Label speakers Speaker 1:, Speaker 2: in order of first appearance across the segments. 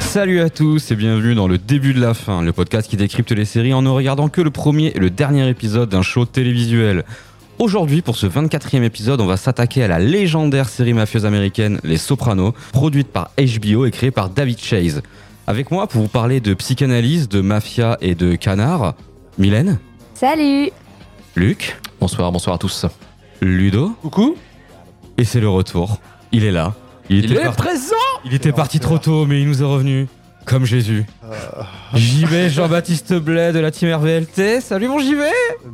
Speaker 1: Salut à tous et bienvenue dans le début de la fin, le podcast qui décrypte les séries en ne regardant que le premier et le dernier épisode d'un show télévisuel. Aujourd'hui, pour ce 24e épisode, on va s'attaquer à la légendaire série mafieuse américaine Les Sopranos, produite par HBO et créée par David Chase. Avec moi pour vous parler de psychanalyse, de mafia et de canard, Mylène,
Speaker 2: Salut
Speaker 1: Luc,
Speaker 3: Bonsoir, bonsoir à tous.
Speaker 1: Ludo,
Speaker 4: Coucou
Speaker 1: et c'est le retour. Il est là.
Speaker 3: Il
Speaker 1: était
Speaker 3: est
Speaker 1: parti-
Speaker 3: présent
Speaker 1: Il était parti trop tôt, mais il nous est revenu. Comme Jésus. JB Jean-Baptiste Blais de la team RVLT. Salut mon JB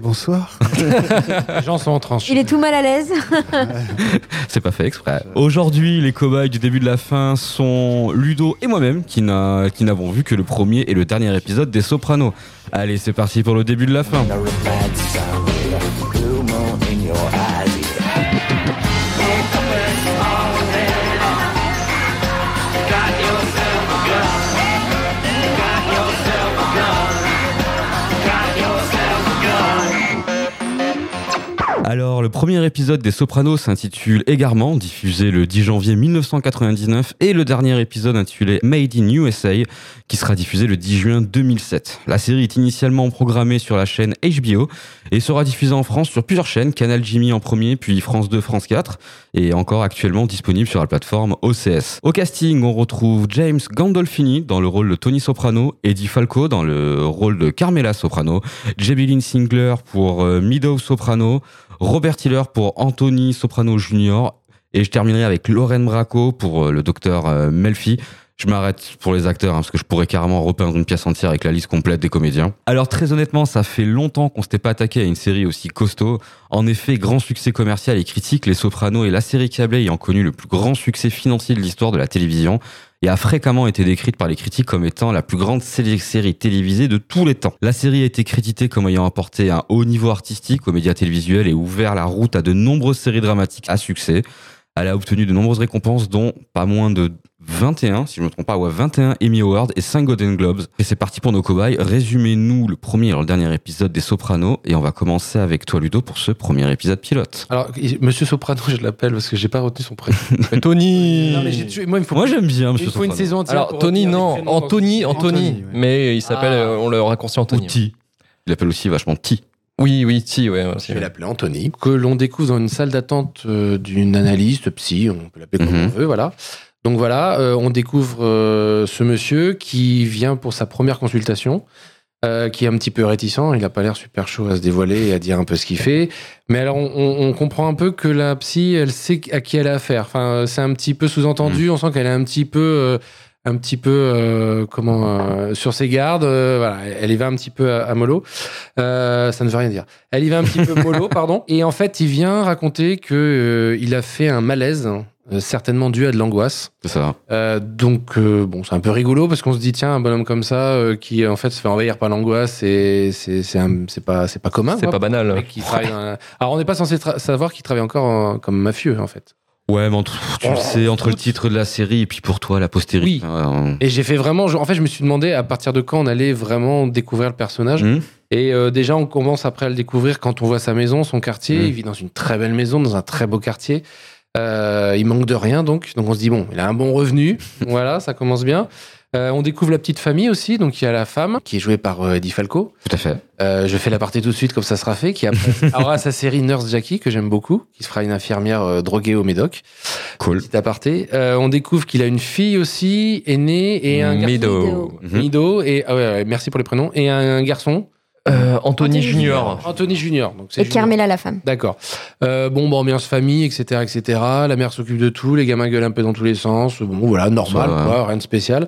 Speaker 4: Bonsoir Les gens sont en tranche.
Speaker 2: Il est tout mal à l'aise.
Speaker 1: C'est pas fait exprès. Aujourd'hui, les cobayes du début de la fin sont Ludo et moi-même qui n'a- qui n'avons vu que le premier et le dernier épisode des Sopranos. Allez, c'est parti pour le début de la fin. Alors, le premier épisode des Sopranos s'intitule Égarement, diffusé le 10 janvier 1999, et le dernier épisode intitulé Made in USA, qui sera diffusé le 10 juin 2007. La série est initialement programmée sur la chaîne HBO et sera diffusée en France sur plusieurs chaînes, Canal Jimmy en premier, puis France 2, France 4, et encore actuellement disponible sur la plateforme OCS. Au casting, on retrouve James Gandolfini dans le rôle de Tony Soprano, Eddie Falco dans le rôle de Carmela Soprano, Jebeline Singler pour euh, Meadow Soprano, Robert Tiller pour Anthony Soprano Jr. Et je terminerai avec Lauren Bracco pour euh, le docteur euh, Melfi. Je m'arrête pour les acteurs, hein, parce que je pourrais carrément repeindre une pièce entière avec la liste complète des comédiens. Alors très honnêtement, ça fait longtemps qu'on s'était pas attaqué à une série aussi costaud. En effet, grand succès commercial et critique, Les Sopranos et la série câblée ayant connu le plus grand succès financier de l'histoire de la télévision, et a fréquemment été décrite par les critiques comme étant la plus grande sé- série télévisée de tous les temps. La série a été créditée comme ayant apporté un haut niveau artistique aux médias télévisuels et ouvert la route à de nombreuses séries dramatiques à succès. Elle a obtenu de nombreuses récompenses, dont pas moins de 21, si je ne me trompe pas, ouais, 21 Emmy Awards et 5 Golden Globes. Et c'est parti pour nos cobayes. Résumez-nous le premier et le dernier épisode des Sopranos et on va commencer avec toi Ludo pour ce premier épisode pilote.
Speaker 4: Alors, il- Monsieur Soprano, je l'appelle parce que j'ai pas retenu son prénom. Mais Tony
Speaker 5: Non, mais j'ai tué- Moi, il me faut,
Speaker 1: Moi j'aime bien
Speaker 5: il me
Speaker 1: Monsieur
Speaker 5: faut une
Speaker 1: Soprano.
Speaker 5: saison entière.
Speaker 3: Alors
Speaker 5: pour
Speaker 3: Tony,
Speaker 5: retenir les
Speaker 3: non,
Speaker 5: prénoms
Speaker 3: Anthony,
Speaker 5: français.
Speaker 3: Anthony,
Speaker 4: Anthony, ouais.
Speaker 3: mais il s'appelle,
Speaker 5: Ah.
Speaker 3: euh, on le raccourcit
Speaker 1: Ou
Speaker 3: Anthony.
Speaker 1: T. Il l'appelle aussi vachement T.
Speaker 3: Oui, oui, T, ouais. aussi,
Speaker 6: Je vais
Speaker 3: ouais.
Speaker 6: l'appeler Anthony.
Speaker 4: Que l'on découvre dans une salle d'attente euh, d'une analyste, psy, on peut l'appeler comme
Speaker 1: Mhm.
Speaker 4: on veut, voilà. Donc voilà, euh, on découvre euh, ce monsieur qui vient pour sa première consultation, euh, qui est un petit peu réticent, il n'a pas l'air super chaud à se dévoiler et à dire un peu ce qu'il fait. Mais alors, on, on- on comprend un peu que la psy, elle sait à qui elle a affaire. Enfin, c'est un petit peu sous-entendu. On sent qu'elle est un petit peu, euh, un petit peu, euh, comment, euh, sur ses gardes. euh, voilà, elle y va un petit peu à, à mollo. Euh, ça ne veut rien dire. Elle y va un petit peu mollo, pardon. Et en fait, il vient raconter que euh, il a fait un malaise, hein, euh, certainement dû à de l'angoisse.
Speaker 1: C'est ça.
Speaker 4: Euh, donc euh, bon, c'est un peu rigolo parce qu'on se dit tiens un bonhomme comme ça euh, qui en fait se fait envahir par l'angoisse et c'est c'est un- c'est pas c'est pas commun.
Speaker 3: C'est
Speaker 4: quoi,
Speaker 3: pas banal.
Speaker 4: mec qui travaille dans la- Alors, on n'est pas censé tra- savoir qu'il travaille encore en- comme mafieux, en fait.
Speaker 1: Ouais, mais entre- tu le sais, entre le titre de la série et puis pour toi, la postérité.
Speaker 4: Oui.
Speaker 1: Euh,
Speaker 4: Et j'ai fait vraiment. je- En fait, je me suis demandé à partir de quand on allait vraiment découvrir le personnage.
Speaker 1: hmm.
Speaker 4: Et euh, déjà, on commence après à le découvrir quand on voit sa maison, son quartier.
Speaker 1: Mm.
Speaker 4: Il vit dans une très belle maison, dans un très beau quartier. Euh, il manque de rien, donc. Donc, on se dit, bon, il a un bon revenu. voilà, ça commence bien. Euh, on découvre la petite famille aussi. Donc, il y a la femme qui est jouée par euh, Eddie Falco.
Speaker 1: Tout à fait.
Speaker 4: Euh, je fais la partie tout de suite, comme ça sera fait. Qui après aura sa série Nurse Jackie, que j'aime beaucoup, qui sera une infirmière euh, droguée au médoc.
Speaker 1: Cool.
Speaker 4: Petit aparté. Euh, on découvre qu'il a une fille aussi, aînée, et un garçon.
Speaker 3: Meadow.
Speaker 1: Mhm.
Speaker 4: Mido, et. ah ouais, ouais, merci pour les prénoms. Et un garçon,
Speaker 3: Euh, Anthony
Speaker 2: Anthony
Speaker 3: Junior.
Speaker 4: Anthony Junior. Donc c'est
Speaker 2: Et
Speaker 4: Junior.
Speaker 2: Carmela, la femme.
Speaker 4: D'accord. Euh, bon, bah, ambiance famille, etc., etc. La mère s'occupe de tout, les gamins gueulent un peu dans tous les sens. Bon, voilà, normal,
Speaker 1: Ça va.
Speaker 4: quoi, rien de spécial.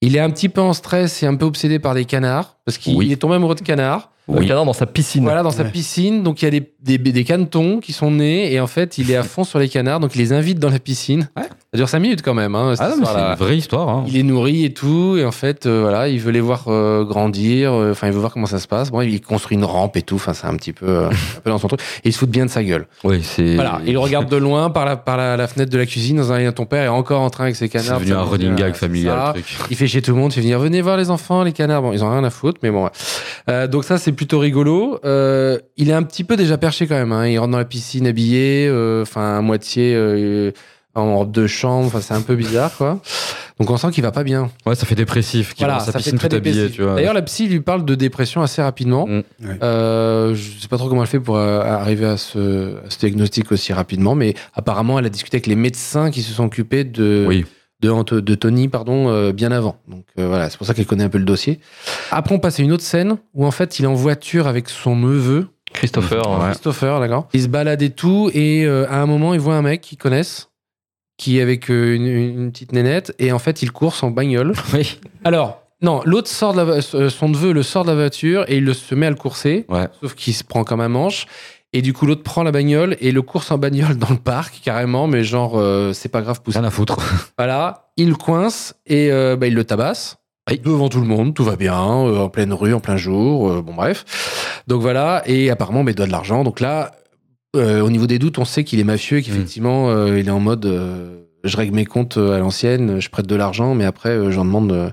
Speaker 4: Il est un petit peu en stress et un peu obsédé par des canards, parce qu'il
Speaker 1: Oui.
Speaker 4: il est tombé amoureux de canards.
Speaker 3: Le
Speaker 1: Oui.
Speaker 3: canard dans sa piscine.
Speaker 4: Voilà, dans sa
Speaker 5: Ouais.
Speaker 4: piscine, donc il y a des, des, des canetons qui sont nés, et en fait, il est à fond sur les canards, donc il les invite dans la piscine.
Speaker 1: Ouais.
Speaker 4: Ça dure 5 minutes quand même. Hein, cette
Speaker 1: Ah non, mais c'est
Speaker 4: histoire-là.
Speaker 1: une vraie histoire. hein.
Speaker 4: Il est nourri et tout, et en fait, euh, voilà, il veut les voir euh, grandir, euh, enfin, il veut voir comment ça se passe. Bon, il construit une rampe et tout, enfin, c'est un petit peu, euh, un peu dans son truc. Et il se fout bien de sa gueule.
Speaker 1: Oui, c'est.
Speaker 4: Voilà, il regarde de loin par la, par la, la fenêtre de la cuisine dans un lien ton père est encore en train avec ses
Speaker 1: C'est
Speaker 4: canards.
Speaker 1: devenu un
Speaker 4: Ça,
Speaker 1: running
Speaker 4: voilà,
Speaker 1: gag
Speaker 4: c'est
Speaker 1: familial,
Speaker 4: ça.
Speaker 1: le truc.
Speaker 4: Il fait chez tout le monde, il fait venir, venez voir les enfants, les canards. Bon, ils ont rien à foutre, mais bon. ouais. Euh, donc ça, c'est plutôt rigolo. Euh, il est un petit peu déjà perché quand même. hein. Il rentre dans la piscine habillé, euh, enfin à moitié euh, en robe de chambre. Enfin, c'est un peu bizarre, quoi. Donc on sent qu'il va pas bien.
Speaker 1: Ouais, ça fait dépressif, qui
Speaker 4: Voilà,
Speaker 1: va dans sa
Speaker 4: ça fait
Speaker 1: piscine
Speaker 4: très
Speaker 1: tout habillée,
Speaker 4: dépressif.
Speaker 1: tu vois.
Speaker 4: D'ailleurs, la psy lui parle de dépression assez rapidement.
Speaker 1: Mm.
Speaker 5: Ouais.
Speaker 4: Euh, je sais pas trop comment elle fait pour euh, arriver à ce, à ce diagnostic aussi rapidement, mais apparemment, elle a discuté avec les médecins qui se sont occupés de,
Speaker 1: Oui.
Speaker 4: de, Anto- de Tony pardon, euh, bien avant. Donc euh, voilà, c'est pour ça qu'elle connaît un peu le dossier. Après, on passe à une autre scène où en fait, il est en voiture avec son neveu,
Speaker 3: Christopher. hein.
Speaker 4: Christopher, d'accord Il se balade et tout, et euh, à un moment, il voit un mec qu'ils connaissent, qui est avec euh, une, une petite nénette, et en fait, il court sans bagnole.
Speaker 1: Oui.
Speaker 4: Alors, non, l'autre sort de la vo- euh, son neveu le sort de la voiture et il le se met à le courser,
Speaker 1: Ouais.
Speaker 4: sauf qu'il se prend comme un manche. Et du coup, l'autre prend la bagnole et le course en bagnole dans le parc, carrément, mais genre, euh, c'est pas grave, pousse.
Speaker 1: Rien à foutre.
Speaker 4: Voilà, il le coince et euh, bah, il le tabasse. Devant tout le monde, tout va bien, euh, en pleine rue, en plein jour, euh, bon bref. Donc voilà, et apparemment, bah, il doit de l'argent. Donc là, euh, au niveau des doutes, on sait qu'il est mafieux et qu'effectivement, euh, il est en mode euh, je règle mes comptes euh, à l'ancienne, je prête de l'argent, mais après, euh, j'en demande, euh,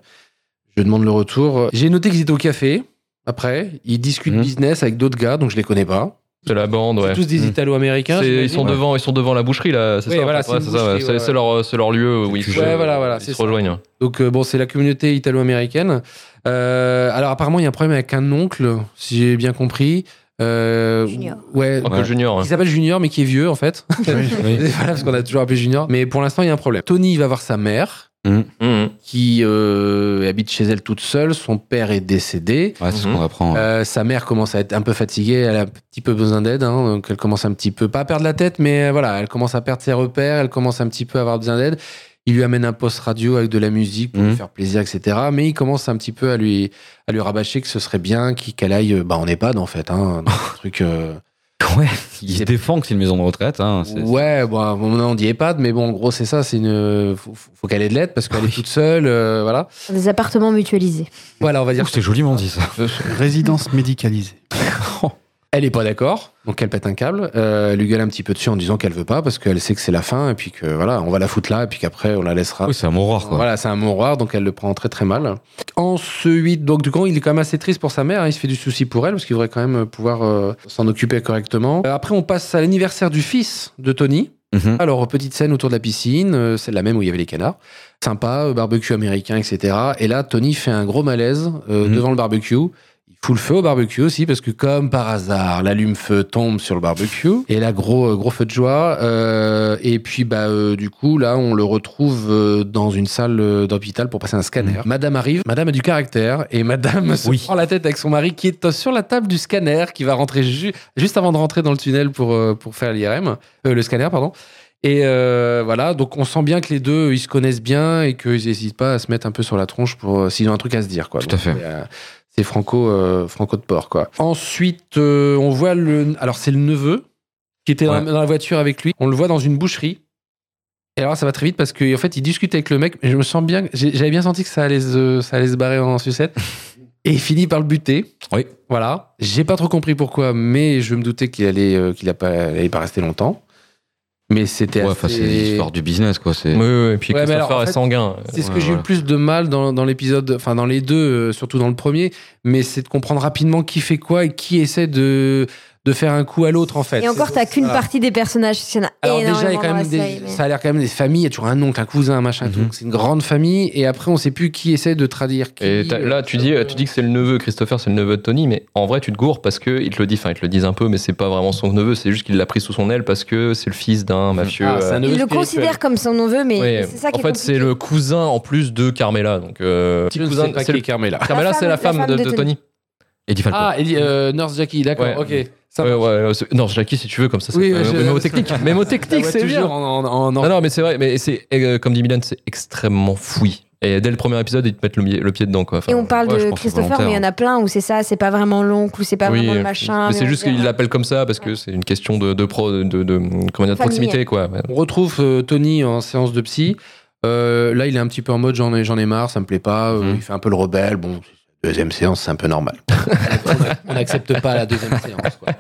Speaker 4: je demande le retour. J'ai noté qu'ils étaient au café. Après, ils discutent
Speaker 1: Mhm.
Speaker 4: business avec d'autres gars, donc je les connais pas.
Speaker 3: De la bande,
Speaker 4: C'est
Speaker 3: ouais.
Speaker 4: tous des
Speaker 3: Mm.
Speaker 4: italo-américains.
Speaker 3: C'est-
Speaker 4: j'imagine.
Speaker 3: Ils sont,
Speaker 1: Hmm. Ouais.
Speaker 3: devant, ils sont devant la boucherie, là, c'est
Speaker 4: Oui,
Speaker 3: ça en
Speaker 4: voilà,
Speaker 3: fait,
Speaker 4: c'est
Speaker 3: ouais,
Speaker 4: une
Speaker 3: c'est ça, ouais.
Speaker 4: boucherie,
Speaker 3: C'est-
Speaker 4: ouais,
Speaker 3: c'est
Speaker 4: ouais.
Speaker 3: leur, euh, c'est leur lieu où ils se,
Speaker 4: Ouais, voilà, voilà,
Speaker 3: ils
Speaker 4: c'est
Speaker 3: se
Speaker 4: ça.
Speaker 3: rejoignent.
Speaker 4: Donc euh, bon, c'est la communauté italo-américaine. Euh, alors apparemment, il y a un problème avec un oncle, si j'ai bien compris. Euh,
Speaker 2: Junior.
Speaker 4: Ouais.
Speaker 3: Uncle
Speaker 1: Ouais.
Speaker 3: Junior. hein.
Speaker 4: Qui s'appelle Junior, mais qui est vieux en fait. voilà, parce qu'on a toujours appelé Junior. Mais pour l'instant, il y a un problème. Tony il va voir sa mère,
Speaker 1: Mm.
Speaker 3: Mhm.
Speaker 4: qui euh, habite chez elle toute seule. Son père est décédé.
Speaker 1: Ouais, c'est ce
Speaker 3: Mhm.
Speaker 1: qu'on apprend. ouais.
Speaker 4: Euh, sa mère commence à être un peu fatiguée, elle a un petit peu besoin d'aide, hein, donc elle commence un petit peu, pas à perdre la tête, mais euh, voilà, elle commence à perdre ses repères, elle commence un petit peu à avoir besoin d'aide. Il lui amène un poste radio avec de la musique pour
Speaker 1: Mhm.
Speaker 4: lui faire plaisir, etc. Mais il commence un petit peu à lui, à lui rabâcher que ce serait bien qu'il- qu'elle aille, euh, bah, en EHPAD en fait, hein, dans un truc. euh,
Speaker 1: Ouais, il se
Speaker 4: c'est-
Speaker 1: défend que c'est une maison de retraite. Hein. c'est-
Speaker 4: Ouais, bon, à un moment donné, on dit EHPAD, mais bon, en gros, c'est ça, c'est une, faut, faut- faut qu'elle ait de l'aide parce qu'elle est toute seule, euh, voilà.
Speaker 2: Des appartements mutualisés.
Speaker 4: Voilà, on va dire Euh,
Speaker 1: Ouh, C'est joliment dit ça.
Speaker 5: Résidence médicalisée.
Speaker 4: Elle est pas d'accord, donc elle pète un câble, euh, elle lui gueule un petit peu dessus en disant qu'elle veut pas parce qu'elle sait que c'est la fin et puis que voilà, on va la foutre là et puis qu'après on la laissera.
Speaker 1: Oui, Ah, c'est un moroir quoi.
Speaker 4: Voilà, c'est un mouroir, donc elle le prend très très mal. Ensuite, donc du coup, il est quand même assez triste pour sa mère, hein, il se fait du souci pour elle parce qu'il voudrait quand même pouvoir euh, s'en occuper correctement. Euh, Après, on passe à l'anniversaire du fils de Tony.
Speaker 1: Mhm.
Speaker 4: Alors, petite scène autour de la piscine, euh, c'est la même où il y avait les canards. Sympa, euh, barbecue américain, etc. Et là, Tony fait un gros malaise euh,
Speaker 1: Mhm.
Speaker 4: devant le barbecue. Il fout le feu au barbecue aussi, parce que comme par hasard, l'allume-feu tombe sur le barbecue. Et là, gros, euh, gros feu de joie. Euh, et puis, bah, euh, du coup, là, on le retrouve euh, dans une salle euh, d'hôpital pour passer un scanner. Madame arrive, Madame a du caractère, et Madame se
Speaker 1: Mhm. Oui.
Speaker 4: prend la tête avec son mari qui est sur la table du scanner, qui va rentrer ju- juste avant de rentrer dans le tunnel pour, euh, pour faire l'IRM, euh, le scanner, pardon. Et euh, voilà, donc on sent bien que les deux, ils se connaissent bien et qu'ils n'hésitent pas à se mettre un peu sur la tronche pour euh, s'ils ont un truc à se dire. Quoi.
Speaker 1: Tout à
Speaker 4: Donc,
Speaker 1: fait.
Speaker 4: c'est, euh, c'est Franco, euh, Franco de Port. Quoi. Ensuite, euh, on voit le. Alors, c'est le neveu qui était dans, la,
Speaker 1: Ouais.
Speaker 4: dans la voiture avec lui. On le voit dans une boucherie. Et alors, ça va très vite parce qu'en fait, il discute avec le mec. Mais je me sens bien. j'ai- J'avais bien senti que ça allait se, ça allait se barrer en sucette. et il finit par le buter.
Speaker 1: Oui.
Speaker 4: Voilà. J'ai pas trop compris pourquoi, mais je me doutais qu'il allait, euh, qu'il a pas, il allait pas rester longtemps. Mais c'était
Speaker 1: Ouais, enfin, c'est
Speaker 4: assez...
Speaker 1: l'histoire du business quoi. C'est.
Speaker 3: Oui, oui, et puis
Speaker 4: Ouais, mais
Speaker 3: Christopher
Speaker 4: alors, en
Speaker 3: est
Speaker 4: fait,
Speaker 3: sanguin.
Speaker 4: C'est ce que
Speaker 1: euh, Ouais,
Speaker 4: j'ai eu
Speaker 1: ouais.
Speaker 4: le plus de mal dans, dans l'épisode, enfin dans les deux, euh, surtout dans le premier, mais c'est de comprendre rapidement qui fait quoi et qui essaie de, de faire un coup à l'autre en fait.
Speaker 2: Et encore, t'as qu'une
Speaker 1: Ah.
Speaker 4: Voilà.
Speaker 2: partie des personnages. parce qu'il y en a
Speaker 4: Alors
Speaker 2: énormément
Speaker 4: déjà, il y a quand
Speaker 2: dans
Speaker 4: même
Speaker 2: la
Speaker 4: des-
Speaker 2: série, mais-
Speaker 4: ça a l'air quand même des familles, il y a toujours un oncle, un cousin, un machin, et tout.
Speaker 1: Mhm.
Speaker 4: Donc, c'est une grande famille, et après on sait plus qui essaie de traduire qui. euh,
Speaker 3: Et t'as- là, tu dis, euh, tu dis que c'est le neveu, Christopher, c'est le neveu de Tony, mais en vrai, tu te gourres parce que ils te le disent, enfin, ils te le disent un peu, mais c'est pas vraiment son neveu, c'est juste qu'il l'a pris sous son aile parce que c'est le fils d'un mafieux.
Speaker 4: Ah, c'est un
Speaker 3: euh,
Speaker 4: neveu
Speaker 2: Il le
Speaker 4: spirituel.
Speaker 2: considère comme son neveu, mais
Speaker 3: ouais.
Speaker 2: c'est ça qui
Speaker 3: en
Speaker 2: est
Speaker 3: fait, c'est le cousin en plus de Carmela, donc euh,
Speaker 4: Je ne
Speaker 3: cousin-
Speaker 4: sais pas
Speaker 3: c'est
Speaker 4: qui
Speaker 3: le-
Speaker 4: est Carmela.
Speaker 3: Carmela, c'est la femme, de, de Tony.
Speaker 1: Eddie Falco.
Speaker 4: Ah, et dit, euh, Nurse Jackie, d'accord,
Speaker 3: Ouais.
Speaker 4: ok. Ça
Speaker 3: Ouais, ouais, ouais, c'est- non, Jackie, si tu veux, comme ça, c'est
Speaker 4: Oui,
Speaker 3: euh,
Speaker 4: je- Ah
Speaker 3: mémo technique. mémo technique,
Speaker 4: Ouais,
Speaker 3: c'est
Speaker 4: toujours
Speaker 3: bien.
Speaker 4: en- en- en- en-
Speaker 3: Non, non, mais c'est vrai, mais c'est euh, comme dit Milan, c'est extrêmement fouillis. Et dès le premier épisode, ils te mettent le, mi- le pied dedans, quoi. Enfin,
Speaker 2: Et on parle
Speaker 1: ouais, je
Speaker 2: de
Speaker 1: pense que c'est
Speaker 2: Christopher,
Speaker 1: volontaire.
Speaker 2: mais il y en a plein où c'est ça, c'est pas vraiment l'oncle, ou c'est pas
Speaker 3: Oui,
Speaker 2: vraiment
Speaker 3: euh,
Speaker 2: le machin.
Speaker 3: Mais c'est
Speaker 2: on
Speaker 3: juste
Speaker 2: dirait-
Speaker 3: qu'il l'appelle comme ça parce que c'est une question de, de pro, de, de, de- comment dire, de proximité, quoi. Ouais.
Speaker 4: On retrouve euh, Tony en séance de psy. Euh, là, il est un petit peu en mode j'en ai, j'en ai marre, ça me plaît pas. Euh,
Speaker 1: Mhm.
Speaker 4: Il fait un peu le rebelle. Bon, deuxième séance, c'est un peu normal. on n'accepte pas la deuxième séance. quoi.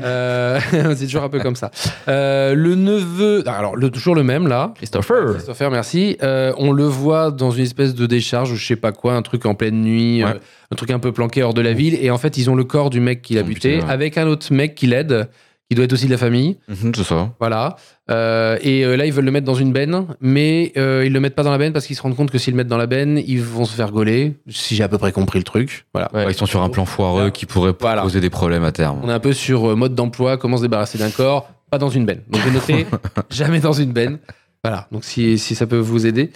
Speaker 4: Euh, c'est toujours un peu comme ça. Euh, le neveu, alors le, toujours le même là.
Speaker 3: Christopher.
Speaker 4: Christopher, merci. Euh, on le voit dans une espèce de décharge ou je sais pas quoi, un truc en pleine nuit,
Speaker 1: Ouais.
Speaker 4: euh, un truc un peu planqué hors de la ville. Et en fait, ils ont le corps du mec qui l'a
Speaker 1: Oh,
Speaker 4: buté
Speaker 1: putain, ouais.
Speaker 4: avec un autre mec qui l'aide, qui doit être aussi de la famille.
Speaker 1: Mhm, C'est ça.
Speaker 4: Voilà. Euh, et euh, là, ils veulent le mettre dans une benne, mais euh, ils le mettent pas dans la benne parce qu'ils se rendent compte que s'ils le mettent dans la benne, ils vont se faire gauler, si j'ai à peu près compris le truc. Voilà.
Speaker 1: Ouais, ils sont sur un plan foireux
Speaker 4: Voilà.
Speaker 1: qui pourrait
Speaker 4: Voilà.
Speaker 1: poser des problèmes à terme.
Speaker 4: On est un peu sur euh, mode d'emploi, comment se débarrasser d'un corps, pas dans une benne. Donc j'ai noté, jamais dans une benne. Voilà, donc si, si ça peut vous aider.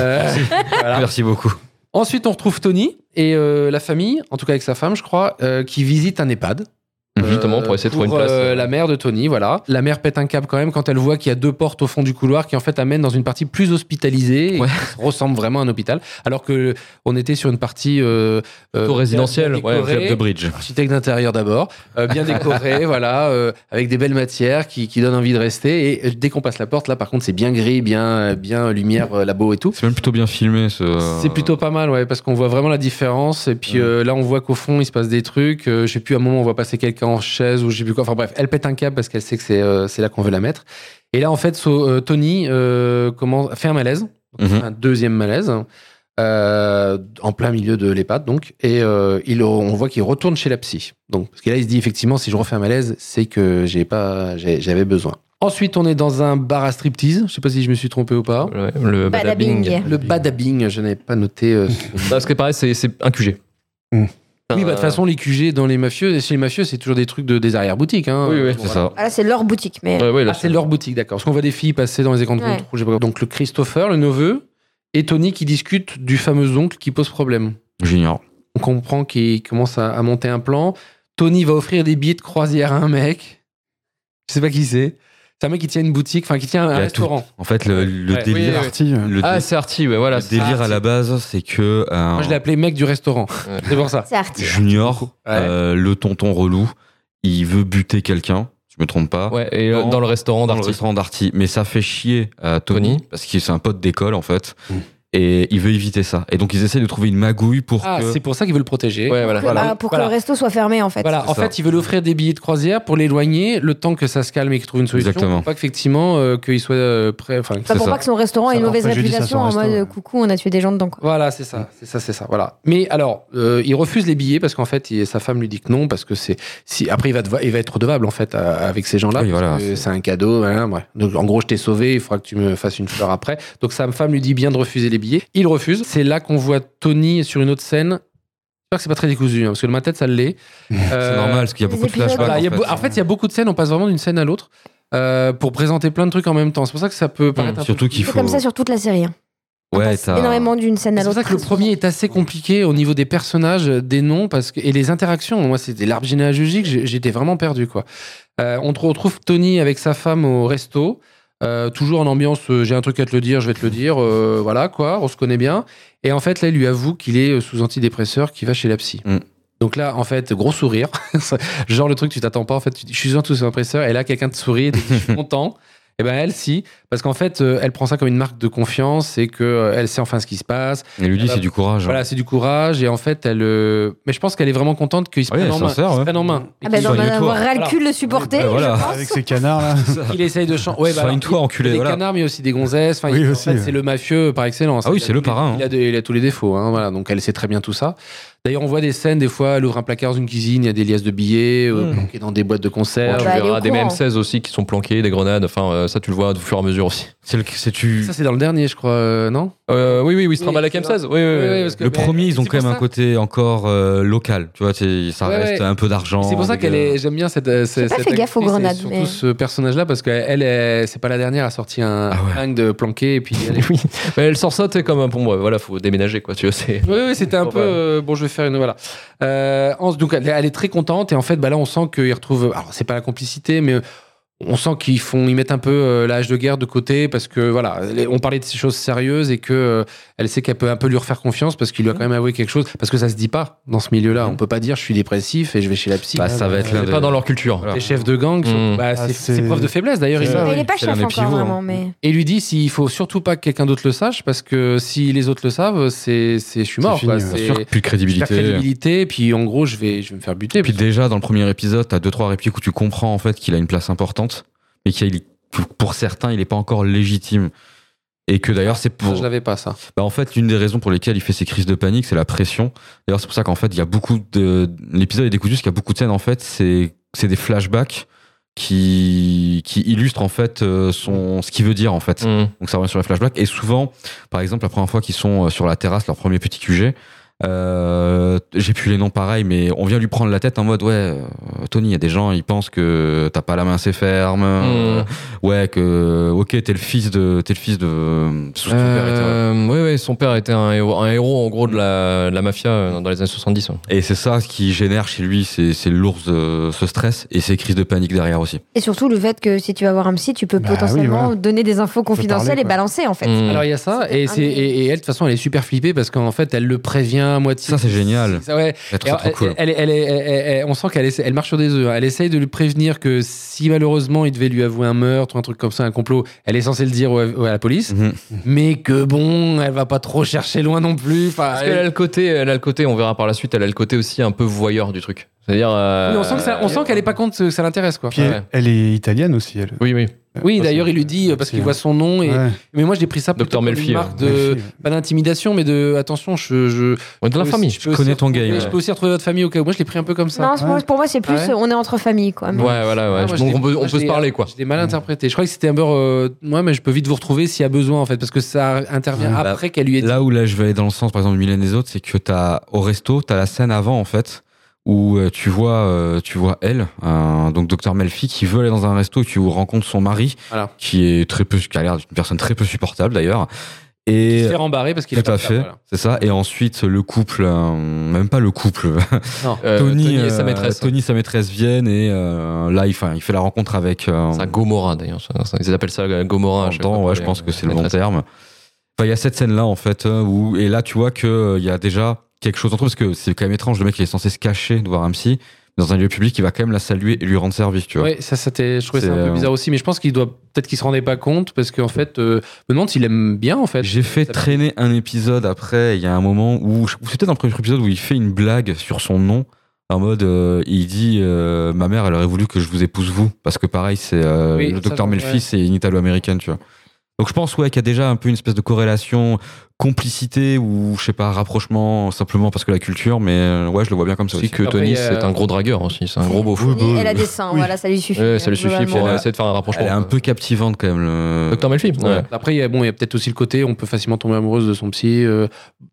Speaker 4: Euh, voilà.
Speaker 1: Merci beaucoup.
Speaker 4: Ensuite, on retrouve Tony et euh, la famille, en tout cas avec sa femme, je crois, euh, qui visite un EHPAD.
Speaker 3: Mhm. Justement, pour essayer de trouver une place.
Speaker 4: euh, la mère de Tony, voilà. La mère pète un câble quand même quand elle voit qu'il y a deux portes au fond du couloir qui en fait amènent dans une partie plus hospitalisée et
Speaker 1: Ouais.
Speaker 4: qui ressemble vraiment à un hôpital. Alors que on était sur une partie euh, euh,
Speaker 3: Plutôt résidentielle,
Speaker 4: bien
Speaker 3: ouais,
Speaker 4: décorée,
Speaker 1: Club de bridge.
Speaker 4: architecte d'intérieur d'abord, euh, bien décoré, voilà, euh, avec des belles matières qui, qui donnent envie de rester. Et euh, dès qu'on passe la porte, là par contre, c'est bien gris, bien, euh, bien lumière, euh, labo et tout.
Speaker 1: C'est même plutôt bien filmé. ce-
Speaker 4: C'est plutôt pas mal, ouais, parce qu'on voit vraiment la différence. Et puis
Speaker 1: Euh, Ouais.
Speaker 4: euh, là, on voit qu'au fond, il se passe des trucs. Euh, je sais plus, à un moment, on voit passer quelqu'un en chaise ou je sais plus quoi. Enfin bref, elle pète un câble parce qu'elle sait que c'est euh, c'est là qu'on veut la mettre. Et là, en fait, so- euh, Tony euh, commence- fait un malaise, Donc,
Speaker 1: Mhm.
Speaker 4: un deuxième malaise, euh, en plein milieu de l'EHPAD, donc. Et euh, il, on voit qu'il retourne chez la psy. Donc, parce que là, il se dit effectivement, si je refais un malaise, c'est que j'ai pas, j'ai- j'avais besoin. Ensuite, on est dans un bar à striptease. Je sais pas si je me suis trompé ou pas.
Speaker 3: Ouais, le
Speaker 2: Badabing.
Speaker 3: badabing.
Speaker 4: Le badabing, je n'avais pas noté. euh, ce
Speaker 3: Ah, Parce que pareil, c'est- c'est un QG.
Speaker 5: Mm.
Speaker 4: Oui,
Speaker 1: euh,
Speaker 4: bah, de toute façon, les QG dans les mafieux, et chez les mafieux, c'est toujours des trucs de, des arrière-boutiques. Hein.
Speaker 3: Oui, oui.
Speaker 1: C'est
Speaker 4: Voilà.
Speaker 1: ça.
Speaker 2: Ah, là, c'est leur boutique, mais.
Speaker 3: Ouais, ouais, là,
Speaker 4: Ah, c'est leur boutique, d'accord. Parce qu'on voit des filles passer dans les écrans de
Speaker 2: Ouais.
Speaker 4: contrôle, j'ai pas compris. Donc, le Christopher, le neveu, et Tony qui discutent du fameux oncle qui pose problème.
Speaker 1: J'ignore.
Speaker 4: On comprend qu'il commence à, à monter un plan. Tony va offrir des billets de croisière à un mec. Je sais pas qui c'est. C'est un mec qui tient une boutique, enfin qui tient
Speaker 1: Il y
Speaker 4: un
Speaker 1: a
Speaker 4: restaurant.
Speaker 1: En fait, le, le
Speaker 3: Ouais.
Speaker 5: C'est
Speaker 1: délire,
Speaker 5: parti, euh,
Speaker 1: le,
Speaker 3: Ah,
Speaker 1: dé-
Speaker 3: c'est Arty, ouais, voilà.
Speaker 1: le
Speaker 3: c'est
Speaker 1: délire
Speaker 3: ça.
Speaker 1: à la base, c'est que euh,
Speaker 4: Moi, je l'ai appelé mec du restaurant.
Speaker 3: Ouais.
Speaker 4: C'est pour ça.
Speaker 2: C'est arty.
Speaker 1: Junior,
Speaker 4: Ouais.
Speaker 1: euh, le tonton relou, il veut buter quelqu'un. Si je me trompe pas.
Speaker 3: Ouais, et euh,
Speaker 1: Dans-
Speaker 3: dans, le restaurant
Speaker 1: dans le
Speaker 3: d'Arty.
Speaker 1: restaurant d'Arty. Mais ça fait chier à Tony,
Speaker 3: Tony.
Speaker 1: parce qu'il c'est un pote d'école en fait.
Speaker 5: Mm.
Speaker 1: Et il veut éviter ça. Et donc ils essaient de trouver une magouille pour
Speaker 4: Ah,
Speaker 1: que.
Speaker 4: c'est pour ça qu'il veut le protéger.
Speaker 3: Ouais, voilà.
Speaker 2: Pour que- bah, pour que
Speaker 4: Ah, Voilà.
Speaker 2: le resto soit fermé, en fait.
Speaker 4: Voilà,
Speaker 1: C'est
Speaker 4: en
Speaker 1: ça.
Speaker 4: fait, il veut lui offrir des billets de croisière pour l'éloigner le temps que ça se calme et qu'il trouve une solution.
Speaker 1: Exactement.
Speaker 4: Pour pas qu'effectivement, euh, qu'il soit euh, prêt. Enfin,
Speaker 2: Enfin,
Speaker 1: C'est
Speaker 2: pour
Speaker 1: ça.
Speaker 2: pas que son restaurant ait
Speaker 5: Ça
Speaker 2: une
Speaker 5: leur
Speaker 2: mauvaise
Speaker 5: fait jeudi, ça,
Speaker 2: réputation
Speaker 5: son
Speaker 2: en
Speaker 5: resto,
Speaker 2: mode
Speaker 5: ouais.
Speaker 2: euh, coucou, on a tué des gens dedans, quoi.
Speaker 4: Voilà, c'est
Speaker 1: Mm.
Speaker 4: ça, c'est ça, c'est ça. Voilà. Mais alors, euh, il refuse les billets parce qu'en fait, il- sa femme lui dit que non parce que c'est si après il va devoir- il va être redevable en fait à- avec ces gens-là.
Speaker 1: Oui,
Speaker 4: parce
Speaker 1: voilà.
Speaker 4: que C'est un cadeau. hein, bref. Donc, en gros, je t'ai sauvé. Il faudra que tu me fasses une fleur après. Donc sa femme lui dit bien de refuser les billets. Il refuse. C'est là qu'on voit Tony sur une autre scène. J'espère que c'est pas très décousu hein, parce que dans ma tête ça l'est.
Speaker 1: C'est
Speaker 4: Euh,
Speaker 1: normal, parce qu'il y a
Speaker 2: les
Speaker 1: beaucoup de
Speaker 2: épisodes,
Speaker 1: flashbacks.
Speaker 4: Voilà,
Speaker 1: en
Speaker 4: il y a
Speaker 1: fait.
Speaker 4: beau- en fait, il y a beaucoup de scènes, on passe vraiment d'une scène à l'autre euh, pour présenter plein de trucs en même temps. C'est pour ça que ça peut paraître un
Speaker 1: Surtout
Speaker 4: peu...
Speaker 1: qu'il
Speaker 2: C'est
Speaker 1: faut. Ah.
Speaker 2: comme ça sur toute la série. hein.
Speaker 1: ouais,
Speaker 2: C'est
Speaker 1: t'as-
Speaker 2: Énormément d'une scène à
Speaker 4: C'est pour
Speaker 2: l'autre.
Speaker 4: ça que le premier est assez compliqué au niveau des personnages, euh, des noms parce que, et les interactions. Moi, c'était l'arbre généalogique, j'ai- j'étais vraiment perdu. Quoi. Euh, on te retrouve Tony avec sa femme au resto, euh, toujours en ambiance euh, j'ai un truc à te le dire, je vais te le dire, euh, voilà quoi, on se connaît bien. Et en fait, là, il lui avoue qu'il est euh, sous antidépresseur, qu'il va chez la psy.
Speaker 1: Mm.
Speaker 4: Donc là, en fait, gros sourire. Genre le truc, tu t'attends pas. En fait, tu dis, je suis sous antidépresseur. Et là, quelqu'un te sourit et te dit, je suis content. Et ben elle, si. Parce qu'en fait, euh, elle prend ça comme une marque de confiance et que euh, elle sait enfin ce qui se passe.
Speaker 1: Et lui dit, c'est du courage. hein.
Speaker 4: Voilà, c'est du courage et en fait, elle. euh, Mais je pense qu'elle est vraiment contente qu'il se
Speaker 1: Ouais,
Speaker 4: prenne
Speaker 1: elle
Speaker 4: en
Speaker 1: est
Speaker 4: main.
Speaker 1: sincère,
Speaker 4: qu'il se
Speaker 1: ouais.
Speaker 4: prenne en main.
Speaker 2: Ah bah,
Speaker 1: Ils
Speaker 2: d'en
Speaker 1: ont une
Speaker 2: avoir
Speaker 1: tour.
Speaker 2: ras le cul de le supporter.
Speaker 1: Ouais, voilà.
Speaker 2: je pense.
Speaker 5: avec ses canards là.
Speaker 4: Il essaye de chanter. Ouais, bah, alors,
Speaker 1: Soigne-toi,
Speaker 4: il y a
Speaker 1: enculé.
Speaker 4: des
Speaker 1: voilà.
Speaker 4: canards, mais aussi des gonzesses. Enfin,
Speaker 5: Oui,
Speaker 4: il- en
Speaker 5: aussi,
Speaker 4: fait,
Speaker 5: ouais.
Speaker 4: c'est le mafieux par excellence.
Speaker 1: Ah oui,
Speaker 4: Il a
Speaker 1: c'est le
Speaker 4: tous les-
Speaker 1: parrain, hein.
Speaker 4: Il, a de- il a tous les défauts. hein, voilà. Donc, elle sait très bien tout ça. D'ailleurs, on voit des scènes. Des fois, elle ouvre un placard dans une cuisine. Il y a des liasses de billets euh,
Speaker 1: Hmm.
Speaker 4: planquées dans des boîtes de
Speaker 3: Bon,
Speaker 4: conserve.
Speaker 3: tu
Speaker 2: bah, elle est
Speaker 3: verras
Speaker 2: au
Speaker 3: des
Speaker 2: courant.
Speaker 3: MM16 aussi qui sont planqués, des grenades. Enfin, euh, ça, tu le vois au fur et à mesure aussi.
Speaker 1: C'est le, c'est tu-
Speaker 4: Ça, c'est dans le dernier, je crois, euh, non
Speaker 3: Euh, oui, oui, oui, c'est
Speaker 4: Oui,
Speaker 3: normal avec
Speaker 4: c'est
Speaker 3: M16. Oui, oui, oui.
Speaker 4: parce que-
Speaker 1: Euh, le
Speaker 4: mais-
Speaker 1: premier, ils ont
Speaker 4: c'est
Speaker 1: quand
Speaker 4: pour
Speaker 1: même un
Speaker 4: ça-
Speaker 1: côté encore euh, local. Tu vois, c'est- ça
Speaker 4: Ouais,
Speaker 1: reste
Speaker 4: ouais.
Speaker 1: un peu d'argent.
Speaker 4: C'est pour ça
Speaker 1: des
Speaker 4: qu'elle
Speaker 1: gars.
Speaker 4: est. J'aime bien cette. euh, cette
Speaker 2: pas
Speaker 4: cette
Speaker 2: fait gaffe aux
Speaker 4: actrice et
Speaker 2: grenades,
Speaker 4: Surtout
Speaker 2: mais-
Speaker 4: ce personnage-là, parce qu'elle, elle, c'est pas la dernière à sortir un
Speaker 1: Ah ouais.
Speaker 4: flingue de planqué et puis elle est-
Speaker 3: Oui. Mais elle sort ça, t'es comme un bon, ouais, voilà, faut déménager, quoi, tu vois, c'est.
Speaker 4: Oui, oui, c'était un
Speaker 3: Bon,
Speaker 4: peu.
Speaker 3: bah.
Speaker 4: euh, bon, je vais faire une. Voilà. Euh, en- donc, elle, elle est très contente. Et en fait, bah, là, on sent qu'ils retrouvent. Alors, c'est pas la complicité, mais on sent qu'ils font. Ils mettent un peu euh, l'âge de guerre de côté parce que, voilà, les- on parlait de ces choses sérieuses et que euh, elle sait qu'elle peut un peu lui refaire confiance parce qu'il lui a quand même avoué quelque chose. Parce que ça se dit pas dans ce milieu-là. On peut pas dire je suis dépressif et je vais chez la psy.
Speaker 1: Bah, ça va être l'un
Speaker 3: C'est
Speaker 1: des-
Speaker 3: pas dans leur culture.
Speaker 1: Voilà.
Speaker 4: les chefs de gang, sont-
Speaker 3: Mm.
Speaker 4: bah,
Speaker 5: Ah,
Speaker 4: c'est-
Speaker 5: c'est-
Speaker 4: c'est preuve de faiblesse d'ailleurs.
Speaker 5: C'est
Speaker 4: il-
Speaker 5: ça,
Speaker 2: Mais Il
Speaker 5: oui.
Speaker 2: est pas
Speaker 1: C'est
Speaker 2: chef
Speaker 1: l'un des
Speaker 2: encore,
Speaker 1: pivots, hein.
Speaker 2: vraiment. Mais...
Speaker 4: Et il lui dit s'il faut surtout pas que quelqu'un d'autre le sache parce que si les autres le savent, c'est c'est- je suis
Speaker 5: C'est
Speaker 4: mort.
Speaker 5: fini, ouais.
Speaker 4: quoi. C'est-
Speaker 1: Bien sûr, plus de
Speaker 4: la
Speaker 1: crédibilité.
Speaker 4: crédibilité, puis en gros, je vais, je vais me faire buter.
Speaker 1: Et puis déjà, dans le premier épisode, t'as deux, trois répliques où tu comprends en fait qu'il a une place importante, mais qu'il pour certains, il n'est pas encore légitime. Et que d'ailleurs, c'est
Speaker 4: Ça, je
Speaker 1: pour.
Speaker 4: l'avais pas, ça.
Speaker 1: Bah, en fait, l'une des raisons pour lesquelles il fait ses crises de panique, c'est la pression. D'ailleurs, c'est pour ça qu'en fait, il y a beaucoup de. L'épisode est décousu parce qu'il y a beaucoup de scènes, en fait, c'est c'est des flashbacks qui, qui illustre en fait euh, son, ce qu'il veut dire en fait.
Speaker 3: Mm.
Speaker 1: Donc ça revient sur les flashbacks. Et souvent, par exemple, la première fois qu'ils sont euh, sur la terrasse, leur premier petit QG, euh, j'ai plus les noms pareils, mais on vient lui prendre la tête en mode ouais, euh, Tony, il y a des gens, ils pensent que t'as pas la main assez ferme, euh, ouais que ok t'es le fils de t'es le fils de sous-
Speaker 3: Euh, oui, oui, son père était un héros, un héros, en gros de la, de la mafia euh, dans les années 70. ouais.
Speaker 1: et c'est ça ce qui génère chez lui, c'est c'est l'ours euh, ce stress et ses crises de panique derrière aussi.
Speaker 2: Et surtout le fait que si tu vas voir un psy, tu peux
Speaker 5: Bah oui,
Speaker 2: potentiellement
Speaker 5: voilà.
Speaker 2: donner des infos confidentielles
Speaker 5: parler,
Speaker 2: et
Speaker 5: quoi.
Speaker 2: balancer en fait.
Speaker 3: Mm.
Speaker 4: Alors il y a ça,
Speaker 2: C'était
Speaker 4: et,
Speaker 2: un
Speaker 4: c'est-
Speaker 2: des-
Speaker 4: et- et elle, de toute façon, elle est super flippée parce qu'en fait, elle le prévient à moitié.
Speaker 1: Ça c'est génial,
Speaker 4: Ça, ouais.
Speaker 1: c'est trop,
Speaker 4: Alors,
Speaker 1: trop cool.
Speaker 4: elle, elle- elle- elle- elle- elle- on sent qu'elle essaie- elle marche sur des œufs. hein. Elle essaye de lui prévenir que si malheureusement il devait lui avouer un meurtre ou un truc comme ça, un complot, elle est censée le dire au- au- à la police.
Speaker 1: Mhm.
Speaker 4: Mais que bon, elle va pas trop chercher loin non plus. Enfin,
Speaker 1: Ah,
Speaker 3: Parce qu'elle a le côté, elle a le côté, on verra par la suite, elle a le côté aussi un peu voyeur du truc. C'est-à-dire. euh,
Speaker 4: Oui, on sent que ça- on sent qu'elle est pas contre que ça l'intéresse quoi.
Speaker 5: Puis
Speaker 3: Ouais.
Speaker 5: elle, elle est italienne aussi, elle.
Speaker 3: Oui, oui.
Speaker 4: Oui,
Speaker 5: Aussi.
Speaker 4: d'ailleurs, il lui dit euh, parce qu'il voit son nom. Et...
Speaker 5: Ouais.
Speaker 4: Mais moi, j'ai pris ça plutôt
Speaker 3: Docteur
Speaker 4: comme une
Speaker 3: Melfi,
Speaker 4: marque
Speaker 3: ouais.
Speaker 4: de pas d'intimidation, mais de attention. Je, je
Speaker 3: De la famille.
Speaker 4: peux
Speaker 1: Je connais
Speaker 4: aussi
Speaker 1: ton game,
Speaker 4: retrouver-
Speaker 1: ouais.
Speaker 4: Je peux aussi retrouver votre famille au cas où. Moi, je l'ai pris un peu comme ça. Ah
Speaker 2: Non, pour moi- pour moi c'est plus
Speaker 4: Ouais.
Speaker 2: euh, on est entre familles quoi. Mais-
Speaker 3: Ouais, voilà, ouais.
Speaker 4: Ah, moi, je
Speaker 3: Donc
Speaker 4: l'ai-
Speaker 3: on peut,
Speaker 4: moi,
Speaker 3: on
Speaker 4: je
Speaker 3: peut se
Speaker 4: l'ai-
Speaker 3: parler, quoi.
Speaker 4: Je l'ai mal interprété. Je crois que c'était un beurre. moi, mais je peux vite vous retrouver s'il y a besoin, en fait, parce que ça intervient
Speaker 1: Ouais, bah,
Speaker 4: après qu'elle lui ait dit.
Speaker 1: Là où là je vais aller dans le sens par exemple de Mylène des autres, c'est que t'as au resto, t'as la scène avant en fait où euh, tu vois euh, tu vois elle un- donc docteur Melfi qui veut aller dans un resto et tu rencontres son mari
Speaker 4: Voilà.
Speaker 1: qui est très peu qui a l'air d'une personne très peu supportable d'ailleurs et
Speaker 4: Il se fait rembarrer parce qu'il a
Speaker 1: tout
Speaker 4: pas
Speaker 1: à
Speaker 4: de
Speaker 1: fait,
Speaker 4: table,
Speaker 1: c'est ça. Et ensuite, le couple, euh, même pas le couple,
Speaker 3: Euh,
Speaker 1: Tony,
Speaker 3: et sa
Speaker 1: euh,
Speaker 3: maîtresse.
Speaker 1: Tony et sa maîtresse viennent et euh, là, il, enfin, il fait la rencontre avec. euh,
Speaker 3: C'est un Gomorrah, d'ailleurs. ça- ça- Ils appellent ça euh, Gomorrah. à chaque
Speaker 1: Pendant,
Speaker 3: fois
Speaker 1: ouais,
Speaker 3: pour
Speaker 1: je
Speaker 3: les-
Speaker 1: pense que c'est le long
Speaker 3: maîtresses.
Speaker 1: terme. Enfin, il y a cette scène-là, en fait, euh, où, et là, tu vois qu'il il y a déjà quelque chose entre eux, parce que c'est quand même étrange, le mec, il est censé se cacher de voir un psy, mais dans un lieu public, il va quand même la saluer et lui rendre service, tu vois.
Speaker 4: Ouais, ça, c'était, je trouvais ça
Speaker 1: C'est,
Speaker 4: un peu
Speaker 1: euh,
Speaker 4: bizarre aussi, mais je pense qu'il doit peut-être qu'il se rendait pas compte parce qu'en fait, euh, je me demande s'il aime bien en fait.
Speaker 1: J'ai fait
Speaker 4: Ça-
Speaker 1: traîner un épisode après, il y a un moment où, je- ou c'était dans le premier épisode où il fait une blague sur son nom, en mode, euh, il dit, euh, ma mère, elle aurait voulu que je vous épouse vous, parce que pareil, c'est euh,
Speaker 4: Oui,
Speaker 1: le
Speaker 4: ça,
Speaker 1: docteur
Speaker 4: je-
Speaker 1: Melfi,
Speaker 4: ouais.
Speaker 1: c'est une italo-américaine, tu vois. Donc je pense, ouais, qu'il y a déjà un peu une espèce de corrélation, complicité ou, je sais pas, rapprochement, simplement parce que la culture, mais euh, ouais, je le vois bien comme ça
Speaker 3: Aussi
Speaker 1: aussi.
Speaker 3: que
Speaker 4: Après,
Speaker 3: Tony,
Speaker 4: il y a-
Speaker 3: c'est un gros dragueur aussi. C'est un gros beau fou.
Speaker 4: euh,
Speaker 2: Et elle a des seins, hein.
Speaker 5: Oui.
Speaker 2: voilà, ça lui suffit. euh,
Speaker 3: Ouais, ça lui suffit pour euh,
Speaker 2: globalement.
Speaker 3: essayer de faire un rapprochement.
Speaker 1: Elle est un peu captivante quand même. Le...
Speaker 3: Docteur Melfi. ouais.
Speaker 4: Ouais. euh, Après, il y a, bon, il y a peut-être aussi le côté, on peut facilement tomber amoureuse de son psy. euh,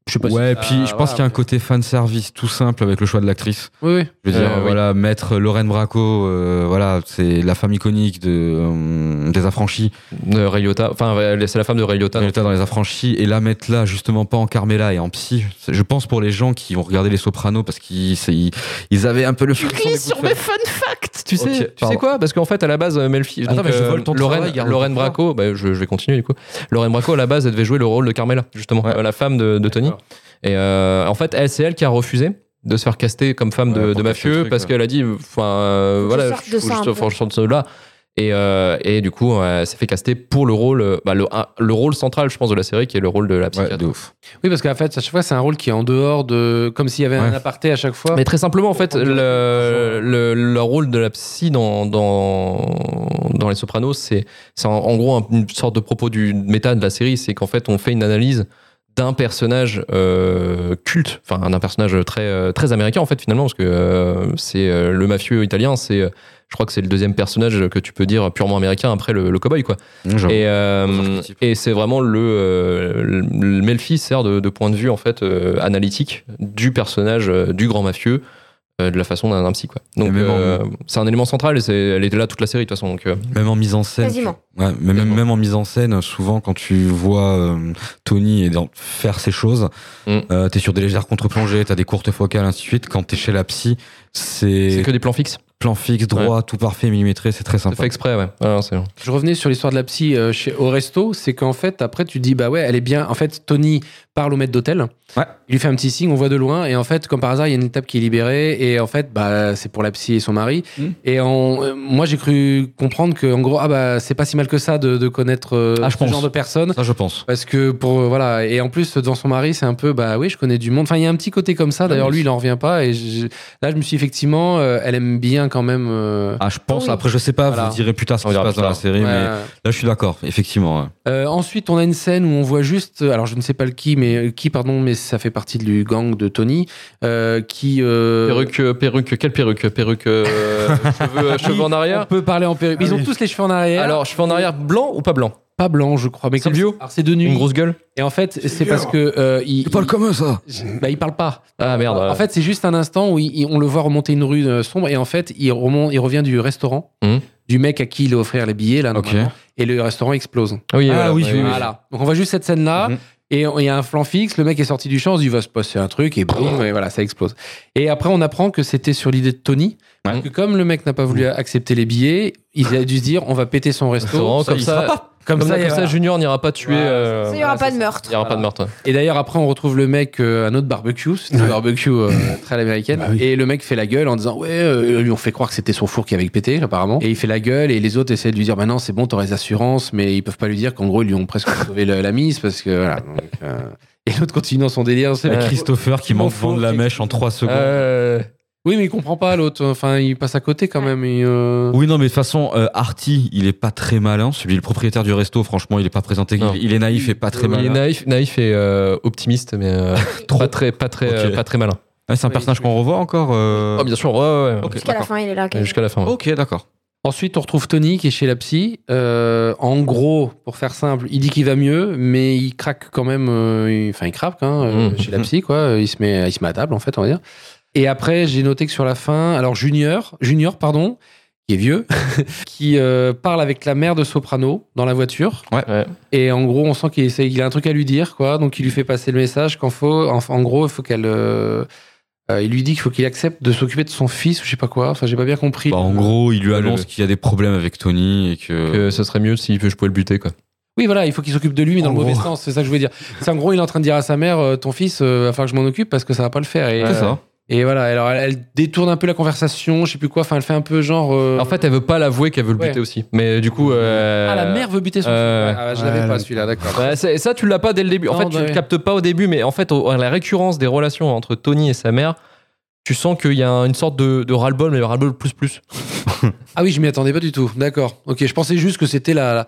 Speaker 4: je sais pas.
Speaker 1: Ouais,
Speaker 4: si-
Speaker 1: puis
Speaker 4: Ah,
Speaker 1: je pense
Speaker 4: voilà,
Speaker 1: qu'il y a un côté fan service tout simple avec le choix de l'actrice.
Speaker 4: Oui, oui.
Speaker 1: Je veux
Speaker 3: Euh,
Speaker 1: dire,
Speaker 3: oui.
Speaker 1: voilà, maître Lorraine Bracco, euh, voilà, c'est la femme iconique de, euh, des affranchis.
Speaker 3: De Ray Liotta. Enfin, ouais, c'est la femme de Ray Liotta.
Speaker 1: Elle était dans les affranchis. Et la mettre là, justement, pas en Carmela et en psy. C'est- Je pense pour les gens qui ont regardé les Sopranos parce qu'ils c'est- ils, ils avaient un peu le frisson des coups de feu.
Speaker 3: fun facts Tu sais,
Speaker 1: Ok,
Speaker 3: tu sais
Speaker 1: pardon.
Speaker 3: quoi Parce qu'en fait, à la base, euh, Melfi.
Speaker 1: Attends,
Speaker 3: donc,
Speaker 1: mais je vole ton
Speaker 3: Lorraine,
Speaker 1: travail, garde-le
Speaker 3: Lorraine
Speaker 1: pour toi.
Speaker 3: Bracco, bah, je, je vais continuer du coup. Lorraine Bracco, à la base, elle devait jouer le rôle de Carmela, justement, euh, la femme de, de Tony.
Speaker 4: D'accord.
Speaker 3: Et euh, en fait, elle, c'est elle qui a refusé de se faire caster comme femme de-
Speaker 1: Ouais,
Speaker 3: de,
Speaker 1: pour cacher le
Speaker 3: mafieux
Speaker 1: truc,
Speaker 3: parce
Speaker 1: ouais.
Speaker 3: qu'elle a dit, enfin, euh,
Speaker 2: Faut que je
Speaker 3: voilà,
Speaker 2: sorte de ça un
Speaker 3: juste,
Speaker 2: peu.
Speaker 3: faut que je sorte de là. Et, euh, et du coup, euh, elle s'est fait caster pour le rôle, euh, bah, le, un- le rôle central, je pense, de la série, qui est le rôle de la psychiatre.
Speaker 1: Ouais, de ouf.
Speaker 4: Oui, parce qu'en fait, à chaque fois, c'est un rôle qui est en dehors de. Comme s'il y avait un
Speaker 1: Ouais.
Speaker 4: aparté à chaque fois.
Speaker 3: Mais très simplement, en fait,
Speaker 4: Pour prendre
Speaker 3: le, le, le rôle de la psy dans, dans, dans Les Sopranos, c'est c'est en, en gros un- une sorte de propos du méta de la série, c'est qu'en fait, on fait une analyse d'un personnage euh, culte, enfin d'un personnage très, euh, très américain, en fait, finalement, parce que euh, c'est euh, le mafieux italien, c'est, euh, je crois que c'est le deuxième personnage que tu peux dire purement américain après le, le cowboy, quoi.
Speaker 1: Mmh, j'avoue.
Speaker 3: Et, euh,
Speaker 1: Aux archétypes.
Speaker 3: et c'est vraiment le, euh, le- le Melfi sert de, de point de vue en fait euh, analytique du personnage euh, du grand mafieux euh, de la façon d'un d'un psy quoi.
Speaker 1: Et
Speaker 3: Donc
Speaker 1: même en-
Speaker 3: euh, c'est un élément central et c'est- elle était là toute la série de toute façon donc euh,
Speaker 1: Même en mise en scène.
Speaker 2: Quasiment.
Speaker 1: tu- ouais, mais même,
Speaker 3: Quasiment.
Speaker 1: même en mise en scène, souvent quand tu vois euh, Tony et dans- faire ces choses,
Speaker 3: Mm.
Speaker 1: euh, t'es sur des légères contre-plongées, t'as des courtes focales, ainsi de suite. Quand t'es chez la psy,
Speaker 3: c'est
Speaker 1: c'est
Speaker 3: que des plans fixes.
Speaker 1: plan fixe, droit, tout parfait, millimétré, c'est très
Speaker 3: C'est
Speaker 1: sympa.
Speaker 3: fait exprès ouais. Alors, c'est-
Speaker 4: Je revenais sur l'histoire de la psy euh, chez, au resto, c'est qu'en fait, après, tu dis, bah ouais, elle est bien. En fait, Tony parle au maître d'hôtel.
Speaker 1: Ouais.
Speaker 4: Il lui fait un petit signe, on voit de loin. Et en fait, comme par hasard, il y a une étape qui est libérée. Et en fait, bah, c'est pour la psy et son mari.
Speaker 1: Mm.
Speaker 4: Et en, euh, moi, j'ai cru comprendre que, en gros, ah bah, c'est pas si mal que ça de, de connaître euh,
Speaker 1: Ah, je
Speaker 4: ce
Speaker 1: pense.
Speaker 4: genre de personne.
Speaker 1: Ça, je pense.
Speaker 4: Parce que pour euh, voilà et en plus devant son mari c'est un peu bah
Speaker 1: Ah
Speaker 4: oui je connais du monde enfin il y a un petit côté comme ça d'ailleurs lui il en revient pas et je- là je me suis dit, effectivement euh, elle aime bien bien quand même. euh,
Speaker 1: Ah, je pense,
Speaker 2: Oui.
Speaker 1: après, je sais pas,
Speaker 4: Voilà.
Speaker 1: vous direz plus tard ce
Speaker 3: On
Speaker 1: qui se
Speaker 3: verra
Speaker 1: passe
Speaker 3: plus
Speaker 1: dans la
Speaker 3: tard.
Speaker 1: série, mais
Speaker 4: ouais.
Speaker 1: là, je suis d'accord, effectivement. ouais.
Speaker 4: Euh, ensuite, on a une scène où on voit juste, euh, alors je ne sais pas le qui, mais euh, qui pardon, mais ça fait partie du gang de Tony, euh, qui euh,
Speaker 3: Perruque, euh, perruque, quelle perruque Perruque, euh, cheveux, euh, cheveux en
Speaker 4: On
Speaker 3: arrière
Speaker 4: peut parler en perruque. Ils
Speaker 5: Ah
Speaker 4: ont
Speaker 5: oui.
Speaker 4: tous les cheveux en arrière.
Speaker 3: Alors, cheveux en arrière blanc ou pas blanc
Speaker 4: pas blanc, je crois, mais
Speaker 3: C'est
Speaker 4: comme-
Speaker 3: bio
Speaker 4: alors, c'est de nuit.
Speaker 3: Une grosse gueule
Speaker 4: Et en fait, c'est parce que euh, il,
Speaker 1: Tu parles comme eux, ça
Speaker 4: il- bah, il parle pas.
Speaker 3: Ah merde.
Speaker 4: En fait, c'est juste un instant où il- il- on le voit remonter une rue euh, sombre et en fait, il, remonte, il revient du restaurant,
Speaker 3: Mhm.
Speaker 4: du mec à qui il a offert les billets, là,
Speaker 1: Ok.
Speaker 4: normalement, et le restaurant explose.
Speaker 3: Ah oui,
Speaker 1: Ah
Speaker 3: voilà,
Speaker 1: oui,
Speaker 3: ouais, Mmh.
Speaker 1: oui,
Speaker 3: ouais.
Speaker 1: oui.
Speaker 4: Voilà. Donc on voit juste cette scène-là.
Speaker 1: Mhm.
Speaker 4: Et on- il y a un flanc fixe, le mec est sorti du champ, il se dit, va se passer un truc, et boum, et voilà, ça explose. Et après, on apprend que c'était sur l'idée de Tony,
Speaker 1: Ouais.
Speaker 4: parce que comme le mec n'a pas voulu
Speaker 3: Mmh.
Speaker 4: accepter les billets, il a dû se dire, on va péter son resto.
Speaker 3: Restaurant, comme
Speaker 4: il
Speaker 3: ça-
Speaker 4: sera pas. Comme,
Speaker 3: Comme
Speaker 4: ça,
Speaker 3: ça, comme ça,
Speaker 4: voilà.
Speaker 3: Junior n'ira pas tuer.
Speaker 4: Voilà,
Speaker 3: euh,
Speaker 2: Ça, il n'y
Speaker 4: voilà,
Speaker 2: aura pas
Speaker 4: c'est
Speaker 2: de
Speaker 4: ça.
Speaker 2: meurtre.
Speaker 3: Il n'y aura pas de
Speaker 4: Voilà.
Speaker 3: meurtre.
Speaker 4: Et d'ailleurs, après, on retrouve le mec euh, à notre barbecue, c'était un
Speaker 5: Ouais.
Speaker 4: barbecue euh, très à l'américaine.
Speaker 5: Bah oui.
Speaker 4: Et le mec fait la gueule en disant Ouais, euh, lui, on fait croire que c'était son four qui avait pété, apparemment. Et il fait la gueule, et les autres essaient de lui dire Bah non, c'est bon, t'auras les assurances, mais ils peuvent pas lui dire qu'en gros, ils lui ont presque sauvé le- la mise, parce que voilà. donc, euh, Et l'autre continue dans son délire. c'est
Speaker 1: Avec
Speaker 4: la-
Speaker 1: Christopher qui
Speaker 4: Mon
Speaker 1: manque
Speaker 4: faux,
Speaker 1: vendre la
Speaker 4: c'est-
Speaker 1: mèche en 3 secondes.
Speaker 3: Euh,
Speaker 4: Oui, mais il comprend pas l'autre. Enfin, il passe à côté quand même. et, euh,
Speaker 1: Oui, non, mais de toute façon, euh, Arty, il est pas très malin. Celui, le propriétaire du resto, franchement, il est pas présenté.
Speaker 3: Non.
Speaker 1: Il, il est naïf et pas très
Speaker 3: il est
Speaker 1: malin.
Speaker 3: naïf, naïf et euh, optimiste, mais euh, pas très, pas très,
Speaker 1: Ok.
Speaker 3: euh, pas très malin.
Speaker 1: Ouais, c'est un
Speaker 4: Oui,
Speaker 1: personnage
Speaker 4: oui.
Speaker 1: qu'on revoit encore. euh,
Speaker 3: Oh, bien sûr. ouais, ouais, ouais.
Speaker 1: Ok.
Speaker 2: Jusqu'à la fin, il est là.
Speaker 3: Ouais, Jusqu'à la fin. ouais.
Speaker 1: Ok, d'accord.
Speaker 4: Ensuite, on retrouve Tony qui est chez la psy. Euh, en gros, pour faire simple, il dit qu'il va mieux, mais il craque quand même. euh, il- Enfin, il craque hein, euh,
Speaker 3: Mhm.
Speaker 4: chez la psy, quoi. Il se met, il se met à table, en fait, on va dire. Et après, j'ai noté que sur la fin, alors Junior, Junior, pardon, qui est vieux, qui euh, parle avec la mère de Soprano dans la voiture.
Speaker 3: Ouais.
Speaker 4: Et en gros, on sent qu'il essaie- il a un truc à lui dire, quoi. Donc, il lui fait passer le message qu'en faut, en, en gros, il faut qu'elle. euh, euh, il lui dit qu'il faut qu'il accepte de s'occuper de son fils ou je sais pas quoi. Enfin, j'ai pas bien compris.
Speaker 1: Bah, en gros, il lui
Speaker 3: Ouais,
Speaker 1: annonce
Speaker 3: le-
Speaker 1: qu'il y a des problèmes avec Tony et que.
Speaker 3: Que ça serait mieux si je pouvais le buter quoi.
Speaker 4: Oui, voilà, il faut qu'il s'occupe de lui, mais dans
Speaker 5: En
Speaker 4: le mauvais
Speaker 5: gros.
Speaker 4: sens. C'est ça que je voulais dire. C'est en gros, il est en train de dire à sa mère, euh, ton fils, euh, va falloir que je m'en occupe parce que ça va pas le faire. Et, euh,
Speaker 1: C'est ça.
Speaker 4: et voilà. Alors, elle, elle détourne un peu la conversation, je sais plus quoi. Enfin, elle fait un peu genre. euh,
Speaker 3: En fait, elle veut pas l'avouer qu'elle veut le
Speaker 4: Ouais.
Speaker 3: buter aussi. Mais du coup, euh,
Speaker 4: ah, la mère veut buter son
Speaker 3: euh,
Speaker 4: fils. Ah, je
Speaker 5: ouais.
Speaker 4: l'avais
Speaker 5: Ouais,
Speaker 4: pas
Speaker 5: ouais.
Speaker 4: celui-là, d'accord.
Speaker 3: Ouais, Ah, c'est- ça, tu l'as pas dès le début. En
Speaker 4: Non,
Speaker 3: fait, tu
Speaker 4: bah
Speaker 3: le
Speaker 4: oui.
Speaker 3: captes pas au début, mais en fait, au- à la récurrence des relations entre Tony et sa mère, tu sens qu'il y a une sorte de, de ras-le-bol, mais ras-le-bol plus plus.
Speaker 4: Ah oui, je m'y attendais pas du tout. D'accord. Ok, je pensais juste que c'était la. la-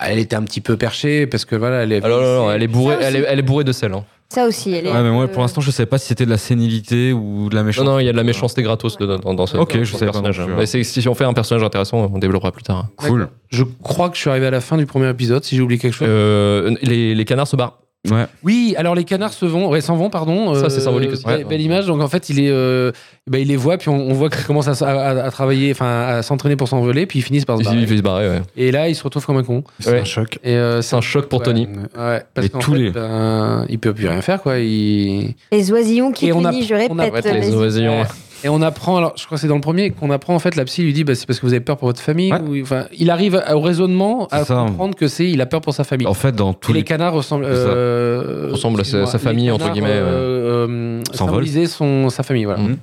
Speaker 4: Elle était un petit peu perchée parce que voilà, elle est.
Speaker 3: Alors, elle est bourrée,
Speaker 2: Ça aussi.
Speaker 3: elle est, elle est bourrée de sel. hein.
Speaker 2: Ça aussi, elle est.
Speaker 1: Ouais, mais moi,
Speaker 2: euh,
Speaker 1: pour l'instant, je sais pas si c'était de la sénilité ou de la
Speaker 3: Non,
Speaker 1: méchanceté.
Speaker 3: non, il y a de la méchanceté gratos dedans- dans, dans ce,
Speaker 1: Ok,
Speaker 3: dans
Speaker 1: je
Speaker 3: ce
Speaker 1: savais pas
Speaker 3: personnage.
Speaker 1: non plus,
Speaker 3: hein.
Speaker 1: ouais.
Speaker 3: Mais c'est- si on fait un personnage intéressant, on développera plus tard. hein.
Speaker 1: Cool.
Speaker 4: Je crois que je suis arrivé à la fin du premier épisode, si j'ai oublié quelque chose.
Speaker 3: Euh, les, les canards se barrent.
Speaker 1: Ouais.
Speaker 4: Oui, alors les canards se vont, ouais, s'en vont, pardon. euh,
Speaker 3: Ça, c'est symbolique aussi.
Speaker 4: Belle,
Speaker 3: Ouais.
Speaker 4: belle image. Donc en fait, il est, euh, bah, il les voit, puis on, on voit qu'ils commencent à, s- à- à- à travailler, enfin à s'entraîner pour s'envoler, puis ils finissent par se
Speaker 3: Ils,
Speaker 4: barrer.
Speaker 3: ils se barrer, ouais.
Speaker 4: Et là, ils se retrouvent comme un con.
Speaker 5: C'est
Speaker 3: Ouais.
Speaker 5: un choc.
Speaker 4: Et euh,
Speaker 3: C'est un choc pour
Speaker 4: Ouais.
Speaker 3: Tony.
Speaker 4: Ouais, parce
Speaker 1: Mais
Speaker 4: qu'en
Speaker 1: tous
Speaker 4: fait,
Speaker 1: les-
Speaker 4: ben, il peut plus rien faire, quoi. Il...
Speaker 2: Les oisillons qui
Speaker 4: Et on
Speaker 2: punissent, je
Speaker 4: apprend- on
Speaker 2: répète.
Speaker 4: apprête
Speaker 3: les
Speaker 2: vas-y.
Speaker 3: oisillons.
Speaker 4: Ouais. Et on apprend, alors je crois que c'est dans le premier qu'on apprend en fait la psy lui dit bah, c'est parce que vous avez peur pour votre famille.
Speaker 1: Ouais.
Speaker 4: ou- enfin, il arrive à- au raisonnement à
Speaker 1: C'est ça.
Speaker 4: comprendre que c'est il a peur pour sa famille.
Speaker 1: En fait, dans tous
Speaker 4: les,
Speaker 1: les.
Speaker 4: canards ressemblent,
Speaker 1: C'est ça.
Speaker 4: euh,
Speaker 3: Ressemblent à sa-
Speaker 4: excuse-moi,
Speaker 3: sa famille,
Speaker 4: les
Speaker 3: entre
Speaker 4: canards,
Speaker 3: guillemets, ouais.
Speaker 4: Euh, euh,
Speaker 1: S'envolent. Mhm.
Speaker 4: symbolisaient son sa famille. Voilà.
Speaker 3: Mm.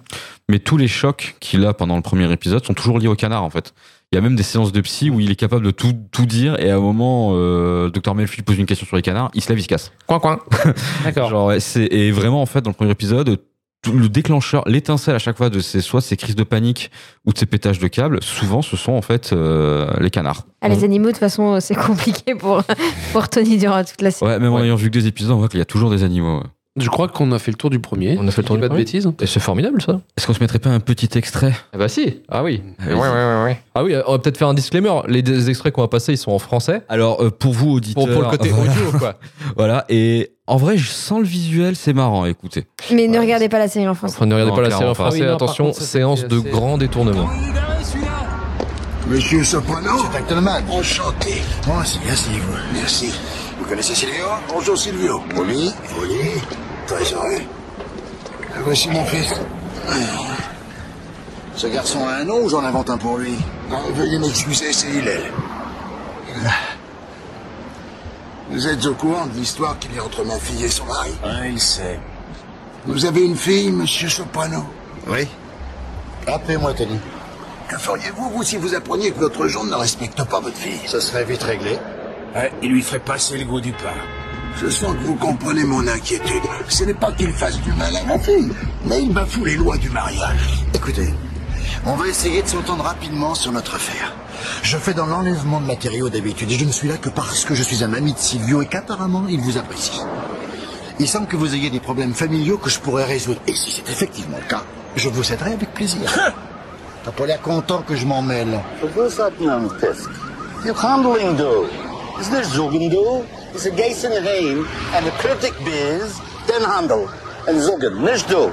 Speaker 1: Mais tous les chocs qu'il a pendant le premier épisode sont toujours liés au canard, en fait. Il y a même des séances de psy où il est capable de tout, tout dire et à un moment, euh, Dr. Melfi pose une question sur les canards, il se lève, il se casse.
Speaker 3: Coin, coin.
Speaker 4: D'accord.
Speaker 1: Genre, ouais, c'est, et vraiment, en fait, dans le premier épisode, tout le déclencheur, l'étincelle à chaque fois de ces, soit ces crises de panique ou de ces pétages de câbles, souvent, ce sont en fait euh, les canards.
Speaker 2: Ah, les animaux, de toute façon, euh, c'est compliqué pour, pour Tony durant toute la série.
Speaker 1: Ouais, même en
Speaker 3: Ouais.
Speaker 1: ayant vu que des épisodes, on voit qu'il y a toujours des animaux. ouais.
Speaker 4: Je crois qu'on a fait le tour du premier.
Speaker 3: On a fait le tour
Speaker 4: Je dis
Speaker 3: du
Speaker 4: pas de
Speaker 3: premier.
Speaker 4: bêtises.
Speaker 3: Et c'est formidable ça.
Speaker 1: Est-ce qu'on se mettrait pas un petit extrait
Speaker 3: Ah bah si. Ah oui.
Speaker 1: Vas-y.
Speaker 3: Ah oui, on va peut-être faire un disclaimer. Les, les extraits qu'on va passer, ils sont en français.
Speaker 1: Alors, euh, pour vous, auditeurs,
Speaker 3: Pour, pour le côté
Speaker 1: voilà,
Speaker 3: audio, quoi.
Speaker 1: voilà, et en vrai, je- sans le visuel, c'est marrant à écouter.
Speaker 2: Mais ne
Speaker 3: Ouais,
Speaker 2: regardez pas la série en français.
Speaker 3: Enfin, ne regardez
Speaker 1: Non,
Speaker 3: pas la
Speaker 1: clairement
Speaker 3: série en
Speaker 1: pas.
Speaker 3: français.
Speaker 4: Oui, non, par
Speaker 3: Attention,
Speaker 4: contre, ça,
Speaker 3: séance
Speaker 4: c'est-
Speaker 3: de
Speaker 4: c'est-
Speaker 3: grand détournement.
Speaker 6: Monsieur Soprano C'est Enchanté.
Speaker 7: Moi, c'est bien, c'est vous.
Speaker 6: Merci. Vous connaissez Silvio Bonjour Silvio. Oui. Oui. Très heureux. Ah, Voici mon fils.
Speaker 7: Ce garçon a un nom ou j'en invente un pour lui
Speaker 6: Ah, veuillez m'excuser, c'est Hillel.
Speaker 7: Vous êtes au courant de l'histoire qu'il y a entre ma fille et son mari
Speaker 6: Ah, il sait.
Speaker 7: Vous avez une fille, monsieur Soprano. Oui. Appelez-moi Tony.
Speaker 6: Que feriez-vous, vous, si vous appreniez que votre gendre ne respecte pas votre fille
Speaker 7: Ça serait vite réglé.
Speaker 6: Ouais, Il lui ferait passer le goût du pain.
Speaker 7: Je sens que vous comprenez mon inquiétude. Ce n'est pas qu'il fasse du mal à ma fille, mais il bafoue les lois du mariage. Écoutez, On va essayer de s'entendre rapidement sur notre affaire. Je fais dans l'enlèvement de matériaux d'habitude et je ne suis là que parce que je suis un ami de Silvio et qu'apparemment il vous apprécie. Il semble que vous ayez des problèmes familiaux que je pourrais résoudre. Et si c'est effectivement le cas, je vous aiderai avec plaisir. T'as pas l'air content que Hein je m'en mêle.
Speaker 6: You're handling though. Is there Zogen though? Is a Geissen Rein and a Critic Biz, then Handel. And Zogen, nicht though.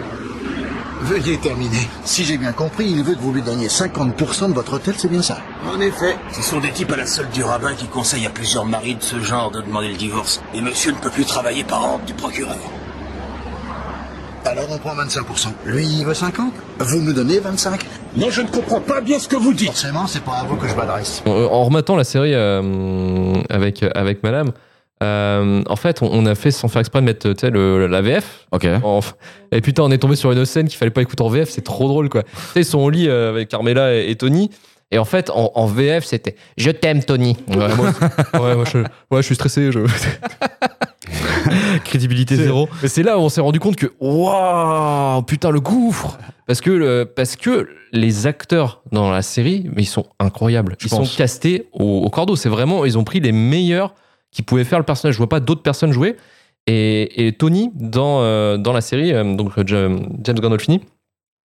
Speaker 7: Veuillez terminer. Si j'ai bien compris, il veut que vous lui donniez 50% de votre hôtel, c'est bien ça
Speaker 6: En effet, ce sont des types à la solde du rabbin qui conseillent à plusieurs maris de ce genre de demander le divorce. Et monsieur ne peut plus travailler par ordre du procureur.
Speaker 7: Alors on prend 25%. Lui, il veut 50 Vous nous donnez 25
Speaker 6: Non, je ne comprends pas bien ce que vous dites.
Speaker 7: Forcément, c'est pas à vous que je m'adresse.
Speaker 3: En- En remettant la série euh, avec, avec madame, euh, en fait, on, on a fait sans faire exprès de mettre euh, tu sais, le- la VF.
Speaker 1: Ok.
Speaker 3: En- et putain, on est tombé sur une autre scène qu'il fallait pas écouter en VF, c'est trop drôle quoi. Tu sais, ils sont au lit euh, avec Carmela et, et Tony. Et en fait, en, en VF, c'était Je t'aime, Tony. Ouais, moi, ouais, moi, je, ouais, je suis stressé. je-
Speaker 1: Crédibilité
Speaker 3: C'est-
Speaker 1: zéro.
Speaker 3: Mais c'est là où on s'est rendu compte que waouh, putain le gouffre parce que le- parce que les acteurs dans la série mais ils sont incroyables.
Speaker 1: Je
Speaker 3: ils
Speaker 1: pense.
Speaker 3: sont castés au, au cordeau, c'est vraiment ils ont pris les meilleurs qui pouvaient faire le personnage. Je vois pas d'autres personnes jouer et, et Tony dans euh, dans la série euh, donc euh, Jam- James Gandolfini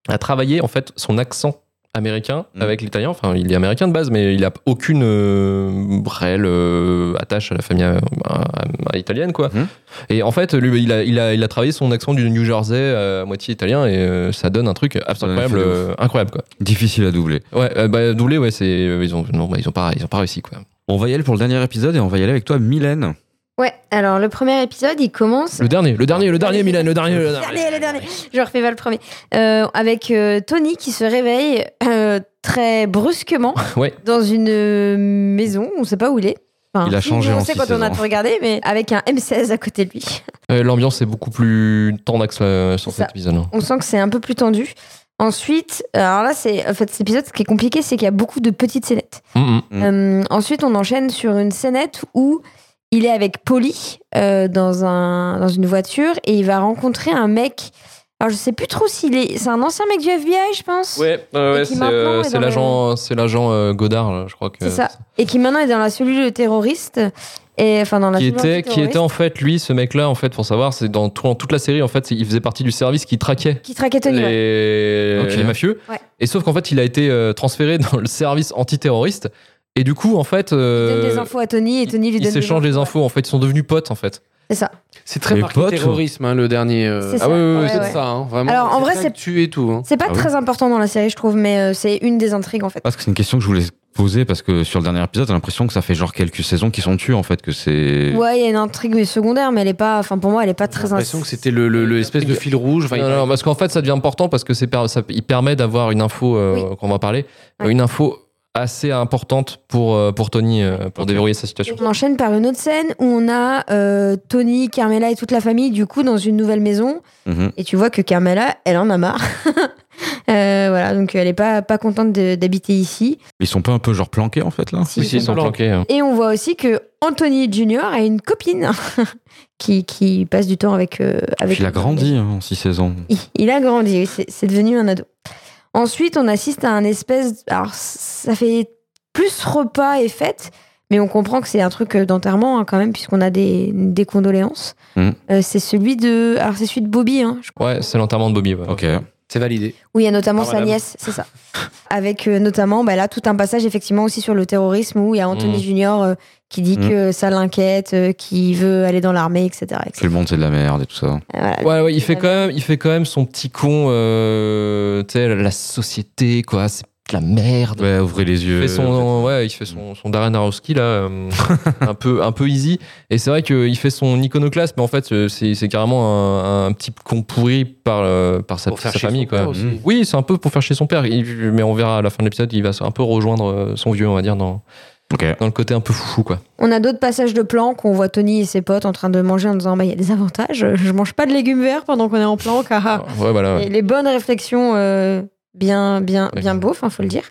Speaker 3: a travaillé en fait son accent américain
Speaker 1: Mm.
Speaker 3: avec l'italien. Enfin, il est américain de base, mais il a aucune euh, réelle euh, attache à la famille euh, à- à- italienne, quoi.
Speaker 1: Mhm.
Speaker 3: Et en fait, lui, il a, il a, il a travaillé son accent du New Jersey euh, à moitié italien et euh, ça donne un truc absolument
Speaker 1: Ouais,
Speaker 3: incroyable,
Speaker 1: c'est de
Speaker 3: euh, incroyable, quoi.
Speaker 1: Difficile à doubler.
Speaker 3: Ouais, euh, bah, doublé, ouais, c'est euh, ils ont non, bah, ils ont pas, ils ont pas réussi, quoi.
Speaker 1: On va y aller pour le dernier épisode et on va y aller avec toi, Mylène.
Speaker 2: Ouais, alors le premier épisode, il commence.
Speaker 3: Le dernier, le dernier, le dernier, Milan, le dernier, le dernier.
Speaker 2: Dernier, le dernier. Je refais pas le premier. Euh, avec euh, Tony qui se réveille euh, très brusquement
Speaker 3: Ouais.
Speaker 2: dans une euh, maison, on sait pas où il est. Enfin,
Speaker 1: Il a
Speaker 2: si,
Speaker 1: changé
Speaker 2: nous, on
Speaker 1: en
Speaker 2: sait
Speaker 1: six
Speaker 2: quand on a
Speaker 1: saisons.
Speaker 2: tout regardé, mais avec un M16 à côté de lui.
Speaker 3: Euh, L'ambiance est beaucoup plus tendax euh, sur
Speaker 2: C'est
Speaker 3: cet
Speaker 2: ça.
Speaker 3: épisode. hein.
Speaker 2: On sent que c'est un peu plus tendu. Ensuite, euh, alors là, c'est en fait cet épisode, ce qui est compliqué, c'est qu'il y a beaucoup de petites scénettes.
Speaker 3: Mm, mm.
Speaker 2: Euh, ensuite, on enchaîne sur une scénette où il est avec Polly euh, dans, un, dans une voiture et il va rencontrer un mec. Alors, je sais plus trop s'il est. C'est un ancien mec du FBI, je pense.
Speaker 3: Ouais, euh,
Speaker 2: Et
Speaker 3: ouais,
Speaker 2: qui
Speaker 3: c'est
Speaker 2: maintenant
Speaker 3: euh,
Speaker 2: est
Speaker 3: c'est
Speaker 2: dans le-
Speaker 3: l'agent, c'est l'agent euh, Godard, là, je crois que.
Speaker 2: C'est ça. Et qui maintenant est dans la cellule terroriste. Et, enfin, dans la
Speaker 3: qui
Speaker 2: cellule
Speaker 3: était qui
Speaker 2: antiterroriste,
Speaker 3: était en fait lui ce mec là en fait pour savoir c'est dans tout- en toute la série en fait c'est- il faisait partie du service qui traquait
Speaker 2: Qui traquait Tony. ouais.
Speaker 3: les,
Speaker 1: Ok.
Speaker 3: les mafieux
Speaker 2: Ouais.
Speaker 3: et sauf qu'en fait il a été euh, transféré dans le service antiterroriste et du coup en fait
Speaker 2: Il donne
Speaker 3: euh,
Speaker 2: des infos à Tony et Tony lui
Speaker 3: ils
Speaker 2: donne. des
Speaker 3: s'échangent les infos en fait ils sont devenus potes en fait
Speaker 2: C'est ça.
Speaker 4: C'est très
Speaker 1: Les
Speaker 4: marqué
Speaker 1: potes.
Speaker 4: terrorisme, hein, le dernier. euh,
Speaker 2: C'est ça.
Speaker 4: Ah ouais, ouais, ouais,
Speaker 2: Ouais,
Speaker 4: c'est
Speaker 2: ouais.
Speaker 4: ça, hein, vraiment.
Speaker 2: Alors, en vrai,
Speaker 4: très
Speaker 2: c'est-
Speaker 4: actué et tout. hein.
Speaker 2: C'est pas
Speaker 1: Ah oui.
Speaker 2: très important dans la série, je trouve, mais euh, c'est une des intrigues en fait.
Speaker 3: Ah
Speaker 1: Parce que c'est une question que je voulais poser parce que sur le dernier épisode, j'ai l'impression que ça fait genre quelques saisons qui sont tues en fait, que c'est.
Speaker 2: Ouais, il y a une intrigue mais secondaire, mais elle est pas. Enfin, pour moi, elle est pas
Speaker 4: J'ai
Speaker 2: très.
Speaker 4: l'impression
Speaker 2: ins-
Speaker 4: que c'était le, le- le espèce de fil rouge. enfin, il-
Speaker 3: non, non, parce qu'en fait ça devient important parce que c'est per- ça- il permet d'avoir une info euh, qu'on va parler
Speaker 2: Ouais.
Speaker 3: une info assez importante pour euh, pour Tony euh, pour déverrouiller sa situation
Speaker 2: On enchaîne par une autre scène où on a euh, Tony, Carmela et toute la famille du coup dans une nouvelle maison
Speaker 1: Mhm.
Speaker 2: et tu vois que Carmela, elle en a marre. Euh, voilà, donc elle est pas pas contente de- d'habiter ici.
Speaker 1: Ils sont pas un peu genre planqués en fait là
Speaker 2: Si,
Speaker 3: oui
Speaker 2: ils
Speaker 3: ils
Speaker 2: sont
Speaker 3: sont planqués hein.
Speaker 2: Et on voit aussi que Anthony Junior a une copine qui, qui passe du temps avec euh, avec.
Speaker 1: Puis il a grandi hein, en six saisons.
Speaker 2: Il, il a grandi, oui, c'est c'est devenu un ado. Ensuite, on assiste à un espèce. Alors, ça fait plus repas et fête, mais on comprend que c'est un truc d'enterrement hein, quand même, puisqu'on a des, des condoléances.
Speaker 4: Mmh.
Speaker 1: Mm.
Speaker 2: Euh, c'est celui de. Alors, c'est celui de Bobby, hein, je crois.
Speaker 3: ouais c'est l'enterrement de Bobby ouais.
Speaker 1: Ok.
Speaker 4: C'est validé.
Speaker 2: Oui, il y a notamment
Speaker 4: Ah,
Speaker 2: sa
Speaker 4: madame.
Speaker 2: nièce, c'est ça. Avec euh, notamment, bah, là, tout un passage, effectivement, aussi sur le terrorisme, où il y a Anthony
Speaker 4: Mmh.
Speaker 3: Mm.
Speaker 2: Junior euh, qui dit
Speaker 1: Mm.
Speaker 2: que ça l'inquiète, euh, qu'il veut aller dans l'armée, etc. etc.
Speaker 1: Tout le monde c'est de la merde et tout ça.
Speaker 2: Euh, Voilà.
Speaker 3: Ouais, ouais, il fait
Speaker 2: la
Speaker 3: quand même, il fait quand même son petit con. euh, tu sais, la société, quoi, c'est de la merde.
Speaker 1: Ouais, ouvrez les
Speaker 3: Il
Speaker 1: yeux.
Speaker 3: fait son, ouais, il fait son, son Darren Aronofsky là, euh, un peu, un peu easy. Et c'est vrai qu'il fait son iconoclaste, mais en fait, euh, c'est c'est carrément un, un petit con pourri par, euh, par sa,
Speaker 4: Pour faire
Speaker 3: sa
Speaker 4: chier
Speaker 3: famille,
Speaker 4: son
Speaker 3: quoi.
Speaker 4: père aussi.
Speaker 1: Mhm.
Speaker 3: Oui, c'est un peu pour faire chez son père. Il- mais on verra à la fin de l'épisode, il va un peu rejoindre euh, son vieux, on va dire, dans,
Speaker 1: Ok.
Speaker 3: dans le côté un peu foufou, quoi.
Speaker 2: On a d'autres passages de planque où on voit Tony et ses potes en train de manger en disant bah il y a des avantages, je mange pas de légumes verts pendant qu'on est en planque. ah, ah.
Speaker 3: Ouais, voilà. ouais.
Speaker 2: Et les bonnes réflexions euh, bien bien bien beau, enfin faut le dire.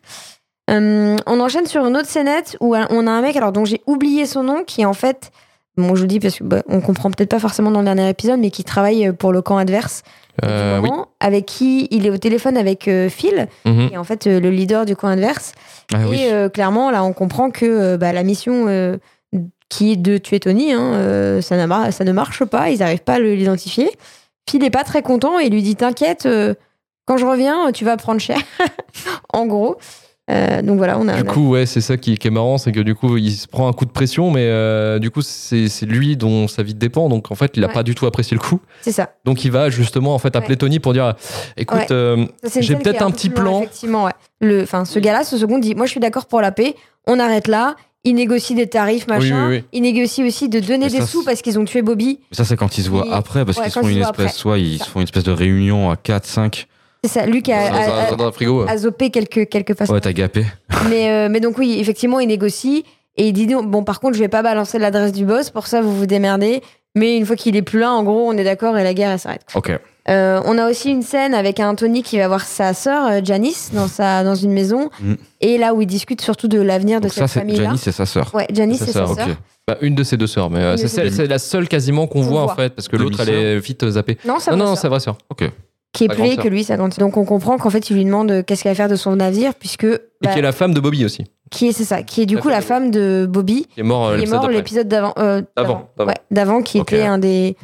Speaker 2: Euh, on enchaîne sur une autre scénette où on a un mec alors dont j'ai oublié son nom qui est en fait bon, je vous le dis parce qu'on on comprend peut-être pas forcément dans le dernier épisode, mais qui travaille pour le camp adverse,
Speaker 3: Euh, oui.
Speaker 2: Laurent, avec qui il est au téléphone avec euh, Phil,
Speaker 3: Mhm.
Speaker 2: qui est en fait euh, le leader du camp adverse.
Speaker 1: Ah
Speaker 2: et
Speaker 1: oui.
Speaker 2: euh, clairement, là, on comprend que euh, bah, la mission euh, qui est de tuer Tony, hein, euh, ça, n'a mar- ça ne marche pas, ils n'arrivent pas à le- l'identifier. Phil n'est pas très content et lui dit T'inquiète, euh, quand je reviens, tu vas prendre cher. en gros. Euh, donc voilà, on a.
Speaker 3: Du
Speaker 2: on a-
Speaker 3: coup, ouais, c'est ça qui, qui est marrant, c'est que du coup, il se prend un coup de pression, mais euh, du coup, c'est c'est lui dont sa vie dépend. Donc, en fait, il a
Speaker 2: Ouais.
Speaker 3: pas du tout apprécié le coup.
Speaker 2: C'est ça.
Speaker 3: Donc, il va justement en fait appeler
Speaker 2: Ouais.
Speaker 3: Tony pour dire, écoute,
Speaker 2: Ouais.
Speaker 3: euh,
Speaker 2: Ça, c'est une
Speaker 3: J'ai
Speaker 2: scène
Speaker 3: peut-être
Speaker 2: qui est
Speaker 3: un
Speaker 2: peu
Speaker 3: petit
Speaker 2: plus longue,
Speaker 3: plan.
Speaker 2: Effectivement, ouais. Le, enfin, ce gars-là, ce second dit, moi, je suis d'accord pour la paix. On arrête là. Il négocie des tarifs, machin.
Speaker 3: Oui, oui, oui.
Speaker 2: Il négocie aussi de donner
Speaker 1: Mais
Speaker 2: des
Speaker 1: ça,
Speaker 2: sous
Speaker 1: c'est-
Speaker 2: parce qu'ils ont tué Bobby.
Speaker 1: Ça, c'est quand ils se voient
Speaker 2: Et-
Speaker 1: après, parce
Speaker 2: ouais,
Speaker 1: qu'ils se
Speaker 2: quand
Speaker 1: font
Speaker 2: ils se
Speaker 1: une
Speaker 2: voient
Speaker 1: espèce,
Speaker 2: après.
Speaker 1: soit ils
Speaker 2: Ça.
Speaker 1: se font une espèce de réunion à 4, 5.
Speaker 2: C'est ça, Luc a,
Speaker 3: dans,
Speaker 2: a-
Speaker 3: un,
Speaker 2: a-
Speaker 3: dans un frigo.
Speaker 2: a zopé quelques, quelques façons.
Speaker 1: Ouais, t'as gapé.
Speaker 2: mais, euh, mais donc, oui, effectivement, il négocie. Et il dit, non, bon, par contre, je vais pas balancer l'adresse du boss. Pour ça, vous vous démerdez. Mais une fois qu'il est plus là, en gros, on est d'accord et la guerre, elle s'arrête. quoi.
Speaker 1: Ok.
Speaker 2: Euh, on a aussi une scène avec un Tony qui va voir sa sœur euh, Janice dans sa dans une maison
Speaker 1: Mm.
Speaker 2: et là où ils discutent surtout de l'avenir de
Speaker 1: Donc, ça,
Speaker 2: cette
Speaker 1: c'est
Speaker 2: famille là.
Speaker 1: Janice c'est sa sœur.
Speaker 2: Ouais, Janice c'est sa
Speaker 3: ça,
Speaker 2: sœur.
Speaker 3: ok. Bah, une de ses deux sœurs, mais euh,
Speaker 2: Une
Speaker 3: c'est
Speaker 2: de ses
Speaker 3: celle-
Speaker 1: deux.
Speaker 3: c'est la seule quasiment qu'on
Speaker 2: Qu'on
Speaker 3: voit, en
Speaker 2: voit.
Speaker 3: fait, parce que l'autre, elle est vite euh, zappée.
Speaker 2: Non, sa
Speaker 3: non,
Speaker 2: grande
Speaker 3: non,
Speaker 2: sœur,
Speaker 3: c'est vraie sœur.
Speaker 2: qui est plus
Speaker 3: sa grande
Speaker 2: vieille que
Speaker 3: sœur.
Speaker 2: lui sa grande. sœur. Donc on comprend qu'en fait il lui demande euh, qu'est-ce qu'elle va faire de son avenir puisque
Speaker 3: Et
Speaker 2: bah,
Speaker 3: qui est la femme de Bobby aussi,
Speaker 2: qui est c'est ça qui est du
Speaker 3: La
Speaker 2: coup
Speaker 3: femme
Speaker 2: la
Speaker 3: de-
Speaker 2: femme de Bobby
Speaker 3: qui est mort euh,
Speaker 2: qui est
Speaker 3: l'épisode
Speaker 2: mort
Speaker 3: d'après.
Speaker 2: l'épisode d'avant euh,
Speaker 3: D'avant, d'avant.
Speaker 2: ouais, d'avant qui
Speaker 1: Ok.
Speaker 2: était un des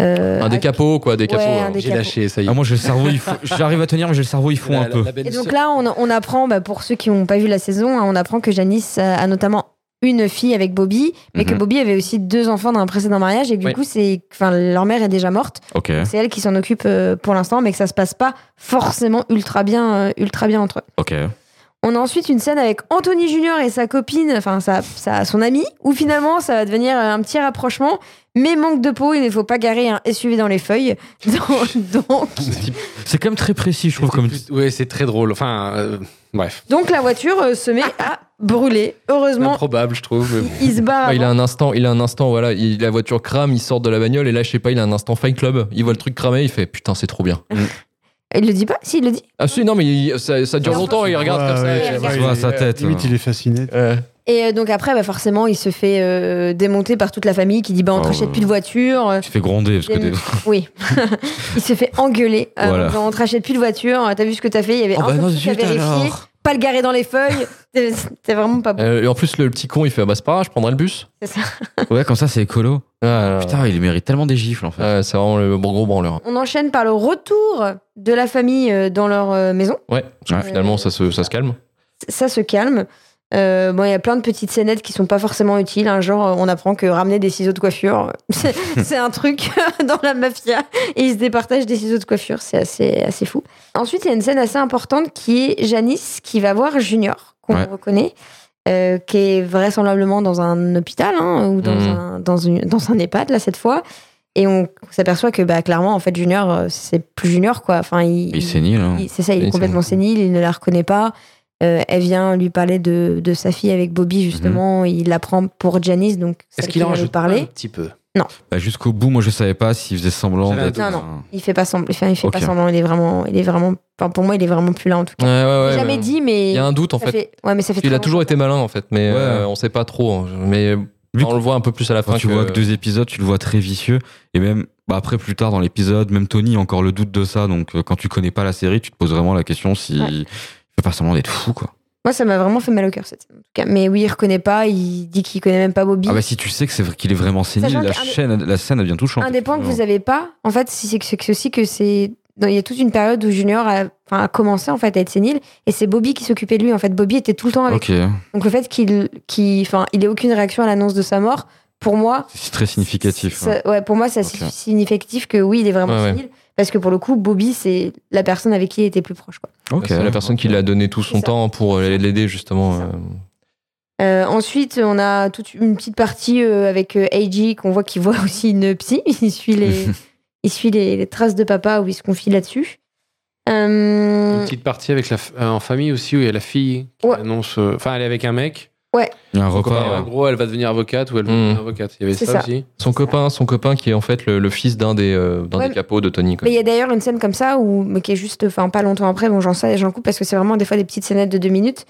Speaker 2: euh,
Speaker 3: Un des capots, quoi, des
Speaker 2: Ouais,
Speaker 3: capots.
Speaker 2: un
Speaker 3: euh,
Speaker 2: des
Speaker 4: J'ai lâché, ça y est.
Speaker 1: Ah, moi, j'ai le cerveau, il faut- j'arrive à tenir, mais j'ai le cerveau, il fond un peu.
Speaker 2: Et donc là, on, on apprend, bah, pour ceux qui n'ont pas vu la saison, hein, on apprend que Janice a, a notamment une fille avec Bobby, mais que
Speaker 1: Mhm.
Speaker 2: Bobby avait aussi deux enfants d'un précédent mariage et que du
Speaker 3: Oui.
Speaker 2: coup, c'est, enfin, leur mère est déjà morte.
Speaker 1: Ok.
Speaker 2: C'est elle qui s'en occupe euh, pour l'instant, mais que ça se passe pas forcément ultra bien, euh, ultra bien entre eux.
Speaker 1: Ok.
Speaker 2: On a ensuite une scène avec Anthony Junior et sa copine, enfin sa, sa- son ami, où finalement ça va devenir euh, un petit rapprochement, mais manque de peau, il ne faut pas garer un SUV dans les feuilles. Donc, donc,
Speaker 1: C'est quand même très précis, je trouve, comme.
Speaker 4: Ouais, c'est très drôle. Enfin, euh, bref.
Speaker 2: donc la voiture euh, se met à brûler. Heureusement,
Speaker 4: Improbable, je trouve. mais bon.
Speaker 2: il se barre.
Speaker 1: Ah,
Speaker 3: Ouais, il
Speaker 2: avant.
Speaker 3: a un instant, il a un instant, voilà, il- la voiture crame, il sort de la bagnole et là, je sais pas, il a un instant Fight Club, il voit le truc cramer, il fait putain, c'est trop bien.
Speaker 2: Il le dit pas Si, il le dit.
Speaker 3: Ah si, non, mais il- ça, ça dure
Speaker 2: Ouais,
Speaker 3: longtemps, il regarde comme ça.
Speaker 2: ouais,
Speaker 3: et-
Speaker 2: ouais.
Speaker 1: Tu vois, sa tête,
Speaker 5: Limite,
Speaker 1: hein.
Speaker 5: il est fasciné.
Speaker 3: Euh,
Speaker 2: Et euh, donc après, bah forcément, il se fait euh, démonter par toute la famille qui dit bah on
Speaker 1: Oh,
Speaker 2: te rachète plus de voiture. Euh,
Speaker 1: Tu fais gronder, parce que
Speaker 2: des-
Speaker 1: t'es-
Speaker 2: Oui, il se fait engueuler. Euh,
Speaker 1: Voilà.
Speaker 2: bah, On te rachète plus de voiture. T'as vu ce que t'as fait Il y avait
Speaker 1: Oh,
Speaker 2: un
Speaker 1: bah
Speaker 2: peu de
Speaker 1: non,
Speaker 2: trucs à
Speaker 1: zut,
Speaker 2: vérifier.
Speaker 1: alors.
Speaker 2: Pas le garer dans les feuilles. C'est c'est vraiment pas bon.
Speaker 3: euh, et en plus, le petit con, il fait ah, bah c'est pas grave, je prendrai le bus.
Speaker 1: Euh. Ouais, comme ça, c'est écolo.
Speaker 3: Ah,
Speaker 1: Putain, il mérite tellement des gifles, en fait.
Speaker 3: ouais, c'est vraiment le bon gros branleur.
Speaker 2: On enchaîne par le retour de la famille euh, dans leur euh, maison.
Speaker 3: Ouais, parce que
Speaker 1: Ouais.
Speaker 3: finalement, ça se, ça se calme.
Speaker 2: ça se calme. Euh, bon, il y a plein de petites scénettes qui sont pas forcément utiles. hein, genre, euh, on apprend que ramener des ciseaux de coiffure, c'est c'est un truc dans la mafia. Et ils se départagent des ciseaux de coiffure. C'est assez, assez fou. Ensuite, il y a une scène assez importante qui est Janice qui va voir Junior, qu'on
Speaker 1: Ouais.
Speaker 2: reconnaît, euh, qui est vraisemblablement dans un hôpital hein, ou dans,
Speaker 3: Mhm.
Speaker 2: un, dans, une- dans un EHPAD, là, cette fois. Et on s'aperçoit que, bah, clairement, en fait, Junior, euh, c'est plus Junior, quoi. Enfin, il,
Speaker 1: Il sénile, hein.
Speaker 2: il- C'est ça, il
Speaker 3: Il
Speaker 2: est
Speaker 3: est
Speaker 2: complètement sénile, il ne la reconnaît pas. Euh, elle vient lui parler de, de sa fille avec Bobby, justement. Il la prend pour Janice, donc celle
Speaker 4: Est-ce qu'il en
Speaker 2: qui vient lui
Speaker 4: rajoute pas
Speaker 2: parler.
Speaker 4: un petit peu
Speaker 1: Bah, Jusqu'au bout, moi, je savais pas s'il faisait semblant
Speaker 4: J'avais un
Speaker 2: doute.
Speaker 1: d'être.
Speaker 2: Non,
Speaker 1: un-
Speaker 2: Il fait pas semblant. Enfin, il fait
Speaker 1: Ok.
Speaker 2: pas semblant. Il est vraiment. Il est vraiment enfin, pour moi, il est vraiment plus là, en tout cas.
Speaker 3: Ouais, ouais, ouais,
Speaker 2: jamais
Speaker 3: mais-
Speaker 2: dit, mais.
Speaker 3: Il y a un doute en
Speaker 2: ça
Speaker 3: fait.
Speaker 2: Ouais, mais ça fait
Speaker 3: Il a
Speaker 2: très
Speaker 3: toujours
Speaker 2: longtemps.
Speaker 3: été malin en fait, mais
Speaker 1: Ouais.
Speaker 3: euh, on sait pas trop. hein. Mais
Speaker 1: Vu
Speaker 3: on le voit un peu plus à la fin.
Speaker 1: Quand tu vois que deux épisodes, tu le vois très vicieux. Et même bah, après, plus tard dans l'épisode, même Tony a encore le doute de ça. Donc euh, quand tu connais pas la série, tu te poses vraiment la question si
Speaker 2: Ouais.
Speaker 1: il fait pas semblant d'être fou, quoi.
Speaker 2: Moi, ça m'a vraiment fait mal au cœur, cette scène, en tout cas. Mais oui, il reconnaît pas. Il dit qu'il connaît même pas Bobby.
Speaker 1: Ah bah si tu sais que c'est vrai qu'il est vraiment sénile,
Speaker 2: Sachant
Speaker 1: la,
Speaker 2: qu'un des-
Speaker 1: chaîne, la scène devient touchante.
Speaker 2: Un des points que vous
Speaker 1: effectivement.
Speaker 2: avez pas, en fait, c'est c'est que c'est que ceci que c'est. non, Il y a toute une période où Junior a, enfin, a commencé en fait à être sénile et c'est Bobby qui s'occupait de lui. En fait, Bobby était tout le temps avec
Speaker 1: Ok,
Speaker 2: Donc le fait qu'il qu'il- enfin, il ait aucune réaction à l'annonce de sa mort, pour moi,
Speaker 1: c'est très significatif. hein.
Speaker 2: ça- ouais, pour moi, c'est assez
Speaker 1: Ok.
Speaker 2: significatif que oui, il est vraiment
Speaker 3: Ouais, ouais.
Speaker 2: sénile, parce que pour le coup, Bobby, c'est la personne avec qui il était plus proche. Quoi.
Speaker 1: Ok.
Speaker 3: C'est la personne qui lui a donné tout son
Speaker 2: C'est ça.
Speaker 3: temps pour euh, l'aider justement.
Speaker 2: C'est ça.
Speaker 3: euh,
Speaker 2: Euh, ensuite, on a toute une petite partie euh, avec euh, AJ qu'on voit qui voit aussi une psy. Il suit les, il suit les, les traces de papa où il se confie là-dessus.
Speaker 4: Une
Speaker 2: Euh,
Speaker 4: petite partie avec la f- euh, en famille aussi où il y a la fille qui
Speaker 2: Ouais.
Speaker 4: annonce. euh, Enfin, elle est avec un mec.
Speaker 1: Il y a un
Speaker 4: Son copain,
Speaker 1: repas.
Speaker 4: En gros, elle va devenir avocate ou elle va
Speaker 3: Mm.
Speaker 4: devenir avocate. Il y avait
Speaker 2: C'est
Speaker 4: ça,
Speaker 2: ça.
Speaker 4: aussi.
Speaker 3: Son copain, son copain qui est en fait le, le fils d'un des, euh, d'un
Speaker 2: Ouais,
Speaker 3: des capots de Tony. quoi.
Speaker 2: Mais il y a d'ailleurs une scène comme ça où, mais qui est juste, enfin, pas longtemps après, bon, j'en sais, j'en coupe parce que c'est vraiment des fois des petites scénettes de deux minutes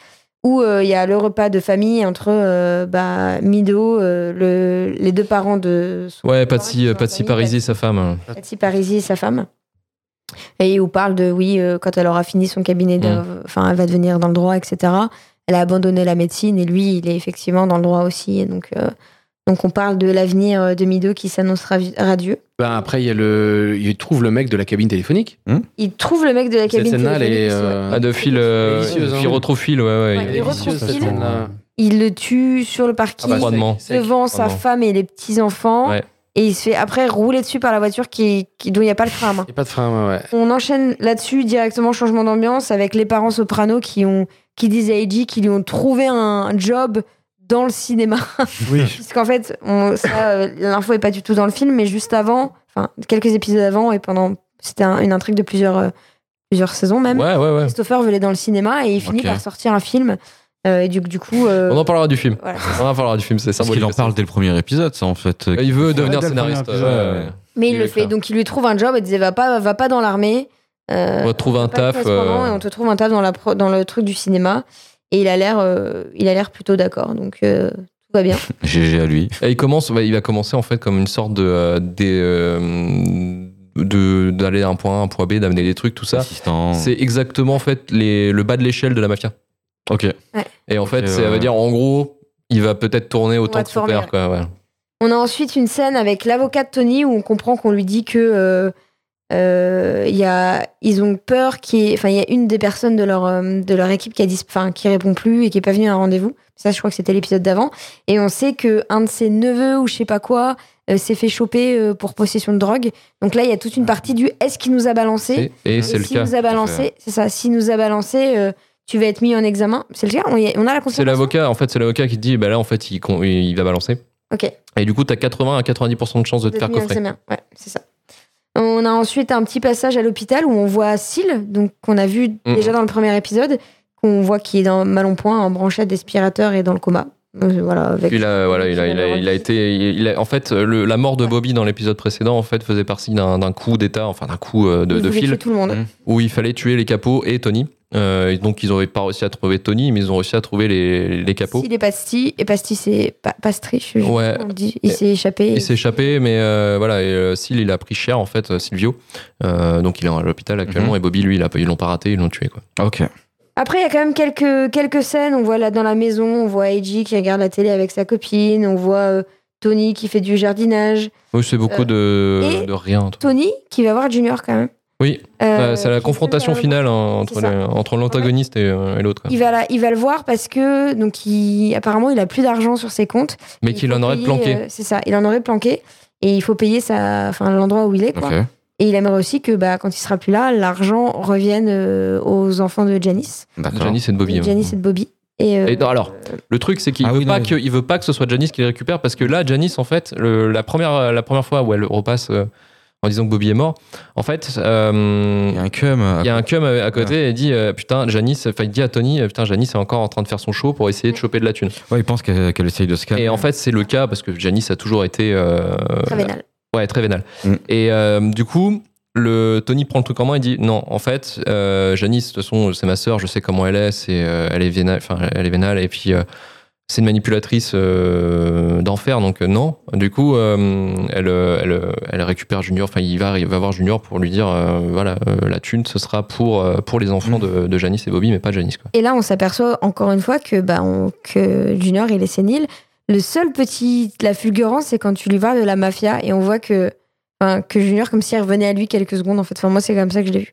Speaker 2: où euh, il y a le repas de famille entre euh, bah, Mido, euh, le- les deux parents de son- parents
Speaker 3: Ouais,
Speaker 2: qui
Speaker 3: Patsy,
Speaker 2: sont
Speaker 3: euh,
Speaker 2: en
Speaker 3: Patsy
Speaker 2: famille,
Speaker 3: Parisi et sa femme. hein.
Speaker 2: Patsy Parisi et sa femme. Et où parle de, oui, euh, quand elle aura fini son cabinet, de-
Speaker 3: Mm.
Speaker 2: enfin, elle va devenir dans le droit, etc. Elle a abandonné la médecine et lui, il est effectivement dans le droit aussi. Et donc, euh, donc on parle de l'avenir euh, de Mido qui s'annoncera vi- radieux.
Speaker 4: Ben, après, il y a le, il trouve le mec de la cabine téléphonique.
Speaker 2: Il trouve le mec de la
Speaker 4: Cette
Speaker 2: cabine
Speaker 4: scène-là, elle est.
Speaker 2: téléphonique, ouais.
Speaker 4: euh,
Speaker 3: Ah, de Phil, euh,
Speaker 4: Délicieuse, hein.
Speaker 3: Phil retrouve Phil, ouais, ouais.
Speaker 2: Ouais, il retrouve
Speaker 4: délicieuse, cette
Speaker 2: Phil.
Speaker 4: scène-là.
Speaker 2: Il le tue sur le parking.
Speaker 3: bah, froidement.
Speaker 2: devant sa
Speaker 3: Pardon.
Speaker 2: femme et les petits-enfants.
Speaker 3: Ouais.
Speaker 2: Et il se fait après rouler dessus par la voiture qui, qui- dont il n'y a pas le hein. frein à main.
Speaker 4: Il n'y a pas de frein, ouais, ouais.
Speaker 2: On enchaîne là-dessus directement changement d'ambiance avec les parents soprano qui, ont, qui disent à Eiji qu'ils lui ont trouvé un job dans le cinéma.
Speaker 5: Oui.
Speaker 2: Puisqu'en fait, on- ça, euh, l'info est pas du tout dans le film, mais juste avant, enfin quelques épisodes avant et pendant, c'était un- une intrigue de plusieurs, euh, plusieurs saisons même.
Speaker 3: Ouais, ouais, ouais.
Speaker 2: Christopher voulait dans le cinéma et il finit
Speaker 3: Ok.
Speaker 2: par sortir un film. Euh, et du, du coup, euh,
Speaker 3: On en parlera du film.
Speaker 2: voilà.
Speaker 3: On en parlera du film, c'est
Speaker 1: Parce
Speaker 3: symbolique.
Speaker 1: qu'il en parle dès le premier épisode, ça en fait.
Speaker 3: Il veut devenir
Speaker 5: dès le premier
Speaker 3: scénariste.
Speaker 5: épisode,
Speaker 3: ouais, ouais.
Speaker 2: Mais
Speaker 3: Il
Speaker 2: il le
Speaker 3: est
Speaker 2: fait.
Speaker 3: clair.
Speaker 2: Donc il lui trouve un job et disait va pas, va pas dans l'armée. Euh,
Speaker 3: On retrouve
Speaker 2: va
Speaker 3: un
Speaker 2: pas
Speaker 3: taf.
Speaker 2: être correspondant
Speaker 3: euh,
Speaker 2: Et on te trouve un taf dans, la pro- dans le truc du cinéma. Et il a l'air, euh, il a l'air plutôt d'accord. Donc euh, tout va bien.
Speaker 1: GG à lui.
Speaker 3: Et il commence, bah, il va commencer en fait comme une sorte de euh, des, euh, de- d'aller d'un point A à un point B, d'amener des trucs, tout ça.
Speaker 1: Assistant.
Speaker 3: C'est exactement en fait les, le bas de l'échelle de la mafia.
Speaker 1: Ok.
Speaker 3: Et en fait,
Speaker 1: Ok,
Speaker 3: ça
Speaker 1: ouais.
Speaker 3: veut dire en gros, il va peut-être tourner
Speaker 2: va
Speaker 3: autant que
Speaker 2: te
Speaker 3: son
Speaker 2: former,
Speaker 3: père, quoi. ouais.
Speaker 2: On a ensuite une scène avec l'avocat de Tony où on comprend qu'on lui dit que euh, euh, il y a, ils ont peur qu'il y ait- enfin il y a une des personnes de leur euh, de leur équipe qui a dis- enfin qui répond plus et qui est pas venue à un rendez-vous. Ça, je crois que c'était l'épisode d'avant. Et on sait que un de ses neveux ou je sais pas quoi euh, s'est fait choper euh, pour possession de drogue. Donc là, il y a toute une partie du est-ce qu'il nous a balancé
Speaker 3: Et, Ah. et c'est
Speaker 2: Et
Speaker 3: le
Speaker 2: s'il
Speaker 3: cas.
Speaker 2: nous a balancé, c'est ça. S'il nous a balancé, euh, tu vas être mis en examen. C'est le cas. On, y- on a la
Speaker 3: C'est
Speaker 2: confirmation.
Speaker 3: l'avocat, en fait, c'est l'avocat qui te dit, bah là, en fait, il, con- il va balancer.
Speaker 2: Ok.
Speaker 3: Et du coup, t'as 80 à 90% de chances de te faire
Speaker 2: Devenu
Speaker 3: coffrer.
Speaker 2: alzheimer. Ouais, c'est ça. On a ensuite un petit passage à l'hôpital où on voit Syl, donc qu'on a vu
Speaker 3: Mhm.
Speaker 2: déjà dans le premier épisode, qu'on voit qui est dans mal en point, en branchette d'aspirateur et dans le coma. Euh, Voilà, avec-
Speaker 3: Il a, voilà, il a, il a, il a été, il a- en fait, le- la mort de Bobby dans l'épisode précédent, en fait, faisait partie d'un d'un coup d'état, enfin d'un coup euh, de,
Speaker 2: Il
Speaker 3: de
Speaker 2: voulait
Speaker 3: fil,
Speaker 2: tuer tout le monde.
Speaker 1: Mm.
Speaker 3: où il fallait tuer les capots et Tony. Euh, et donc, ils n'auraient pas réussi à trouver Tony, mais ils ont réussi à trouver les, les capots.
Speaker 2: Syl et Pasti, et Pasti c'est pa Pastry, je-
Speaker 3: Ouais.
Speaker 2: on le dit. il
Speaker 3: Et-
Speaker 2: s'est échappé.
Speaker 3: Il s'est échappé, mais euh, voilà, et, euh, Syl, il a pris cher, en fait, euh, Silvio. Euh, donc, il est à l'hôpital actuellement, et Bobby, lui, il a, pas- ils l'ont pas raté, ils l'ont tué, quoi.
Speaker 1: Ok.
Speaker 2: Après, il y a quand même quelques, quelques scènes. On voit là dans la maison, on voit Eiji qui regarde la télé avec sa copine, on voit euh, Tony qui fait du jardinage.
Speaker 3: Oui, c'est beaucoup de,
Speaker 2: Euh, et-
Speaker 3: de rien. tout.
Speaker 2: Tony qui va voir Junior quand même.
Speaker 3: Oui,
Speaker 2: Euh,
Speaker 3: Ouais, c'est la
Speaker 2: qui
Speaker 3: confrontation
Speaker 2: fait le-
Speaker 3: finale hein,
Speaker 2: C'est
Speaker 3: entre
Speaker 2: ça.
Speaker 3: les- entre l'antagoniste et, euh, et l'autre. quoi.
Speaker 2: Il va, la- il va le voir parce que donc il, apparemment il a plus d'argent sur ses comptes.
Speaker 3: Mais
Speaker 2: Il
Speaker 3: qu'il
Speaker 2: faut
Speaker 3: en aurait
Speaker 2: payer,
Speaker 3: planqué.
Speaker 2: euh, c'est ça, il en aurait planqué et il faut payer sa, enfin l'endroit où il est quoi.
Speaker 1: Ok.
Speaker 2: Et il aimerait aussi que bah quand il sera plus là, l'argent revienne euh, aux enfants de Janice,
Speaker 1: D'accord.
Speaker 3: Janice et de Bobby.
Speaker 2: de
Speaker 3: ouais.
Speaker 2: Janice et de Bobby. Et, euh,
Speaker 3: Et non, alors, le truc, c'est qu'il
Speaker 1: Ah
Speaker 3: veut
Speaker 1: oui,
Speaker 3: pas
Speaker 1: non,
Speaker 3: que, il veut pas que ce soit Janice qui les récupère parce que là, Janice, en fait, le- la première, la première fois où elle repasse euh, en disant que Bobby est mort, en fait, euh,
Speaker 1: Il y a un cum. à-
Speaker 3: il y a un cum à, à côté et il dit euh, putain, Janice, enfin, il dit à Tony, euh, putain, Janice est encore en train de faire son show pour essayer de choper de la thune.
Speaker 1: Ouais, il pense qu'elle qu'elle essaye de se calmer.
Speaker 3: Et en fait, c'est le cas parce que Janice a toujours été euh,
Speaker 2: très vénal.
Speaker 3: Ouais, très vénal.
Speaker 1: Mm.
Speaker 3: Et euh, du coup, le Tony prend le truc en main et dit non, en fait, euh, Janice, de toute façon, c'est ma sœur, je sais comment elle est, c'est, euh, elle est vénale, enfin, elle est vénale, et puis euh, c'est une manipulatrice euh, d'enfer, donc euh, non. Du coup, euh, elle, euh, elle, euh, elle récupère Junior, enfin, il va, il va voir Junior pour lui dire euh, voilà, euh, la thune, ce sera pour euh, pour les
Speaker 1: Mm.
Speaker 3: enfants de, de Janice et Bobby, mais pas de Janice quoi.
Speaker 2: Et là on s'aperçoit encore une fois que bah on- que Junior il est sénile. Le seul petit la fulgurance c'est quand tu lui parles de la mafia et on voit que enfin, que Junior comme s'il revenait à lui quelques secondes en fait. Enfin moi c'est comme ça que je l'ai vu.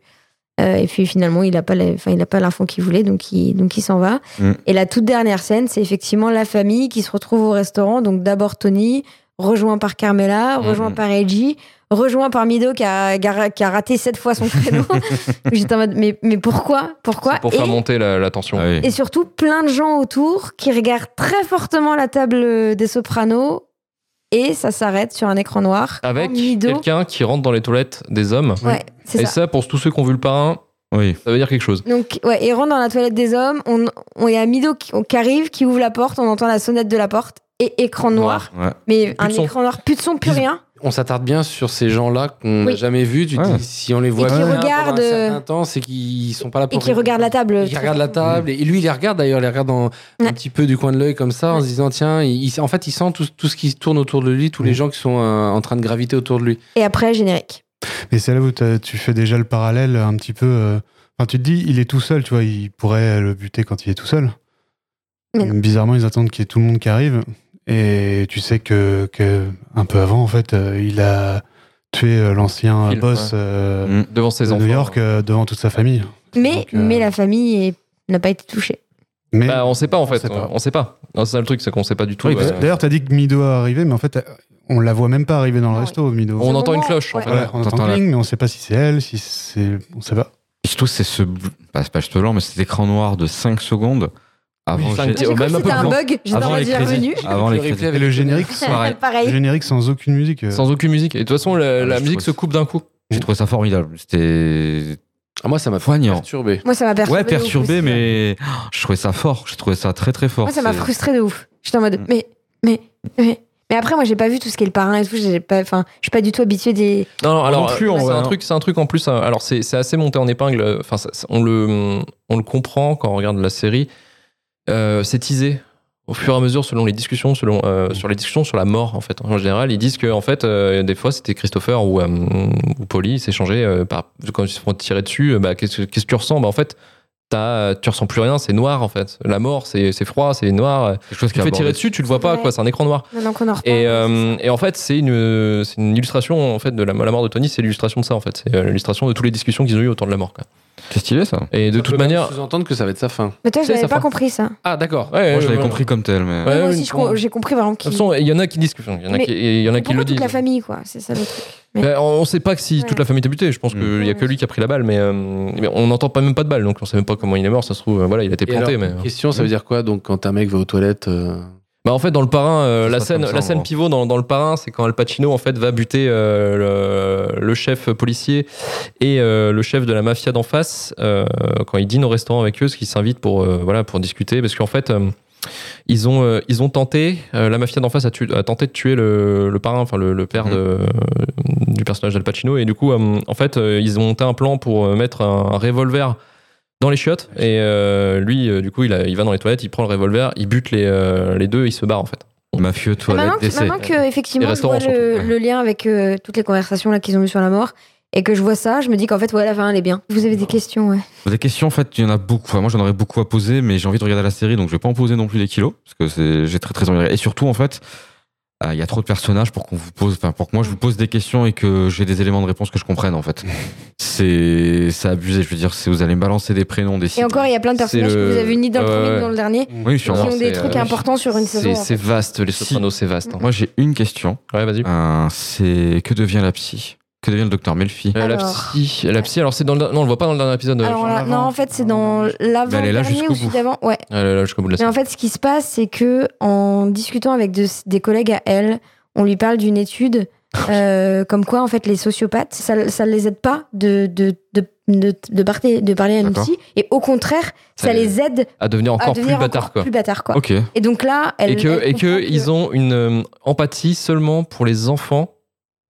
Speaker 2: Euh, et puis finalement, il n'a pas, la- enfin, il a pas l'info qu'il voulait, donc il, donc il s'en va.
Speaker 1: Mm.
Speaker 2: Et la toute dernière scène, c'est effectivement la famille qui se retrouve au restaurant. Donc d'abord Tony, rejoint par Carmela,
Speaker 3: Mm-hmm.
Speaker 2: rejoint par Eiji, rejoint par Mido qui a, qui a- qui a raté sept fois son créneau. J'étais en mode, mais, mais pourquoi Pourquoi
Speaker 3: C'est pour
Speaker 2: Et-
Speaker 3: faire monter la, la tension.
Speaker 1: Ah oui.
Speaker 2: et surtout, plein de gens autour qui regardent très fortement la table des sopranos. Et ça s'arrête sur un écran noir.
Speaker 3: Avec
Speaker 2: Mido.
Speaker 3: quelqu'un qui rentre dans les toilettes des hommes.
Speaker 2: Ouais, c'est
Speaker 3: Et
Speaker 2: ça.
Speaker 3: ça, pour tous ceux qui ont vu le parrain,
Speaker 1: Oui.
Speaker 3: ça veut dire quelque chose.
Speaker 2: Donc, ouais, il rentre dans la toilette des hommes. On, on y a Mido qui, qui arrive, qui ouvre la porte. On entend la sonnette de la porte et écran noir.
Speaker 1: Ouais.
Speaker 2: Ah. Mais
Speaker 3: de
Speaker 2: un
Speaker 3: son.
Speaker 2: écran noir, plus de son, plus
Speaker 3: Bis-
Speaker 2: rien.
Speaker 4: on s'attarde bien sur ces gens-là qu'on n'a
Speaker 2: Oui.
Speaker 4: jamais vus. Tu te
Speaker 1: Ouais.
Speaker 4: dis, si on les voit
Speaker 2: qui
Speaker 4: bien
Speaker 2: regardent,
Speaker 4: pendant un certain
Speaker 2: euh,
Speaker 4: temps, c'est qu'ils sont pas là
Speaker 2: Et
Speaker 4: pour.
Speaker 2: qui regarde la table.
Speaker 4: Il regarde la table et lui il les regarde d'ailleurs, il les regarde en- un
Speaker 2: Euh, Ouais.
Speaker 4: petit peu du coin de l'œil comme ça en se disant tiens, il, il- en fait il sent tout, tout ce qui tourne autour de lui, tous les gens qui sont euh, en train de graviter autour de lui.
Speaker 2: Et après, générique.
Speaker 5: Mais c'est là où t'as- tu fais déjà le parallèle un petit peu. euh, Enfin, tu te dis, il est tout seul, tu vois, il pourrait le buter quand il est tout seul.
Speaker 2: Mais non.
Speaker 5: Bizarrement, ils attendent qu'il y ait tout le monde qui arrive. Et tu sais que, que un peu avant, en fait, euh, il a tué euh, l'ancien
Speaker 3: Phil,
Speaker 5: boss
Speaker 3: ouais.
Speaker 5: euh,
Speaker 1: Mm.
Speaker 3: devant ses
Speaker 5: de
Speaker 3: enfants.
Speaker 5: New York euh, devant toute sa famille.
Speaker 2: Mais,
Speaker 5: Donc, euh,
Speaker 2: mais la famille est- n'a pas été touchée.
Speaker 5: Mais
Speaker 3: Bah, on sait pas en fait,
Speaker 5: sait pas.
Speaker 3: on sait pas. Non, C'est ça le truc, c'est qu'on sait pas du tout.
Speaker 1: Oui,
Speaker 3: euh,
Speaker 1: parce
Speaker 5: d'ailleurs, t'as dit que Mido est arrivé, mais en fait, on la voit même pas arriver dans le
Speaker 2: Ah oui.
Speaker 5: resto, Mido.
Speaker 3: On
Speaker 2: Ce
Speaker 3: entend une
Speaker 2: moment-
Speaker 3: cloche, en
Speaker 2: ouais.
Speaker 3: fait.
Speaker 5: Voilà, on
Speaker 1: T'entends
Speaker 5: entend
Speaker 1: la-
Speaker 5: Ping, mais on sait pas si c'est elle, si c'est. On sait pas.
Speaker 1: Et surtout, c'est ce. bl- Pas c'est pas je te lent, mais cet écran noir de 5 secondes avant
Speaker 3: Oui,
Speaker 1: j'ai-
Speaker 3: cinq- J'ai
Speaker 2: Ah, J'ai cru
Speaker 3: même
Speaker 2: que
Speaker 3: un peu
Speaker 2: c'était un
Speaker 1: avant-
Speaker 2: bug, j'étais
Speaker 1: avant
Speaker 2: en
Speaker 1: les
Speaker 2: dire
Speaker 1: crédits.
Speaker 2: revenu.
Speaker 1: Avant les
Speaker 4: Le replay
Speaker 1: crédits.
Speaker 5: Et
Speaker 4: avec
Speaker 5: le générique,
Speaker 1: Pareil.
Speaker 5: le
Speaker 2: Pareil.
Speaker 5: générique sans aucune musique. euh,
Speaker 3: Sans aucune musique. Et de toute façon, la, la
Speaker 1: je
Speaker 3: musique
Speaker 1: trouve
Speaker 3: se coupe d'un coup.
Speaker 1: J'ai trouvé ça formidable. C'était
Speaker 4: Ah, moi ça m'a
Speaker 1: poignant.
Speaker 4: perturbé.
Speaker 2: Moi, ça m'a perturbé.
Speaker 1: Ouais,
Speaker 2: de ouf aussi. hein.
Speaker 1: perturbé, mais oh, je trouvais ça fort. J'ai trouvé ça très très fort.
Speaker 2: Moi, ça m'a
Speaker 1: C'est-
Speaker 2: frustré de ouf. J'étais en mode,
Speaker 1: Mm.
Speaker 2: mais, mais, mais. Mais après, moi, j'ai pas vu tout ce qui est le parrain et tout. J'ai pas, enfin, je suis pas du tout habituée des.
Speaker 3: Non, non, alors
Speaker 1: non plus,
Speaker 3: euh,
Speaker 1: on
Speaker 3: c'est
Speaker 1: va-
Speaker 3: un truc, c'est un truc en plus. euh, Alors c'est c'est assez monté en épingle. euh, Enfin, ça- ça- on le on le comprend quand on regarde la série. Euh, c'est teasé au fur et à mesure selon les discussions, selon euh, sur les discussions sur la mort en fait. En général, ils disent que en fait euh, des fois c'était Christopher ou euh, ou Polly ils s'échangeaient euh, par quand ils se font tirer dessus. euh, bah, qu'est-ce que- qu'est-ce que tu ressens Bah en fait. t'as- Tu ressens plus rien, c'est noir en fait. La mort, c'est c'est froid, c'est noir.
Speaker 1: quelque chose
Speaker 3: Tu
Speaker 1: qui
Speaker 3: te fais
Speaker 1: abordait-
Speaker 3: tirer dessus, tu le vois pas,
Speaker 2: Ouais.
Speaker 3: quoi. C'est un écran noir.
Speaker 2: Maintenant qu'on en
Speaker 4: Ah
Speaker 2: reparle.
Speaker 3: Et, euh, et en fait, c'est une, c'est une illustration en fait de la, la mort de Tony, c'est l'illustration de ça en fait, c'est euh, l'illustration de toutes les discussions qu'ils ont eues autour de la mort. Quoi.
Speaker 1: C'est stylé ça.
Speaker 3: Et de toute manière,
Speaker 4: sous-entendre que ça va être sa fin.
Speaker 2: mais toi, je
Speaker 3: c'est
Speaker 2: l'avais
Speaker 3: sa
Speaker 2: pas
Speaker 3: fin.
Speaker 2: compris ça.
Speaker 4: Ah, d'accord.
Speaker 1: Moi,
Speaker 3: ouais,
Speaker 1: je
Speaker 3: ouais,
Speaker 1: l'avais
Speaker 3: ouais.
Speaker 1: compris comme tel, mais.
Speaker 3: Ouais,
Speaker 2: moi
Speaker 3: ouais,
Speaker 2: aussi,
Speaker 3: mais
Speaker 2: je
Speaker 3: bon.
Speaker 2: com- j'ai compris vraiment
Speaker 3: De
Speaker 2: qui.
Speaker 3: toute façon, il y en a qui disent, que- il y en a
Speaker 2: Mais
Speaker 3: qui, il y en a qui
Speaker 2: Pourquoi
Speaker 3: le
Speaker 2: toute
Speaker 3: disent.
Speaker 2: la famille, quoi. C'est ça le truc.
Speaker 3: Ben, on, on sait pas que si toute
Speaker 2: Ouais.
Speaker 3: la famille était butée. Je pense
Speaker 1: Mm.
Speaker 3: qu'il y a que lui qui a pris la balle, mais, euh, mais on n'entend pas même pas de balle, donc on sait même pas comment il est mort. Ça se trouve, euh, voilà, il a été
Speaker 4: Et alors,
Speaker 3: planté. mais... Mm.
Speaker 4: Question, ça veut dire quoi donc quand un mec va aux toilettes euh,
Speaker 3: Bah en fait dans le parrain euh,
Speaker 1: Ça
Speaker 3: la
Speaker 1: se passe
Speaker 3: scène
Speaker 1: comme ça,
Speaker 3: la
Speaker 1: en
Speaker 3: scène
Speaker 1: gros.
Speaker 3: pivot dans, dans le parrain c'est quand Al Pacino en fait va buter euh, le, le chef policier et euh, le chef de la mafia d'en face euh, quand il dîne au restaurant avec eux ce qu'ils s'invitent pour euh, voilà pour discuter parce qu'en fait euh, ils ont euh, ils ont tenté euh, la mafia d'en face a, tu- a tenté de tuer le, le parrain enfin le, le père
Speaker 1: Mhm.
Speaker 3: de, euh, du personnage d'Al Pacino et du coup euh, en fait euh, ils ont monté un plan pour euh, mettre un, un revolver dans les chiottes et euh, lui euh, du coup il, a- il va dans les toilettes il prend le revolver il bute les, euh, les deux et il se barre en fait
Speaker 1: Mafieux,
Speaker 2: Maintenant
Speaker 1: toilette,
Speaker 2: que,
Speaker 1: décès.
Speaker 2: maintenant que, effectivement,
Speaker 3: Et
Speaker 2: je vois
Speaker 3: restaurant,
Speaker 2: le,
Speaker 1: surtout.
Speaker 2: le lien avec euh, toutes les conversations là qu'ils ont eues sur la mort et que je vois ça, je me dis qu'en fait, ouais, la fin, elle est bien. Vous avez des questions, ouais.
Speaker 1: Des questions, en fait, il y en a beaucoup. Enfin, moi, j'en aurais beaucoup à poser, mais j'ai envie de regarder la série, donc je vais pas en poser non plus des kilos, parce que c'est- j'ai très très envie de regarder. Et surtout, en fait, euh, il y a trop de personnages pour qu'on vous pose, enfin, pour que moi je vous pose des questions et que j'ai des éléments de réponse que je comprenne, en fait. C'est c'est abusé. Je veux dire, c'est- vous allez me balancer des prénoms, des
Speaker 2: Et
Speaker 1: sites.
Speaker 2: encore, il y a plein de
Speaker 3: C'est
Speaker 2: personnages
Speaker 3: le-
Speaker 2: que vous avez ni dans le
Speaker 3: Ouais,
Speaker 2: premier ni
Speaker 3: ouais.
Speaker 2: dans le dernier
Speaker 1: Oui,
Speaker 2: qui
Speaker 1: sûrement.
Speaker 3: Non,
Speaker 2: ont des
Speaker 3: c'est,
Speaker 2: trucs
Speaker 3: euh,
Speaker 2: importants sur une
Speaker 3: C'est-
Speaker 2: saison. en
Speaker 3: C'est vaste, les
Speaker 1: Si.
Speaker 3: Sopranos, c'est vaste. hein.
Speaker 1: Moi, j'ai une question.
Speaker 3: Ouais, vas-y.
Speaker 1: Euh, c'est que devient la psy Que devient le docteur Melfi
Speaker 3: Euh, la
Speaker 2: Alors.
Speaker 3: psy, la psy, alors c'est dans le, non, on le voit pas dans le dernier épisode. euh,
Speaker 2: Alors
Speaker 5: genre
Speaker 2: là-
Speaker 5: l'avant.
Speaker 2: non, en fait, c'est dans
Speaker 1: Mais elle est là
Speaker 2: l'avant-dernier
Speaker 1: jusqu'au
Speaker 2: ou celui
Speaker 1: bout.
Speaker 2: d'avant. Ouais.
Speaker 3: je- euh, là, jusqu'au bout de la
Speaker 2: Mais
Speaker 3: scène.
Speaker 2: en fait, ce qui se passe, c'est que en discutant avec de- des collègues à elle, on lui parle d'une étude euh, comme quoi, en fait, les sociopathes, ça, ça les aide pas de de de de, de parler, de parler à une
Speaker 1: D'accord.
Speaker 2: psy, et au contraire, ça,
Speaker 3: Ça les-
Speaker 2: les aide
Speaker 3: à devenir
Speaker 2: à
Speaker 3: encore plus
Speaker 2: devenir
Speaker 3: bâtard,
Speaker 2: encore
Speaker 3: quoi.
Speaker 2: plus bâtard, quoi.
Speaker 1: Ok.
Speaker 2: Et donc là, elle,
Speaker 3: et que,
Speaker 2: elle
Speaker 3: et que,
Speaker 2: comprend
Speaker 3: ils ont une euh, empathie seulement pour les enfants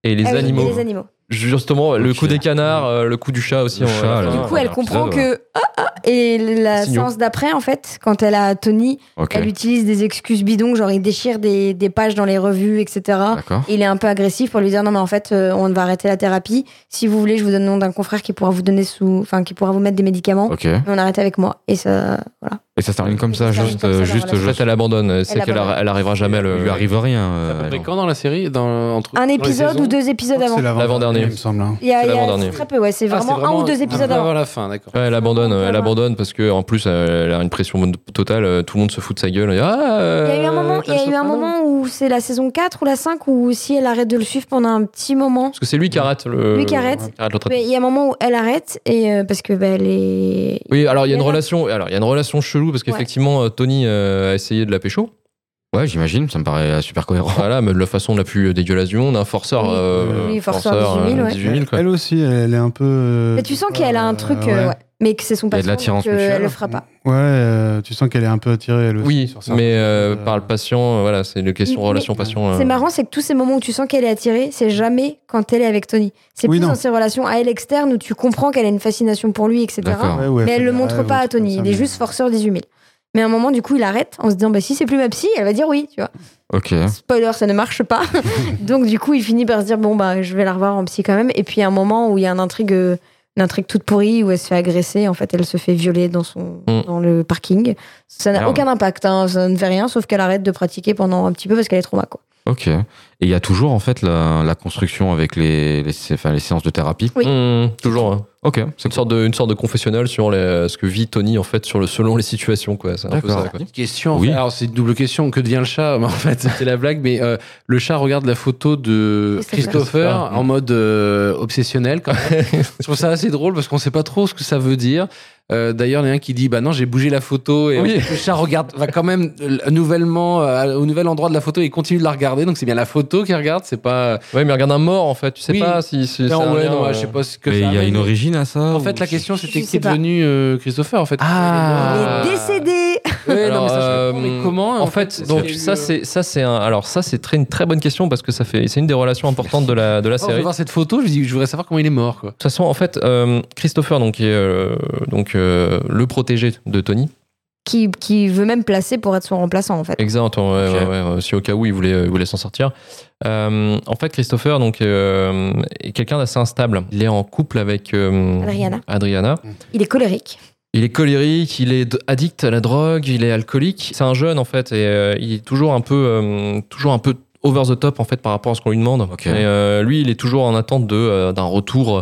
Speaker 3: et les
Speaker 2: Ah oui, et
Speaker 3: animaux.
Speaker 2: les animaux.
Speaker 3: Justement, le
Speaker 1: Ok.
Speaker 3: coup des canards, euh, le coup du chat aussi.
Speaker 1: Le
Speaker 3: on-
Speaker 1: chat,
Speaker 3: voilà.
Speaker 1: là.
Speaker 2: Du
Speaker 1: Ah,
Speaker 2: coup, elle
Speaker 1: ouais,
Speaker 2: comprend
Speaker 1: épisode,
Speaker 2: que ah, ah, et la
Speaker 3: Signaux.
Speaker 2: séance d'après, en fait, quand elle a Tony,
Speaker 1: Ok.
Speaker 2: elle utilise des excuses bidons, genre il déchire des, des pages dans les revues, etc.
Speaker 1: D'accord.
Speaker 2: il est un peu agressif pour lui dire non mais en fait euh, on va arrêter la thérapie si vous voulez je vous donne le nom d'un confrère qui pourra vous donner sous enfin qui pourra vous mettre des médicaments
Speaker 1: Ok. Et
Speaker 2: mais on arrête avec moi et ça voilà
Speaker 1: ça se termine comme ça,
Speaker 2: Ça se termine
Speaker 1: juste,
Speaker 2: comme ça,
Speaker 1: euh,
Speaker 2: la
Speaker 1: juste,
Speaker 3: En
Speaker 2: relation.
Speaker 1: je
Speaker 3: fait, elle abandonne. Elle sait
Speaker 2: Elle
Speaker 3: qu'elle
Speaker 2: abandonne.
Speaker 3: arri- elle arrivera jamais. Le...
Speaker 1: il lui arrive rien.
Speaker 4: C'est à
Speaker 1: euh,
Speaker 4: peu près
Speaker 1: alors.
Speaker 4: quand dans la série dans, entre,
Speaker 2: un
Speaker 4: dans les
Speaker 2: épisode
Speaker 4: saisons
Speaker 2: ou deux épisodes avant
Speaker 5: C'est
Speaker 3: L'avant-dernier.
Speaker 5: il me semble. hein.
Speaker 2: il y a,
Speaker 3: C'est
Speaker 2: il y a-
Speaker 3: l'avant-dernier.
Speaker 2: c'est très peu ouais c'est
Speaker 4: Ah,
Speaker 2: vraiment, un ou deux épisodes
Speaker 4: avant
Speaker 2: avant
Speaker 4: la fin, d'accord.
Speaker 3: Ouais, elle abandonne. Elle abandonne parce que en plus, elle a une pression totale. euh, Tout le monde se fout de sa gueule. ah,
Speaker 2: il y a eu un
Speaker 4: Euh,
Speaker 3: euh,
Speaker 2: moment il y a eu un moment où c'est la saison 4 ou la 5 où si elle arrête de le suivre pendant un petit moment
Speaker 3: Parce que c'est lui qui Euh, arrête le.
Speaker 2: Lui qui arrête.
Speaker 3: le traitement.
Speaker 2: mais il y a un moment où elle arrête et euh, parce que bah, elle est
Speaker 3: Oui, alors il y a
Speaker 2: Il y
Speaker 3: une
Speaker 2: en a-
Speaker 3: relation. Alors il y a une relation chelou parce
Speaker 2: Ouais.
Speaker 3: qu'effectivement euh, Tony euh, a essayé de la pécho.
Speaker 1: Ouais, j'imagine. Ça me paraît euh, super cohérent.
Speaker 3: Voilà, mais de la façon la plus euh, dégueulasse du monde, un forceur.
Speaker 2: Oui.
Speaker 3: euh,
Speaker 2: Oui, forceur 18 000,
Speaker 3: euh,
Speaker 2: ouais.
Speaker 3: 18 000, quoi.
Speaker 5: Elle aussi, elle est un peu. euh,
Speaker 2: mais tu sens qu'elle a un
Speaker 5: euh,
Speaker 2: truc euh,
Speaker 5: ouais.
Speaker 2: ouais. mais que c'est son
Speaker 1: y a de
Speaker 2: patron,
Speaker 1: l'attirance
Speaker 2: donc, euh,
Speaker 1: mutuelle.
Speaker 2: elle le fera pas.
Speaker 5: Ouais, euh, tu sens qu'elle est un peu attirée, elle aussi,
Speaker 3: Oui,
Speaker 5: sur certains-
Speaker 3: mais euh,
Speaker 5: euh,
Speaker 3: par le patient, euh, voilà, c'est une question
Speaker 2: Mais-
Speaker 3: relation-patient. euh.
Speaker 2: C'est marrant, c'est que tous ces moments où tu sens qu'elle est attirée, c'est jamais quand elle est avec Tony. C'est
Speaker 5: Oui,
Speaker 2: plus
Speaker 5: non.
Speaker 2: dans ses relations à elle externe où tu comprends qu'elle a une fascination pour lui, etc.
Speaker 1: D'accord.
Speaker 5: Ouais, ouais,
Speaker 2: mais elle
Speaker 5: fait
Speaker 2: le
Speaker 5: des
Speaker 2: montre
Speaker 5: rêves,
Speaker 2: pas
Speaker 5: un
Speaker 2: à
Speaker 5: truc
Speaker 2: Tony.
Speaker 5: comme
Speaker 2: Il
Speaker 5: ça,
Speaker 2: est
Speaker 5: mais-
Speaker 2: juste forceur 18 000. Mais à un moment, du coup, il arrête en se disant bah si c'est plus ma psy, elle va dire oui, tu vois.
Speaker 1: Ok.
Speaker 2: Spoiler, ça ne marche pas. Donc du coup, il finit par se dire bon bah je vais la revoir en psy quand même. Et puis à un moment où il y a une intrigue, euh, une intrigue toute pourrie où elle se fait agresser, en fait, elle se fait violer dans son
Speaker 3: Mm.
Speaker 2: dans le parking. Ça n'a
Speaker 1: Merde.
Speaker 2: aucun impact, hein. ça ne fait rien, sauf qu'elle arrête de pratiquer pendant un petit peu parce qu'elle est trauma quoi.
Speaker 1: Ok. Et il y a toujours en fait la, la construction avec les, les, sé- enfin, les séances de thérapie.
Speaker 2: Oui.
Speaker 3: Mmh, toujours, hein.
Speaker 1: Ok. C'est
Speaker 3: une sorte de une sorte de confessionnal sur les- euh, ce que vit Tony en fait sur le selon les situations quoi. C'est un peu
Speaker 1: D'accord.
Speaker 3: ça, quoi.
Speaker 4: Question. en
Speaker 1: Oui.
Speaker 4: fait. Alors c'est une double question. Que devient le chat Mais En fait, c'était la blague. Mais euh, le chat regarde la photo de
Speaker 2: Christopher.
Speaker 4: Christopher en mode euh, obsessionnel. Quand même. Je trouve ça assez drôle parce qu'on sait pas trop ce que ça veut dire. Euh, D'ailleurs, il y en a un qui dit Bah non, j'ai bougé la photo et
Speaker 3: Oui.
Speaker 4: le chat regarde. Va quand même euh, nouvellement euh, au nouvel endroit de la photo et continue de la regarder. Donc c'est bien la photo qu'il regarde. C'est pas.
Speaker 3: Ouais, mais regarde un mort en fait, tu sais
Speaker 4: Oui.
Speaker 3: pas si, si c'est
Speaker 4: Non,
Speaker 3: un
Speaker 4: ouais,
Speaker 3: lien,
Speaker 4: non,
Speaker 3: euh.
Speaker 4: ouais, je sais pas ce que.
Speaker 1: Mais
Speaker 4: ça
Speaker 1: il y a
Speaker 4: amène.
Speaker 1: une origine à ça
Speaker 4: En
Speaker 1: ou-
Speaker 4: fait, la question c'était
Speaker 2: Je
Speaker 4: qui est
Speaker 2: sais pas.
Speaker 4: devenu euh, Christopher en
Speaker 2: Il
Speaker 4: fait. Ah.
Speaker 2: est décédé.
Speaker 4: Ouais,
Speaker 3: Alors,
Speaker 4: non, mais ça, je comprends,
Speaker 3: euh,
Speaker 4: mais comment
Speaker 3: En fait, donc
Speaker 4: euh,
Speaker 3: ça c'est ça c'est un alors ça c'est très une très bonne question parce que ça fait c'est une des relations importantes de la de la
Speaker 4: Quand Oh, je vais
Speaker 3: série.
Speaker 4: voir cette photo, je dis, je voudrais savoir comment il est mort, quoi.
Speaker 3: De toute façon, en fait, euh, Christopher, donc, qui est euh, donc, euh, le protégé de Tony,
Speaker 2: qui, qui veut même placer pour être son remplaçant en fait.
Speaker 3: Exact, ouais, ouais,
Speaker 1: Ok.
Speaker 3: ouais, ouais, si au cas où il voulait, il voulait s'en sortir. Euh, en fait, Christopher donc, euh, est quelqu'un d'assez instable. Il est en couple avec euh,
Speaker 2: Adriana.
Speaker 3: Adriana.
Speaker 2: Il est colérique.
Speaker 3: Il est colérique, il est d- addict à la drogue, il est alcoolique. C'est un jeune en fait et euh, il est toujours un peu, euh, toujours un peu over the top en fait par rapport à ce qu'on lui demande.
Speaker 1: Ok.
Speaker 3: Et euh, lui, il est toujours en attente de euh, d'un retour.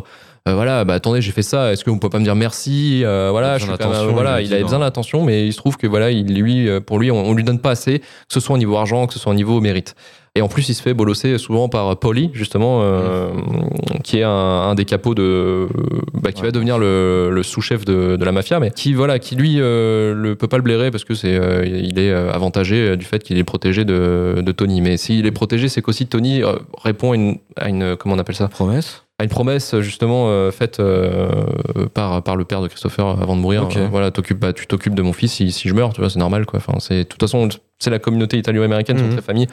Speaker 3: euh, voilà, bah attendez, j'ai fait ça. Est-ce que vous pouvez pas me dire merci Euh,
Speaker 1: Il a
Speaker 3: Voilà, je
Speaker 1: besoin
Speaker 3: suis quand même-
Speaker 1: d'attention, il
Speaker 3: voilà,
Speaker 1: le
Speaker 3: il
Speaker 1: dit
Speaker 3: avait
Speaker 1: dans-
Speaker 3: besoin d'attention, mais il se trouve que voilà, il, lui, euh, pour lui, on, on lui donne pas assez, que ce soit au niveau argent, que ce soit au niveau mérite. Et en plus, il se fait bolosser souvent par Polly, justement, euh, qui est un, un des capots de, bah, qui
Speaker 1: Mmh. Ouais.
Speaker 3: va devenir le, le sous-chef de, de la mafia, mais qui voilà, qui lui euh, le peut pas le blairer parce que c'est, euh, il est euh, avantagé euh, du fait qu'il est protégé de, de Tony. Mais s'il est protégé, c'est qu'aussi Tony euh, répond à une, à une, comment on appelle ça,
Speaker 1: Promesse
Speaker 3: à une promesse justement euh, faite euh, par, par le père de Christopher avant de mourir.
Speaker 1: Ok.
Speaker 3: Euh, voilà, t'occupes, bah, tu t'occupes de mon fils si, si je meurs, tu vois, c'est normal quoi. Enfin, c'est de toute façon, c'est la communauté italo-américaine, c'est
Speaker 1: Mhm.
Speaker 3: une très famille.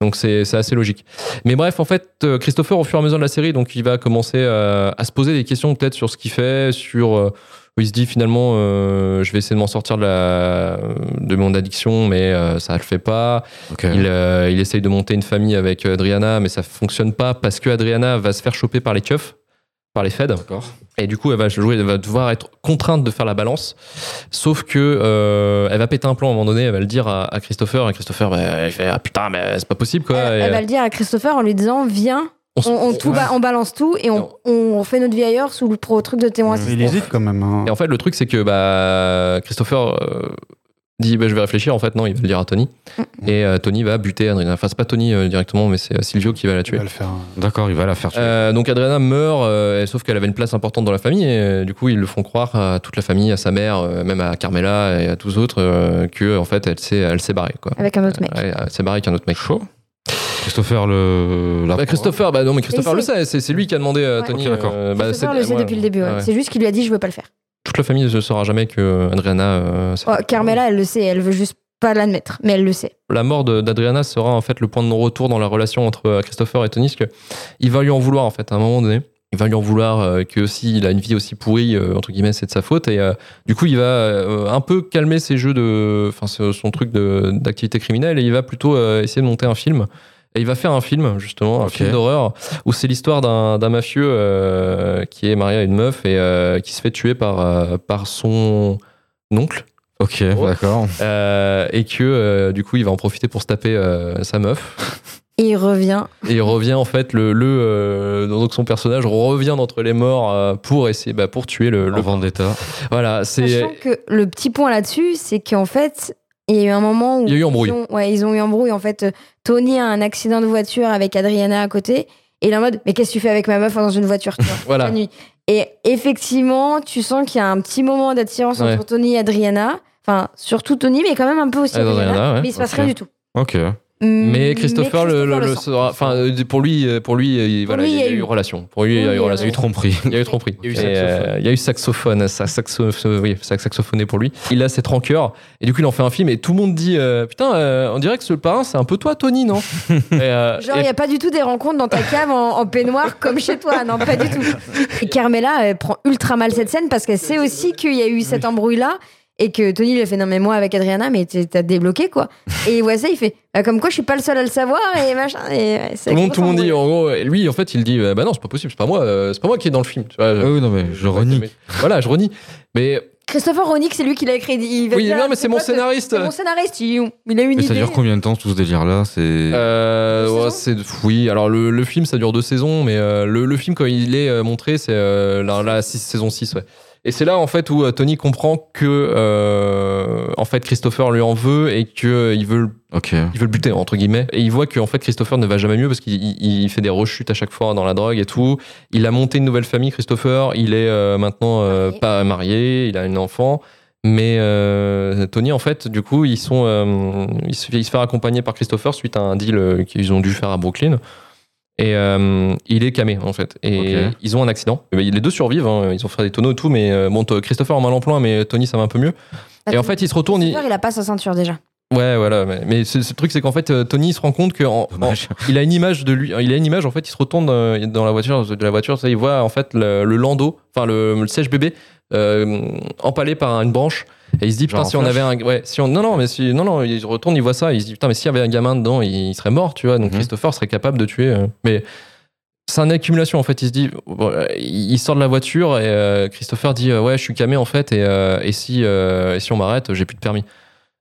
Speaker 3: Donc c'est c'est assez logique. Mais bref, en fait, euh, Christopher, au fur et à mesure de la série, donc il va commencer euh, à se poser des questions peut-être sur ce qu'il fait, sur euh, où il se dit finalement, euh, je vais essayer de m'en sortir de, la, de mon addiction, mais euh, ça le fait pas.
Speaker 1: Ok.
Speaker 3: Il, euh, il essaye de monter une famille avec Adriana, mais ça fonctionne pas parce que Adriana va se faire choper par les keufs, par les feds. Et du coup, elle va jouer, elle va devoir être contrainte de faire la balance. Sauf que euh, elle va péter un plan à un moment donné. Elle va le dire à, à Christopher. Et Christopher, bah, il fait ah, putain, mais c'est pas possible quoi.
Speaker 2: elle,
Speaker 3: Et, euh,
Speaker 2: elle va le dire à Christopher en lui disant viens,
Speaker 3: on se-
Speaker 2: on, on tout ba- on balance tout et on, on fait notre vie ailleurs sous le pro truc de témoin
Speaker 5: Mais Il
Speaker 2: assistant.
Speaker 5: hésite quand même. hein.
Speaker 3: Et en fait, le truc, c'est que bah, Christopher euh, dit bah, Je vais réfléchir. En fait, non, il va le dire à Tony.
Speaker 2: Mm.
Speaker 3: Et euh, Tony va buter Adriana. Enfin, c'est pas Tony euh, directement, mais c'est euh, Silvio qui va la
Speaker 5: Il
Speaker 3: tuer.
Speaker 5: va le faire. hein.
Speaker 1: D'accord, il va la faire tuer.
Speaker 3: Euh, donc Adriana meurt, euh, et sauf qu'elle avait une place importante dans la famille, et euh, du coup ils le font croire à toute la famille, à sa mère, euh, même à Carmela et à tous autres, euh, que en fait elle s'est, elle s'est barrée quoi.
Speaker 2: Avec un autre mec.
Speaker 3: Ouais, elle s'est barrée avec un autre mec. Chaud.
Speaker 1: Christopher le. la-
Speaker 3: Christopher, bah non mais Christopher
Speaker 2: Mais
Speaker 3: le
Speaker 2: il sait.
Speaker 3: sait, c'est, c'est lui qui a demandé à
Speaker 2: Ouais.
Speaker 3: Tony.
Speaker 1: Ok, d'accord.
Speaker 3: euh, bah,
Speaker 2: Christopher
Speaker 3: c'est-
Speaker 2: le sait
Speaker 3: ouais,
Speaker 2: depuis le début. ouais.
Speaker 3: ouais.
Speaker 2: C'est juste qu'il lui a dit je veux pas le faire.
Speaker 3: Toute la famille ne saura jamais que Adriana. euh, s'est
Speaker 2: Oh,
Speaker 3: fait-
Speaker 2: Carmela, elle le sait, elle veut juste pas l'admettre, mais elle le sait.
Speaker 3: la mort de- d'Adriana sera en fait le point de non-retour dans la relation entre euh, Christopher et Tony, parce que il va lui en vouloir en fait à un moment donné. Il va lui en vouloir euh, que s'il a une vie aussi pourrie euh, entre guillemets, c'est de sa faute et euh, du coup il va euh, un peu calmer ses jeux de, enfin ce- son truc de- d'activité criminelle et il va plutôt euh, essayer de monter un film. Et il va faire un film justement, un
Speaker 1: Ok.
Speaker 3: film d'horreur où c'est l'histoire d'un d'un mafieux euh, qui est marié à une meuf et euh, qui se fait tuer par euh, par son oncle.
Speaker 1: Ok,
Speaker 3: Oh.
Speaker 1: d'accord.
Speaker 3: Euh, et que euh, du coup il va en profiter pour se taper euh, sa meuf
Speaker 2: Et il revient.
Speaker 3: et il revient en fait le, le euh, donc son personnage revient d'entre les morts euh, pour essayer bah, pour tuer le, le-
Speaker 1: Le vendetta.
Speaker 3: voilà c'est
Speaker 2: Sachant que le petit point là-dessus, c'est qu'en fait, il y a eu un moment où.
Speaker 3: Il y a eu embrouille.
Speaker 2: Ils ont, ouais, ils ont eu embrouille. En fait, euh, Tony a un accident de voiture avec Adriana à côté. Et il est en mode Mais qu'est-ce que tu fais avec ma meuf dans une voiture tu vois,
Speaker 3: voilà
Speaker 2: la nuit Et effectivement, tu sens qu'il y a un petit moment d'attirance
Speaker 3: Ouais.
Speaker 2: entre Tony et Adriana. Enfin, surtout Tony, mais quand même un peu aussi.
Speaker 3: Ah,
Speaker 2: Adriana,
Speaker 3: Adriana, ouais,
Speaker 2: mais il se passe
Speaker 3: ok.
Speaker 2: rien du tout.
Speaker 1: Ok.
Speaker 3: Mm, Mais Christopher, le, le- le
Speaker 2: sent.
Speaker 3: sera- enfin, euh, pour lui, euh, pour lui, il, voilà, il y a eu relation. Pour lui, il y a
Speaker 2: Oui,
Speaker 3: eu relation.
Speaker 2: oui.
Speaker 1: tromperie.
Speaker 3: Il y a eu tromperie.
Speaker 4: Il y a eu
Speaker 3: Et,
Speaker 4: saxophone.
Speaker 3: euh, Il y a eu saxophone. sa- saxo- oui, sa- saxophoné pour lui. Il a cette rancœur. Et du coup, il en fait un film. Et tout le monde dit euh, Putain, euh, on dirait que ce parrain, c'est un peu toi, Tony, non Et, euh,
Speaker 2: Genre,
Speaker 3: et-
Speaker 2: il n'y a pas du tout des rencontres dans ta cave en, en peignoir comme chez toi. Non, pas du tout. Et Carmela, elle prend ultra mal cette scène parce qu'elle sait aussi qu'il y a eu cet embrouille-là et que Tony lui a fait Non, mais moi, avec Adriana, mais t'es- t'as débloqué, quoi. Et ouais, ça, il fait Bah, Comme quoi, je suis pas le seul à le savoir et machin. Et ouais, c'est
Speaker 3: Tout le monde,
Speaker 2: grosse
Speaker 3: tout le monde dit,
Speaker 2: embrouille.
Speaker 3: en gros, et lui, en fait, il dit, euh, bah non, c'est pas possible, c'est pas moi, euh, c'est pas moi qui est dans le film. Tu vois,
Speaker 1: Ah
Speaker 3: je-
Speaker 1: oui, non, mais je
Speaker 3: je-
Speaker 1: renie.
Speaker 3: mais- Voilà, je renie. Mais
Speaker 2: Christopher Ronick, c'est lui qui l'a écrit. Il va
Speaker 3: oui,
Speaker 2: dire,
Speaker 3: non, mais c'est mon
Speaker 2: quoi, c'est-
Speaker 3: scénariste.
Speaker 2: C'est mon scénariste. Il, il a une
Speaker 1: Mais ça
Speaker 2: idée.
Speaker 1: dure combien de temps tout ce délire-là C'est.
Speaker 3: Euh,
Speaker 2: Deux
Speaker 3: ouais, c'est oui. Alors le, le film, ça dure deux saisons, mais euh, le, le film quand il est euh, montré, c'est euh, la, la six- saison 6 ouais. Et c'est là en fait où euh, Tony comprend que euh, en fait Christopher lui en veut et que euh, il veut le
Speaker 1: Ok.
Speaker 3: il veut le buter entre guillemets et il voit que en fait Christopher ne va jamais mieux parce qu'il il- il fait des rechutes à chaque fois dans la drogue et tout il a monté une nouvelle famille Christopher il est euh, maintenant euh,
Speaker 2: Marié.
Speaker 3: pas marié il a un enfant mais euh, Tony en fait du coup ils sont euh, il, se fait, il se fait accompagner par Christopher suite à un deal euh, qu'ils ont dû faire à Brooklyn et euh, il est camé en fait et
Speaker 1: Ok.
Speaker 3: ils ont un accident Et ben, les deux survivent hein. ils ont fait des tonneaux et tout mais euh, bon t- Christopher en mal en plein mais Tony ça va un peu mieux
Speaker 2: Bah,
Speaker 3: et en fait il se retourne il-
Speaker 2: Christopher, il a pas sa ceinture déjà.
Speaker 3: Ouais, voilà. Mais, mais ce, ce truc, c'est qu'en fait, euh, Tony il se rend compte que en-
Speaker 1: Dommage.
Speaker 3: en- il a une image de lui. Il a une image. En fait, il se retourne euh, dans la voiture, de la voiture. ça, Il voit en fait le, le landau, enfin le, le siège bébé euh, empalé par une branche. Et il se dit
Speaker 1: Genre
Speaker 3: putain, si
Speaker 1: en
Speaker 3: on
Speaker 1: flash.
Speaker 3: avait un, ouais, si on, non, non, mais si, non, non, il se retourne, il voit ça. Il se dit putain, mais s'il y avait un gamin dedans, il, il serait mort, tu vois. Donc
Speaker 1: Mhm.
Speaker 3: Christopher serait capable de tuer. euh, mais c'est une accumulation en fait. Il se dit, bon, euh, il il sort de la voiture et euh, Christopher dit euh, ouais, je suis camé en fait. Et, euh, et si, euh, et si on m'arrête, j'ai plus de permis.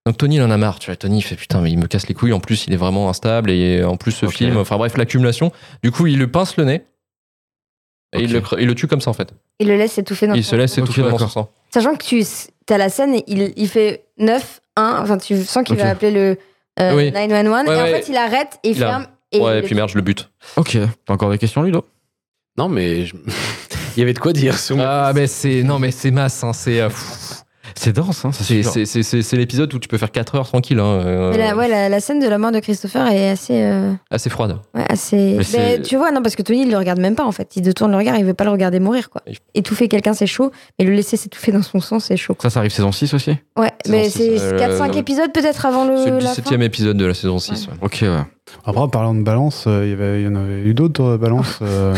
Speaker 3: Donc Tony, il en a marre, tu vois. Tony, il fait putain, mais il me casse les couilles. En plus, il est vraiment instable et en plus, ce
Speaker 1: Ok.
Speaker 3: film, enfin bref, l'accumulation. Du coup, il lui pince le nez et
Speaker 1: Ok.
Speaker 3: il, le, cre- il le tue comme ça en fait.
Speaker 2: Il le laisse étouffer dans
Speaker 3: il
Speaker 2: son-
Speaker 3: se laisse
Speaker 1: Ok,
Speaker 3: étouffer dans son
Speaker 1: d'accord.
Speaker 3: sang.
Speaker 2: Sachant que tu as la scène, et il, il fait 9, 1, enfin tu sens qu'il
Speaker 1: Ok.
Speaker 2: va appeler le euh,
Speaker 3: Oui.
Speaker 2: 911,
Speaker 3: Ouais,
Speaker 2: et en
Speaker 3: ouais.
Speaker 2: fait il arrête et il
Speaker 3: Il a-
Speaker 2: ferme. Et
Speaker 3: ouais, et
Speaker 2: le-
Speaker 3: puis merde, je le bute.
Speaker 1: Ok. T'as encore des questions, Ludo
Speaker 4: Non, mais je- il y avait de quoi dire. sur moi.
Speaker 3: Ah, mais c'est non, mais c'est masse, hein, c'est. euh, pff,
Speaker 1: C'est dense, hein. ça
Speaker 3: C'est,
Speaker 1: suffit.
Speaker 3: c'est, c'est, c'est- c'est l'épisode où tu peux faire 4 heures tranquille, hein, euh,
Speaker 2: Mais la, ouais, la, la scène de la mort de Christopher est assez. euh,
Speaker 3: assez froide.
Speaker 2: ouais, assez...
Speaker 1: Mais c'est-
Speaker 2: Ben, tu vois, non, parce que Tony il le regarde même pas en fait. Il détourne le regard, il veut pas le regarder mourir quoi.
Speaker 3: Il-
Speaker 2: Étouffer quelqu'un c'est chaud, mais le laisser s'étouffer dans son sang c'est chaud.
Speaker 1: Ça, ça arrive saison 6 aussi
Speaker 2: quoi. Ouais,
Speaker 3: Saison
Speaker 2: mais
Speaker 3: six,
Speaker 2: c'est
Speaker 3: euh,
Speaker 2: 4-5
Speaker 3: le-
Speaker 2: épisodes peut-être avant le.
Speaker 3: C'est le
Speaker 2: la
Speaker 3: 17
Speaker 2: fin.
Speaker 3: e épisode de la saison 6. ouais.
Speaker 1: Ok, ouais.
Speaker 5: Après, en parlant de balance, euh, il y, avait- il y en avait eu d'autres euh, balances. euh,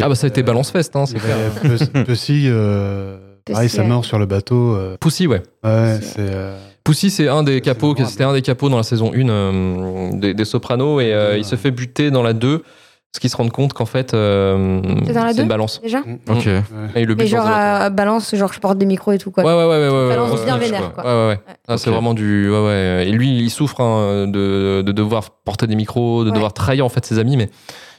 Speaker 3: Ah, bah ça a été Balance Fest, hein,
Speaker 5: il
Speaker 3: c'est
Speaker 5: y
Speaker 3: clair.
Speaker 5: avait Pe- Pussy, euh,
Speaker 2: Pussy,
Speaker 5: pareil, sa
Speaker 2: ouais.
Speaker 5: mort sur le bateau. euh,
Speaker 3: Pussy, ouais.
Speaker 5: ouais,
Speaker 2: Pussy,
Speaker 5: c'est. euh,
Speaker 3: Poussy, c'est un des
Speaker 5: C'est
Speaker 3: capots,
Speaker 5: mémorable.
Speaker 3: c'était un des capots dans la saison 1 euh, des, des Sopranos et euh,
Speaker 5: Ouais.
Speaker 3: il se fait buter dans la 2, ce qui se rend compte qu'en fait euh,
Speaker 2: C'est dans la
Speaker 3: une
Speaker 2: 2?
Speaker 3: balance.
Speaker 2: Déjà
Speaker 1: Ok.
Speaker 5: Mm, ouais.
Speaker 3: Et il le
Speaker 2: Mais
Speaker 3: bute
Speaker 2: genre
Speaker 3: dans un bateau.
Speaker 2: euh, balance, genre je porte des micros et tout quoi.
Speaker 3: Ouais, ouais, ouais, ouais, ouais,
Speaker 2: balance
Speaker 3: ouais,
Speaker 2: bien
Speaker 3: ouais,
Speaker 2: vénère,
Speaker 3: ouais,
Speaker 2: quoi.
Speaker 3: ouais, ouais, ouais. Ah, c'est
Speaker 1: Ok.
Speaker 3: vraiment du. Ouais, ouais. Et lui, il souffre hein, de, de devoir porter des micros, de
Speaker 2: Ouais.
Speaker 3: devoir trahir en fait ses amis, mais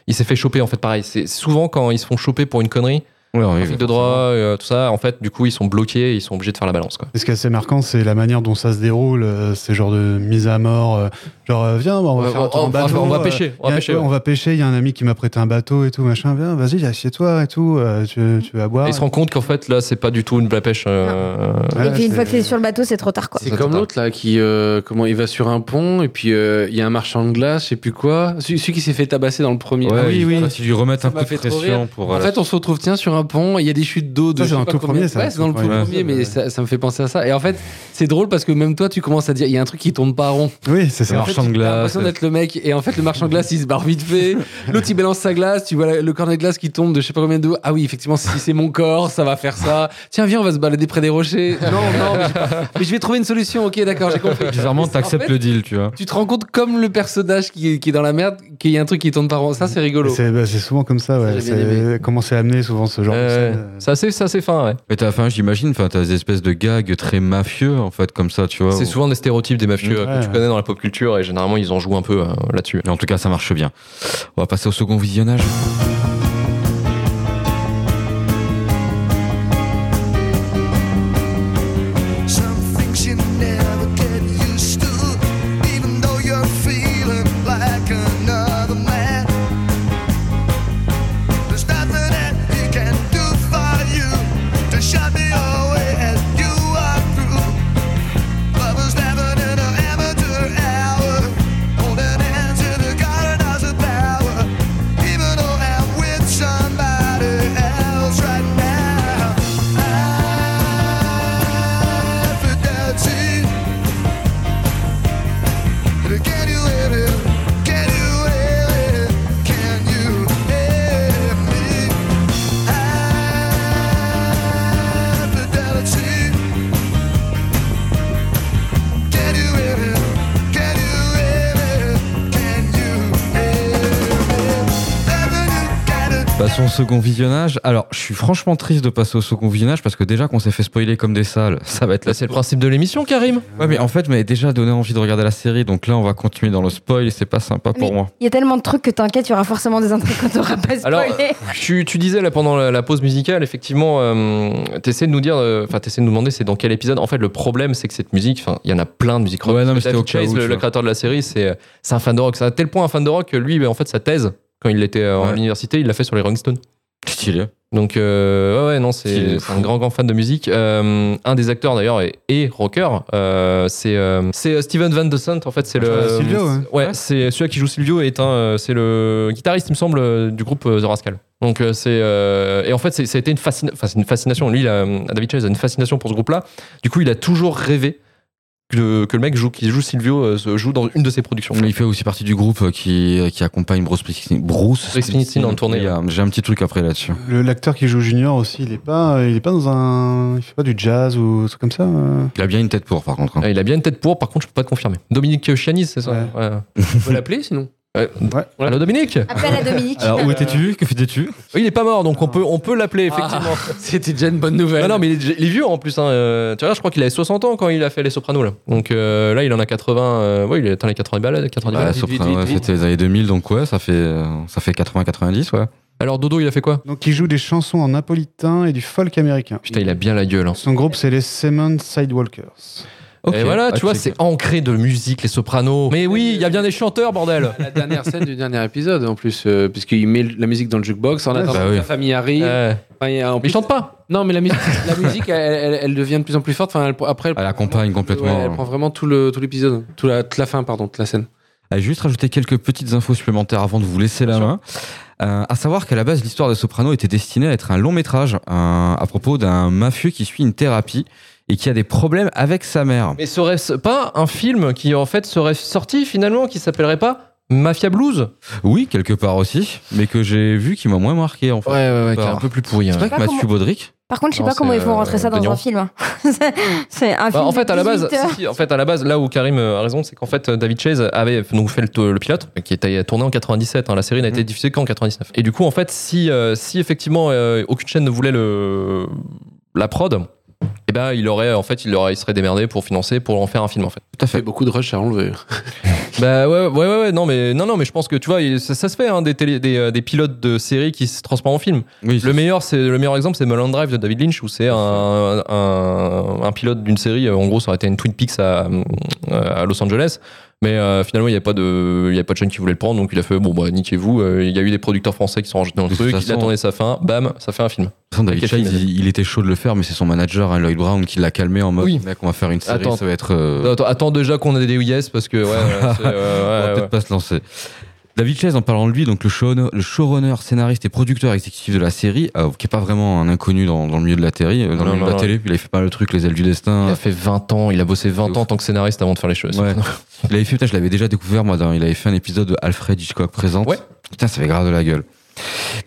Speaker 3: il s'est fait choper en fait pareil. C'est souvent quand ils se font choper pour une connerie,
Speaker 1: Ouais, oui,
Speaker 3: trafic
Speaker 1: oui.
Speaker 3: de droit, euh, tout ça, en fait, du coup, ils sont bloqués, ils sont obligés de faire la balance. Quoi.
Speaker 5: Et ce qui est assez marquant, c'est la manière dont ça se déroule, euh, ces genres de mise à mort. euh, genre, euh, viens, bah, on va faire un tour en
Speaker 3: on va-
Speaker 5: bateau,
Speaker 3: on va
Speaker 5: euh,
Speaker 3: pêcher. On
Speaker 5: Il y
Speaker 3: va
Speaker 5: a-
Speaker 3: pêcher.
Speaker 5: ouais,
Speaker 3: ouais.
Speaker 5: on va pêcher, il y a un ami qui m'a prêté un bateau et tout, machin, viens, vas-y, assieds-toi et tout, euh, tu, tu vas
Speaker 1: Ah
Speaker 5: boire.
Speaker 3: Et il se rend compte qu'en fait, là, c'est pas du tout une la pêche.
Speaker 2: Ah.
Speaker 3: euh,
Speaker 5: Ouais,
Speaker 2: et puis une
Speaker 5: c'est-
Speaker 2: fois que t'es sur le bateau c'est trop tard quoi.
Speaker 4: C'est comme l'autre là qui euh, comment il va sur un pont et puis euh, il y a un marchand de glace, je sais plus quoi. Celui, celui qui s'est fait tabasser dans le premier.
Speaker 1: Ouais,
Speaker 4: Ah oui, oui.
Speaker 1: Ils lui remettent
Speaker 4: Ça
Speaker 1: un coup
Speaker 4: m'a
Speaker 1: de
Speaker 4: fait trop
Speaker 1: pression pour.
Speaker 4: En
Speaker 1: euh,
Speaker 4: fait, on se retrouve tiens sur un pont, il y a des chutes d'eau. de
Speaker 5: Ça,
Speaker 4: je
Speaker 5: c'est dans
Speaker 4: sais
Speaker 5: le
Speaker 4: pas
Speaker 5: tout
Speaker 4: combien.
Speaker 5: premier, ça,
Speaker 4: Ouais, c'est dans le
Speaker 5: tout
Speaker 4: tout
Speaker 5: premier.
Speaker 4: premier, mais
Speaker 5: Ouais.
Speaker 4: ça, ça me fait penser à ça. Et en fait, c'est drôle parce que même toi, tu commences à dire, il y a un truc qui tombe pas rond.
Speaker 5: Oui, c'est
Speaker 1: Le
Speaker 5: ça.
Speaker 4: En fait,
Speaker 1: marchand de
Speaker 4: T'as
Speaker 1: glace.
Speaker 4: l'impression d'être le mec. Et en fait, le marchand de glace, il se barre vite fait. L'autre, il balance sa glace. Tu vois la- le cornet de glace qui tombe de je sais pas combien d'eau. Ah oui, effectivement, si c'est mon corps, ça va faire ça. Tiens, viens, on va se balader près des rochers. Ah Non, non, mais, j'ai pas- mais je vais trouver une solution. Ok, d'accord, j'ai compris.
Speaker 1: Bizarrement,
Speaker 4: Mais c'est- en
Speaker 1: t'acceptes
Speaker 4: fait,
Speaker 1: le deal, tu vois.
Speaker 4: Tu te rends compte, comme le personnage qui est, qui est dans la merde, qu'il y a un truc qui tourne par rond. Ça, c'est rigolo.
Speaker 5: C'est bah, c'est souvent comme ça, ouais.
Speaker 4: Ça, j'ai bien aimé.
Speaker 5: C'est- Comment c'est amené souvent ce genre de
Speaker 3: Euh,
Speaker 5: scène. euh,
Speaker 3: c'est assez, c'est assez fin, ouais.
Speaker 1: Mais t'as, enfin, j'imagine, enfin, t'as des espèces de gags très mafieux, en fait, comme ça, tu vois.
Speaker 3: C'est
Speaker 1: où-
Speaker 3: souvent des stéréotypes des mafieux euh, que
Speaker 5: Ouais,
Speaker 3: tu
Speaker 5: ouais.
Speaker 3: connais dans la pop culture et généralement ils en jouent un peu euh, là-dessus.
Speaker 1: Mais en tout cas, ça marche bien. On va passer au second visionnage.
Speaker 8: Some things you never get used to, even though you're feeling like another man. There's nothing that he can do for you to shut me away as you are through. Lovers never in an amateur hour, holding it? Can you hear it? Can you hear it? Can you hear me? Infidelity. Can you hear it? Can you hear it? Can you hear it? Haven't you got it?
Speaker 1: Passons au second visionnage. Alors, je suis franchement triste de passer au second visionnage parce que déjà qu'on s'est fait spoiler comme des salles, ça va être la
Speaker 3: Là, c'est le principe de l'émission, Karim.
Speaker 1: Ouais, mais en fait, vous m'avez déjà donné envie de regarder la série, donc là, on va continuer dans le spoil et c'est pas sympa pour
Speaker 9: Mais
Speaker 1: moi.
Speaker 9: Il y a tellement de trucs que t'inquiète, il y aura forcément des intrigues quand t'auras pas spoilé.
Speaker 3: Alors, euh, Tu, tu disais là pendant la, la pause musicale, effectivement, euh, t'essaies de nous dire, euh, enfin, t'essaies de nous demander c'est dans quel épisode. En fait, le problème, c'est que cette musique, enfin, il y en a plein de musiques rock.
Speaker 1: Ouais, non, mais
Speaker 3: David
Speaker 1: c'était au cas
Speaker 3: Chase,
Speaker 1: où,
Speaker 3: le,
Speaker 1: tu
Speaker 3: le
Speaker 1: vois.
Speaker 3: créateur de la série, c'est c'est un fan de rock. C'est à tel point un fan de rock que lui, ben, en fait, sa thèse, quand il était euh, à
Speaker 1: Ouais.
Speaker 3: l'université, il l'a fait sur les Rolling Stones.
Speaker 1: Stylé.
Speaker 3: Donc, euh, ouais, ouais, non,
Speaker 1: Stylé de
Speaker 3: c'est c'est un
Speaker 1: fou.
Speaker 3: grand, grand fan de musique. Euh, un des acteurs, d'ailleurs, et, et rocker, euh, c'est euh, c'est, euh, Steven Van de Sant, en fait. C'est le.
Speaker 5: Ah, Silvio, ouais.
Speaker 3: Ouais, c'est celui qui joue Silvio est un, euh, c'est le guitariste, il me semble, euh, du groupe euh, The Rascal. Donc euh, c'est euh, et en fait c'est- ça a été une, fascina- enfin, c'est une fascination. Lui, il a, euh, David Chase a une fascination pour ce groupe-là. Du coup, il a toujours rêvé que, que le mec joue, qui joue Silvio euh, se joue dans une de ses productions.
Speaker 1: Il fait aussi partie du groupe euh, qui, qui accompagne Bruce Springsteen. Bruce
Speaker 3: Springsteen en tournée,
Speaker 1: Il y a- J'ai un petit truc après là-dessus.
Speaker 5: Le- L'acteur qui joue Junior aussi, il est pas, il est pas dans un, il fait pas du jazz ou truc comme ça. euh.
Speaker 1: Il a bien une tête pour, par contre. hein.
Speaker 3: Ah, Il a bien une tête pour. Par contre, je peux pas te confirmer. Dominique Chianis, c'est ça.
Speaker 5: Ouais.
Speaker 3: Ouais.
Speaker 4: On peut l'appeler sinon Euh,
Speaker 3: Ouais. Allô Dominique.
Speaker 9: Appel à Dominique.
Speaker 1: Alors, où étais-tu Que faisais-tu
Speaker 3: Oui, Il est pas mort, donc on peut on peut l'appeler effectivement.
Speaker 4: Ah, C'était déjà une bonne nouvelle.
Speaker 3: Non, non, mais il est, déjà- il est vieux en plus. hein, euh, tu vois, je crois qu'il avait 60 ans quand il a fait Les Sopranos. Là. Donc euh, là, il en a 80. euh, ouais, il a atteint les 80 balades. 90
Speaker 1: Bah,
Speaker 3: balades.
Speaker 4: vite,
Speaker 1: Soprano,
Speaker 4: vite,
Speaker 1: ouais,
Speaker 4: vite, vite.
Speaker 1: C'était les années 2000, donc ouais, ça fait, euh, ça fait 80-90, ouais.
Speaker 3: Alors, Dodo, il a fait quoi
Speaker 5: Donc il joue des chansons en napolitain et du folk américain.
Speaker 3: Putain, il a bien la gueule. hein.
Speaker 5: Son groupe c'est les Cement Sidewalkers.
Speaker 3: Et
Speaker 4: Ah,
Speaker 3: voilà, tu vois, c'est ancré de musique, Les Sopranos. Mais oui, il y a bien des chanteurs, bordel.
Speaker 4: La dernière scène du dernier épisode en plus, euh, puisqu'il met la musique dans le jukebox en
Speaker 5: Ouais,
Speaker 4: attendant
Speaker 1: bah
Speaker 4: que
Speaker 1: oui.
Speaker 4: la famille arrive.
Speaker 3: Euh,
Speaker 4: Enfin, il y a- en
Speaker 3: mais
Speaker 4: plus-
Speaker 3: il chante pas.
Speaker 4: Non, mais la musique, la musique elle, elle- elle devient de plus en plus forte. Enfin, elle- après, elle,
Speaker 1: Elle accompagne complètement.
Speaker 4: Ouais, elle prend vraiment tout le tout l'épisode, tout la, toute la fin pardon, de la scène.
Speaker 1: Ah, juste rajouter quelques petites infos supplémentaires avant de vous laisser la main. Euh, à savoir qu'à la base, l'histoire de Soprano était destinée à être un long métrage un- à propos d'un mafieux qui suit une thérapie et qui a des problèmes avec sa mère.
Speaker 3: Mais serait-ce pas un film qui, en fait, serait sorti finalement, qui s'appellerait pas Mafia Blues
Speaker 1: Oui, quelque part aussi, mais que j'ai vu qui m'a moins marqué en fait.
Speaker 3: ouais,
Speaker 1: qui est un peu
Speaker 3: plus pourri.
Speaker 4: hein.
Speaker 1: C'est vrai
Speaker 9: sais
Speaker 1: que
Speaker 9: pas
Speaker 1: Mathieu
Speaker 9: comment-
Speaker 1: Baudric,
Speaker 9: Par contre, je sais
Speaker 3: Non,
Speaker 9: pas comment
Speaker 3: c'est,
Speaker 9: ils font rentrer
Speaker 3: euh,
Speaker 9: ça dans
Speaker 3: Daniel.
Speaker 9: un film. hein. C'est- c'est un film.
Speaker 3: Bah, en fait,
Speaker 9: de
Speaker 3: à la base,
Speaker 9: 18 heures.
Speaker 3: si, si, en fait, à la base, là où Karim euh, a raison, c'est qu'en fait, euh, David Chase avait donc fait le, le pilote, qui était tourné en 97. hein, la série n'a
Speaker 1: Mm.
Speaker 3: été diffusée qu'en 99. Et du coup, en fait, si, euh, si effectivement euh, aucune chaîne ne voulait le la prod, eh ben, il aurait, en fait, il aurait, il serait démerdé pour financer, pour en faire un film, en fait.
Speaker 1: tout à
Speaker 4: Fait
Speaker 1: fait.
Speaker 4: beaucoup de rush à enlever.
Speaker 3: Bah ouais, ouais, ouais, ouais, non, mais non, non, mais je pense que tu vois, il- ça, ça se fait, hein, des, télé- des, euh, des pilotes de séries qui se transforment en film.
Speaker 1: Oui,
Speaker 3: Le meilleur, c'est le meilleur exemple, c'est Mulholland Drive de David Lynch, où c'est un, un, un pilote d'une série. euh, En gros, ça aurait été une Twin Peaks à, euh, à Los Angeles. Mais euh, finalement, il n'y a pas de, il y a pas de chaîne qui voulait le prendre, donc il a fait bon bah niquez-vous. Euh, Il y a eu des producteurs français qui sont rajoutés dans le
Speaker 1: De toute
Speaker 3: truc. Il
Speaker 1: façon-
Speaker 3: attendait sa fin, bam, ça fait un film.
Speaker 1: De toute façon, David
Speaker 3: Quel film,
Speaker 1: Chase, il, il était chaud de le faire, mais c'est son manager, hein, Lloyd Brown, qui l'a calmé en mode
Speaker 3: Oui.
Speaker 1: mec, on va faire une série,
Speaker 3: Attends.
Speaker 1: ça va être. euh,
Speaker 3: Attends, attends déjà qu'on a des yes parce que ouais, ouais, c'est,
Speaker 1: on va
Speaker 3: euh, ouais,
Speaker 1: peut-être
Speaker 3: ouais.
Speaker 1: pas se lancer. David Chase, en parlant de lui, donc le, showrunner- le showrunner, scénariste et producteur exécutif de la série, euh, qui est pas vraiment un inconnu dans, dans le milieu de la télé, euh, dans
Speaker 3: Non,
Speaker 1: le milieu
Speaker 3: non,
Speaker 1: de la
Speaker 3: non.
Speaker 1: télé, il avait fait pas le truc Les ailes du
Speaker 3: Il
Speaker 1: destin.
Speaker 3: a fait 20 ans, il a bossé 20
Speaker 1: C'est
Speaker 3: ans en
Speaker 1: ouf.
Speaker 3: tant que scénariste avant de faire les choses.
Speaker 1: Ouais. Il avait fait, putain, je l'avais déjà découvert moi, dans- il avait fait un épisode de Alfred Hitchcock présente.
Speaker 3: Ouais.
Speaker 1: Putain, ça fait grave de la gueule.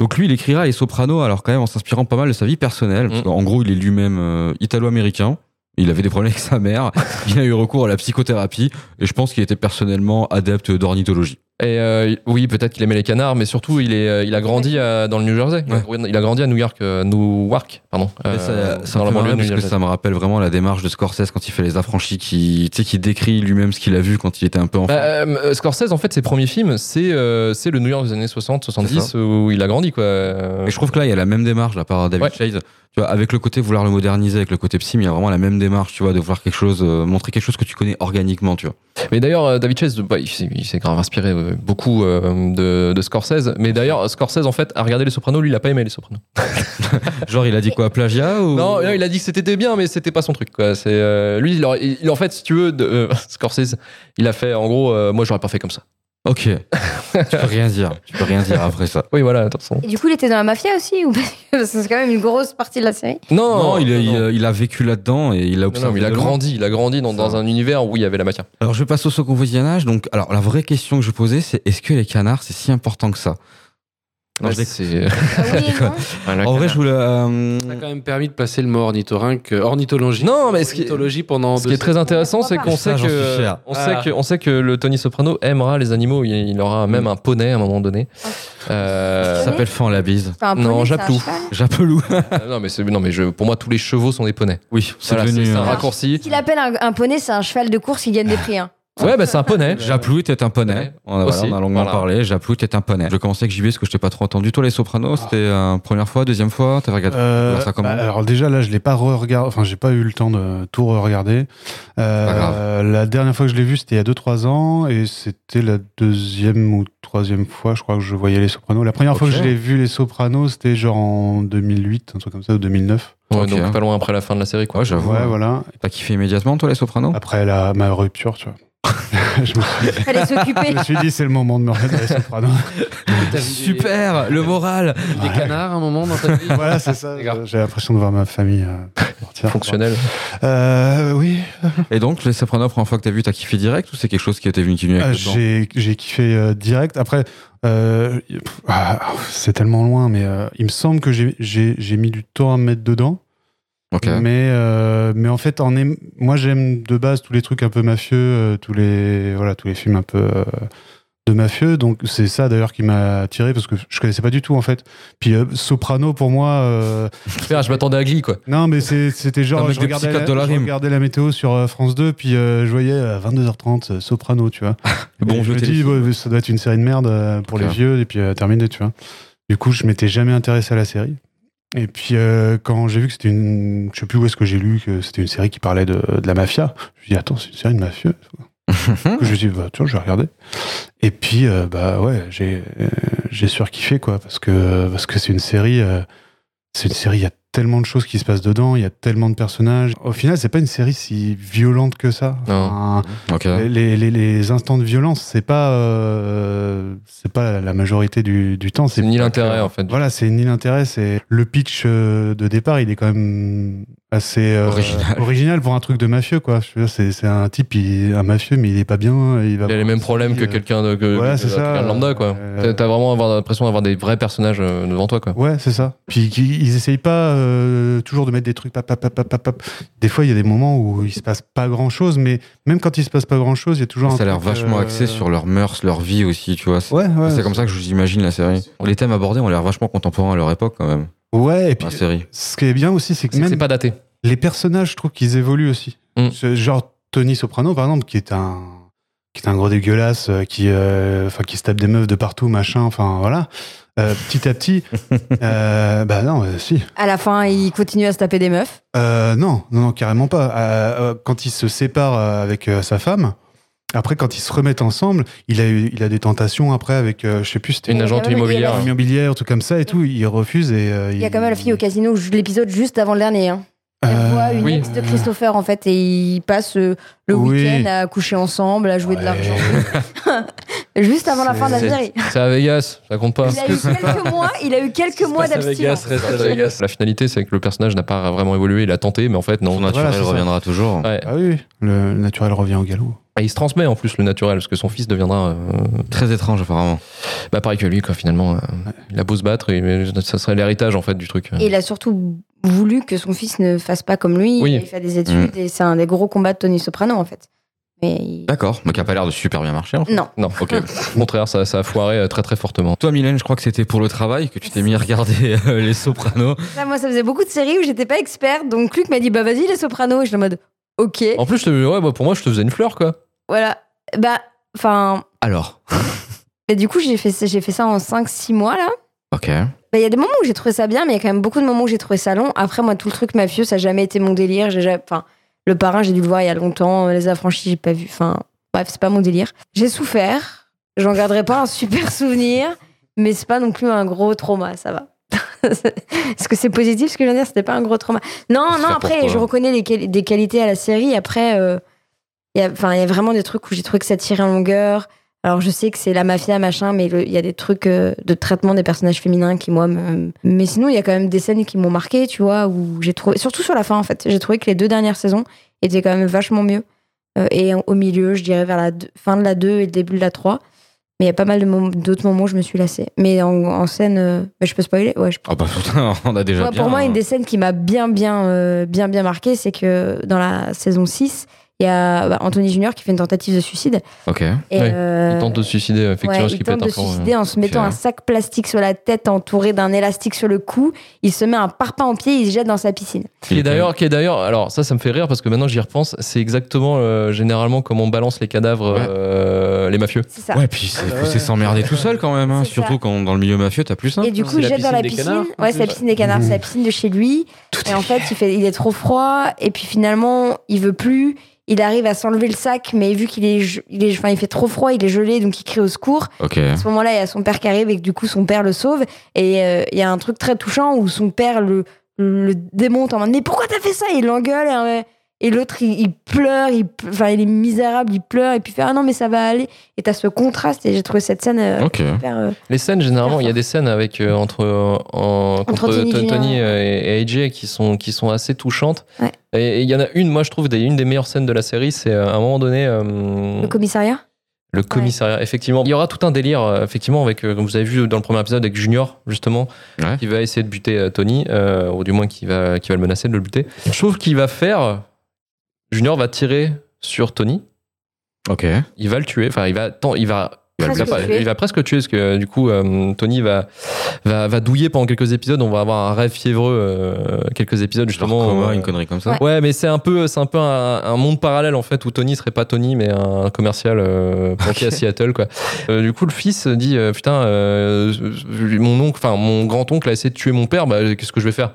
Speaker 1: Donc lui, il écrira Les Sopranos, alors quand même en s'inspirant pas mal de sa vie personnelle.
Speaker 3: Mm.
Speaker 1: en gros, il est lui-même euh, italo-américain. Il avait des problèmes avec sa mère. il a eu recours à la psychothérapie. Et je pense qu'il était personnellement adepte d'ornithologie.
Speaker 3: Et euh, oui, peut-être qu'il aimait les canards, mais surtout il est, euh, il a grandi à- dans le New Jersey. Il a- Il a grandi à New York, euh, Newark, pardon.
Speaker 1: Mais
Speaker 3: euh,
Speaker 1: ça, ça me fait marrer parce que ça me rappelle vraiment la démarche de Scorsese quand il fait les affranchis, qui, tu sais, qui décrit lui-même ce qu'il a vu quand il était un peu enfant.
Speaker 3: Bah, euh, Scorsese, en fait, ses premiers films, c'est euh, c'est le New York des années 60, 70 où il a grandi, quoi.
Speaker 1: et Hein je trouve que là, il y a la même démarche là, par David
Speaker 3: Ouais.
Speaker 1: Chase. Tu vois, avec le côté vouloir le moderniser, avec le côté psy, mais il y a vraiment la même démarche, tu vois, de vouloir quelque chose, euh, montrer quelque chose que tu connais organiquement, tu vois.
Speaker 3: Mais d'ailleurs, euh, David Chase, bah, il s'est il s'est grave inspiré euh, beaucoup euh, de, de Scorsese. Mais d'ailleurs, Scorsese, en fait, a regardé Les Sopranos, lui, il a pas aimé Les Sopranos.
Speaker 1: Genre, il a dit quoi, plagiat ou...
Speaker 3: Non, non, il a dit que c'était bien, mais c'était pas son truc. Quoi. C'est euh, lui, il, aurait- il- en fait, si tu veux, de, euh, Scorsese, il a fait en gros, euh, moi j'aurais pas fait comme ça.
Speaker 1: Ok. tu peux rien dire. Tu peux rien dire après ça.
Speaker 3: Oui, voilà, attention.
Speaker 2: Et du coup, il était dans la mafia aussi ou parce que c'est quand même une grosse partie de la série.
Speaker 3: Non,
Speaker 1: Non, il, a,
Speaker 3: non,
Speaker 1: il,
Speaker 3: non.
Speaker 1: a- il a vécu là-dedans et il a
Speaker 3: Non, non,
Speaker 1: observé.
Speaker 3: mais il a
Speaker 1: de loin.
Speaker 3: grandi, il a grandi dans, dans un univers où il y avait la matière.
Speaker 1: Alors je passe au second visionnage. Donc, alors la vraie question que je posais, c'est est-ce que les canards c'est si important que ça Non, je
Speaker 3: Ouais,
Speaker 1: déconne.
Speaker 3: c'est-
Speaker 2: Ah oui, non
Speaker 1: En vrai, je voulais. euh,
Speaker 4: euh, Ça a quand même permis de passer le mot ornithorynque, euh, ornithologie.
Speaker 3: Non, mais ce qui-
Speaker 4: Ornithologie pendant
Speaker 3: Ce qui est très intéressant,
Speaker 2: Ah,
Speaker 3: c'est qu'on sait
Speaker 1: Ça, j'en suis
Speaker 3: que euh,
Speaker 1: fier.
Speaker 3: on
Speaker 4: Ah.
Speaker 3: sait que on sait que le Tony Soprano aimera les animaux. Il, il aura même un poney à un moment donné.
Speaker 1: Mm. Ça
Speaker 3: Euh,
Speaker 1: s'appelle Fan la
Speaker 2: Ah.
Speaker 1: bise.
Speaker 2: Enfin, un
Speaker 3: Non,
Speaker 2: poney, c'est un
Speaker 3: Japlou.
Speaker 2: cheval.
Speaker 1: Japelou.
Speaker 3: non, mais c'est- non, mais je- pour moi, tous les chevaux sont des poneys.
Speaker 1: Oui, c'est
Speaker 3: Voilà,
Speaker 1: devenu.
Speaker 3: c'est un
Speaker 1: euh,
Speaker 3: raccourci.
Speaker 2: Ce qu'il appelle un, un poney, c'est un cheval de course qui gagne des prix. hein.
Speaker 3: Ouais, bah c'est un poney.
Speaker 1: Japlou était un poney.
Speaker 3: Ouais.
Speaker 1: On, a-
Speaker 3: Aussi,
Speaker 1: voilà, on a longuement
Speaker 3: voilà.
Speaker 1: parlé. Japlou était un poney. Je commençais que j'y vais parce que je t'ai pas trop entendu. Toi, les sopranos, c'était euh, première fois, deuxième fois. T'avais regardé.
Speaker 5: Ah. Euh,
Speaker 1: ça comment
Speaker 5: bah, alors déjà là je l'ai pas regardé enfin j'ai pas eu le temps de tout regarder
Speaker 1: Pas
Speaker 5: la dernière fois que je l'ai vu c'était il y a 2-3 ans et c'était la deuxième ou troisième fois je crois que je voyais les Sopranos la première fois
Speaker 1: Ok.
Speaker 5: que je l'ai vu les Sopranos c'était genre en 2008 un truc comme ça ou 2009
Speaker 3: Ouais,
Speaker 1: Ok.
Speaker 3: Donc pas loin après la fin de la série, quoi.
Speaker 1: Ouais, j'avoue.
Speaker 5: ouais voilà
Speaker 1: T'as kiffé immédiatement, toi, les sopranos
Speaker 5: après la, ma rupture tu vois je, me suis,
Speaker 2: Fallait s'occuper.
Speaker 5: je me suis dit c'est le moment de me remettre dans les Sopranos
Speaker 1: Super, le moral.
Speaker 4: Des
Speaker 5: Ouais.
Speaker 4: canards à un moment dans ta vie.
Speaker 5: voilà c'est ça
Speaker 4: Grave.
Speaker 5: j'ai l'impression de voir ma famille euh, partir.
Speaker 3: Fonctionnel.
Speaker 5: Euh, oui
Speaker 1: Et donc, les sopranos, première fois que t'as vu, t'as kiffé direct ou c'est quelque chose qui était venu qui
Speaker 5: Euh,
Speaker 1: avec le temps
Speaker 5: j'ai j'ai kiffé euh, direct. Après, euh, pff, ah, c'est tellement loin, mais euh, il me semble que j'ai- j'ai j'ai mis du temps à me mettre dedans.
Speaker 1: Ok.
Speaker 5: Mais, euh, mais en fait, en aim- moi j'aime de base tous les trucs un peu mafieux, euh, tous, les, voilà, tous les films un peu euh, de mafieux. Donc c'est ça d'ailleurs qui m'a attiré parce que je connaissais pas du tout en fait. Puis euh, Soprano pour moi. euh,
Speaker 3: Frère, je m'attendais à Glee, quoi.
Speaker 5: non, mais c'est- c'était
Speaker 1: Un
Speaker 5: genre,
Speaker 1: mec
Speaker 5: je
Speaker 1: de
Speaker 5: regardais, la,
Speaker 1: psychiatre de la
Speaker 5: je
Speaker 1: rime.
Speaker 5: regardais la météo sur euh, France 2, puis euh, je voyais à 22h30 euh, Soprano, tu vois.
Speaker 1: Le bon
Speaker 5: Et je
Speaker 1: vieux
Speaker 5: me dis,
Speaker 1: téléfilm.
Speaker 5: ouais, ça doit être une série de merde euh, pour
Speaker 1: Ok.
Speaker 5: les vieux, et puis euh, terminé, tu vois. Du coup, je m'étais jamais intéressé à la série. Et puis, euh, quand j'ai vu que c'était une. Je sais plus où est-ce que j'ai lu que c'était une série qui parlait de, de la mafia, je me suis dit, attends, c'est une série de mafieux. je me suis dit, bah, tiens, je vais regarder. Et puis, euh, bah ouais, j'ai euh, j'ai surkiffé, quoi, parce que parce que c'est une série. euh, c'est une série, il y a tellement de choses qui se passent dedans, il y a tellement de personnages. Au final, c'est pas une série si violente que ça.
Speaker 3: Non.
Speaker 5: Enfin,
Speaker 1: Ok.
Speaker 5: les, les- les instants de violence, c'est pas, euh, c'est pas la majorité du, du temps.
Speaker 3: C'est ni
Speaker 5: pas
Speaker 3: l'intérêt,
Speaker 5: que-
Speaker 3: en fait.
Speaker 5: Voilà, c'est ni l'intérêt. C'est le pitch euh, de départ, il est quand même assez euh,
Speaker 1: Original.
Speaker 5: original pour un truc de mafieux, quoi. Je veux dire, c'est c'est un type, il- un mafieux, mais il est pas bien. Il, va
Speaker 3: Il a les mêmes problèmes que
Speaker 5: Euh,
Speaker 3: quelqu'un de, que,
Speaker 5: voilà,
Speaker 3: que
Speaker 5: c'est ça.
Speaker 3: quelqu'un de lambda, quoi.
Speaker 5: Euh,
Speaker 3: T'as- T'as vraiment avoir- l'impression d'avoir des vrais personnages euh, devant toi, quoi.
Speaker 5: Ouais, c'est ça. Puis qui- ils essayent pas euh, toujours de mettre des trucs pap, pap, pap, pap, pap, pap. Des fois, il y a des moments où il se passe pas grand chose, mais même quand il se passe pas grand chose, il y a toujours un
Speaker 1: Ça a l'air
Speaker 5: truc,
Speaker 1: vachement
Speaker 5: euh,
Speaker 1: axé sur leurs meurs, leur vie aussi, tu vois. C'est
Speaker 5: Ouais, ouais.
Speaker 1: c'est comme ça que je vous imagine la série. Les thèmes abordés ont l'air vachement contemporains à leur époque, quand même,
Speaker 5: Ouais, et puis
Speaker 1: la série.
Speaker 5: ce qui est bien aussi, c'est que
Speaker 3: C'est que
Speaker 5: même
Speaker 3: c'est pas daté.
Speaker 5: les personnages, je trouve qu'ils évoluent aussi.
Speaker 3: Mm.
Speaker 5: Ce- Genre Tony Soprano, par exemple, qui est un qui est un gros dégueulasse, euh, qui euh, enfin qui se tape des meufs de partout, machin. Enfin voilà. Euh, petit à petit, euh, bah non, euh, si.
Speaker 2: À la fin, il continue à se taper des meufs.
Speaker 5: Euh, non, non, non, carrément pas. Euh, euh, quand il se sépare euh, avec euh, sa femme, après quand ils se remettent ensemble, il a eu, il a des tentations après avec, euh, je sais plus, c'était
Speaker 3: Une agente
Speaker 2: Il y a même- il y a
Speaker 3: immobilière.
Speaker 2: même-
Speaker 5: une immobilière, tout comme ça et tout. Il refuse et euh,
Speaker 2: Il y a quand même la fille au casino, je- l'épisode juste avant le dernier. hein. Elle
Speaker 5: Euh,
Speaker 2: voit une
Speaker 3: oui.
Speaker 2: ex de Christopher en fait et ils passent euh, le
Speaker 5: Oui.
Speaker 2: week-end à coucher ensemble, à jouer de
Speaker 5: Ouais.
Speaker 2: l'argent. juste avant la fin de la
Speaker 3: C'est-
Speaker 2: série.
Speaker 3: C'est à Vegas, ça compte pas.
Speaker 2: Il a eu quelques mois, il a eu quelques mois d'abstinence.
Speaker 3: La finalité, c'est que le personnage n'a pas vraiment évolué. Il a tenté, mais en fait, non.
Speaker 1: Son naturel
Speaker 5: c'est ça.
Speaker 1: reviendra toujours.
Speaker 3: Ouais.
Speaker 5: Ah oui, le naturel revient au galop.
Speaker 3: Et il se transmet en plus le naturel, parce que son fils deviendra euh,
Speaker 1: Très étrange, apparemment.
Speaker 3: bah, pareil que lui, quoi, finalement. euh, Il a beau se battre, et, mais ça serait l'héritage, en fait, du truc.
Speaker 2: Et il a surtout voulu que son fils ne fasse pas comme lui.
Speaker 3: Oui.
Speaker 2: Il fait des études et c'est un des gros combats de Tony Soprano en fait. Mais il-
Speaker 1: D'accord, mais qui a pas l'air de super bien marcher. en fait.
Speaker 2: non.
Speaker 3: Non, ok. Au contraire, ça, ça a foiré euh, très très fortement.
Speaker 1: Toi, Mylène, je crois que c'était pour le travail que tu t'es mis à regarder euh, Les Sopranos.
Speaker 2: Ça, moi, ça faisait beaucoup de séries où j'étais pas experte. Donc Luc m'a dit bah vas-y les Sopranos. Et j'étais en mode ok.
Speaker 3: En plus, je te- ouais, bah, pour moi, je te faisais une fleur, quoi.
Speaker 2: Voilà. Bah enfin.
Speaker 1: Alors
Speaker 2: Et du coup j'ai fait ça- j'ai fait ça en 5-6 mois là.
Speaker 1: Ok.
Speaker 2: Bah, Il y a des moments où j'ai trouvé ça bien, mais il y a quand même beaucoup de moments où j'ai trouvé ça long. Après, moi, tout le truc mafieux, ça n'a jamais été mon délire. J'ai jamais- Enfin, le parrain, j'ai dû le voir il y a longtemps. Euh, Les affranchis, j'ai pas vu. Enfin, bref, c'est pas mon délire. J'ai souffert. J'en garderai pas un super souvenir, mais c'est pas non plus un gros trauma, ça va. Est-ce que c'est positif ce que je viens de dire C'était pas un gros trauma. Non,
Speaker 1: Faut
Speaker 2: non,
Speaker 1: se faire pour
Speaker 2: après,
Speaker 1: toi. hein.
Speaker 2: je reconnais les quali- des qualités à la série. Après, euh, il y a- enfin, il y a vraiment des trucs où j'ai trouvé que ça tirait en longueur. Alors je sais que c'est la mafia machin, mais le- il y a des trucs euh, de traitement des personnages féminins qui moi. me- Mais sinon il y a quand même des scènes qui m'ont marqué, tu vois, où j'ai trouvé surtout sur la fin en fait, j'ai trouvé que les deux dernières saisons étaient quand même vachement mieux. Euh, et au milieu, je dirais vers la deux- fin de la 2 et le début de la 3. Mais il y a pas mal de mom- d'autres moments où je me suis lassée. Mais en, en scène, euh, bah, je peux spoiler. Ouais, je
Speaker 1: Ah bah putain, on a déjà
Speaker 2: moi,
Speaker 1: bien... hein.
Speaker 2: pour moi, une des scènes qui m'a bien, bien, euh, bien, bien marqué, c'est que dans la saison 6, il y a bah, Anthony Junior qui fait une tentative de suicide.
Speaker 1: Ok.
Speaker 2: Et,
Speaker 3: Ouais,
Speaker 2: euh,
Speaker 3: Il tente de se suicider, effectivement,
Speaker 2: ouais,
Speaker 3: ce
Speaker 2: il
Speaker 3: qui peut
Speaker 2: tente
Speaker 3: être
Speaker 2: de
Speaker 3: un
Speaker 2: se
Speaker 3: peu, euh,
Speaker 2: suicider en se mettant
Speaker 1: faire.
Speaker 2: un sac plastique sur la tête entouré d'un élastique sur le cou. Il se met un parpaing au pied, il se jette dans sa piscine.
Speaker 3: Qui est d'ailleurs, qui est d'ailleurs, alors ça, ça me fait rire parce que maintenant que j'y repense, c'est exactement euh, généralement comme on balance les cadavres,
Speaker 1: Ouais.
Speaker 3: euh, les mafieux.
Speaker 2: C'est ça.
Speaker 1: Ouais, puis c'est faut
Speaker 10: ouais.
Speaker 1: c'est s'emmerder tout seul quand même, hein.
Speaker 2: C'est ça.
Speaker 1: surtout quand dans le milieu mafieux, t'as plus hein. Mmh. ça.
Speaker 2: Et du coup,
Speaker 10: C'est
Speaker 2: il
Speaker 10: la
Speaker 2: jette dans
Speaker 10: piscine
Speaker 2: la
Speaker 10: des
Speaker 2: piscine.
Speaker 10: canards, en
Speaker 2: ouais,
Speaker 10: plus.
Speaker 2: c'est la piscine des canards, c'est la piscine de chez lui. et en fait, il fait, il est trop froid. Et puis finalement, il veut plus. Il arrive à s'enlever le sac, mais vu qu'il est, ge- il est, enfin, il fait trop froid, il est gelé, donc il crie au secours.
Speaker 1: Ok.
Speaker 2: À ce moment-là, il y a son père qui arrive et que du coup, son père le sauve. Et euh, il y a un truc très touchant où son père le, le démonte en mode Mais pourquoi t'as fait ça Et Il l'engueule. Et, euh, et l'autre, il, il pleure. Il, ple- enfin, il est misérable, il pleure. Et puis il fait Ah non, mais ça va aller. Et t'as ce contraste. Et j'ai trouvé cette scène euh,
Speaker 1: Ok.
Speaker 2: super. euh,
Speaker 3: Les scènes, généralement, il y a des scènes avec euh, entre, euh, en- contre
Speaker 2: Anthony
Speaker 3: Tony,
Speaker 2: Junior.
Speaker 3: et, et AJ qui sont qui sont assez touchantes.
Speaker 2: Ouais.
Speaker 3: Et- Et il y en a une, moi je trouve, des- une des meilleures scènes de la série, c'est euh, à un moment donné euh,
Speaker 2: Le
Speaker 3: le,
Speaker 2: commissariat
Speaker 3: commissariat. Effectivement, il y aura tout un délire, euh, effectivement, avec euh, comme vous avez vu dans le premier épisode avec Junior justement,
Speaker 1: Ouais.
Speaker 3: qui va essayer de buter euh, Tony, euh, ou du moins qui va qui va le menacer de le buter. Je trouve qu'il va faire, Junior va tirer sur Tony,
Speaker 1: Ok.
Speaker 3: il va le tuer, enfin il va tant il va
Speaker 1: Il va le
Speaker 2: Presque
Speaker 3: il va, pas-
Speaker 2: tuer.
Speaker 3: il va presque tuer parce que euh, du coup euh, Tony va, va va douiller pendant quelques épisodes. On va avoir un rêve fiévreux euh, quelques épisodes justement.
Speaker 1: Genre coma,
Speaker 3: euh,
Speaker 1: une connerie comme ça.
Speaker 3: Ouais, mais c'est un peu c'est un peu un, un monde parallèle en fait où Tony serait pas Tony mais un commercial euh, planqué à Seattle quoi. Euh, du coup le fils dit euh, putain euh, mon oncle enfin mon grand oncle a essayé de tuer mon père bah qu'est-ce que je vais faire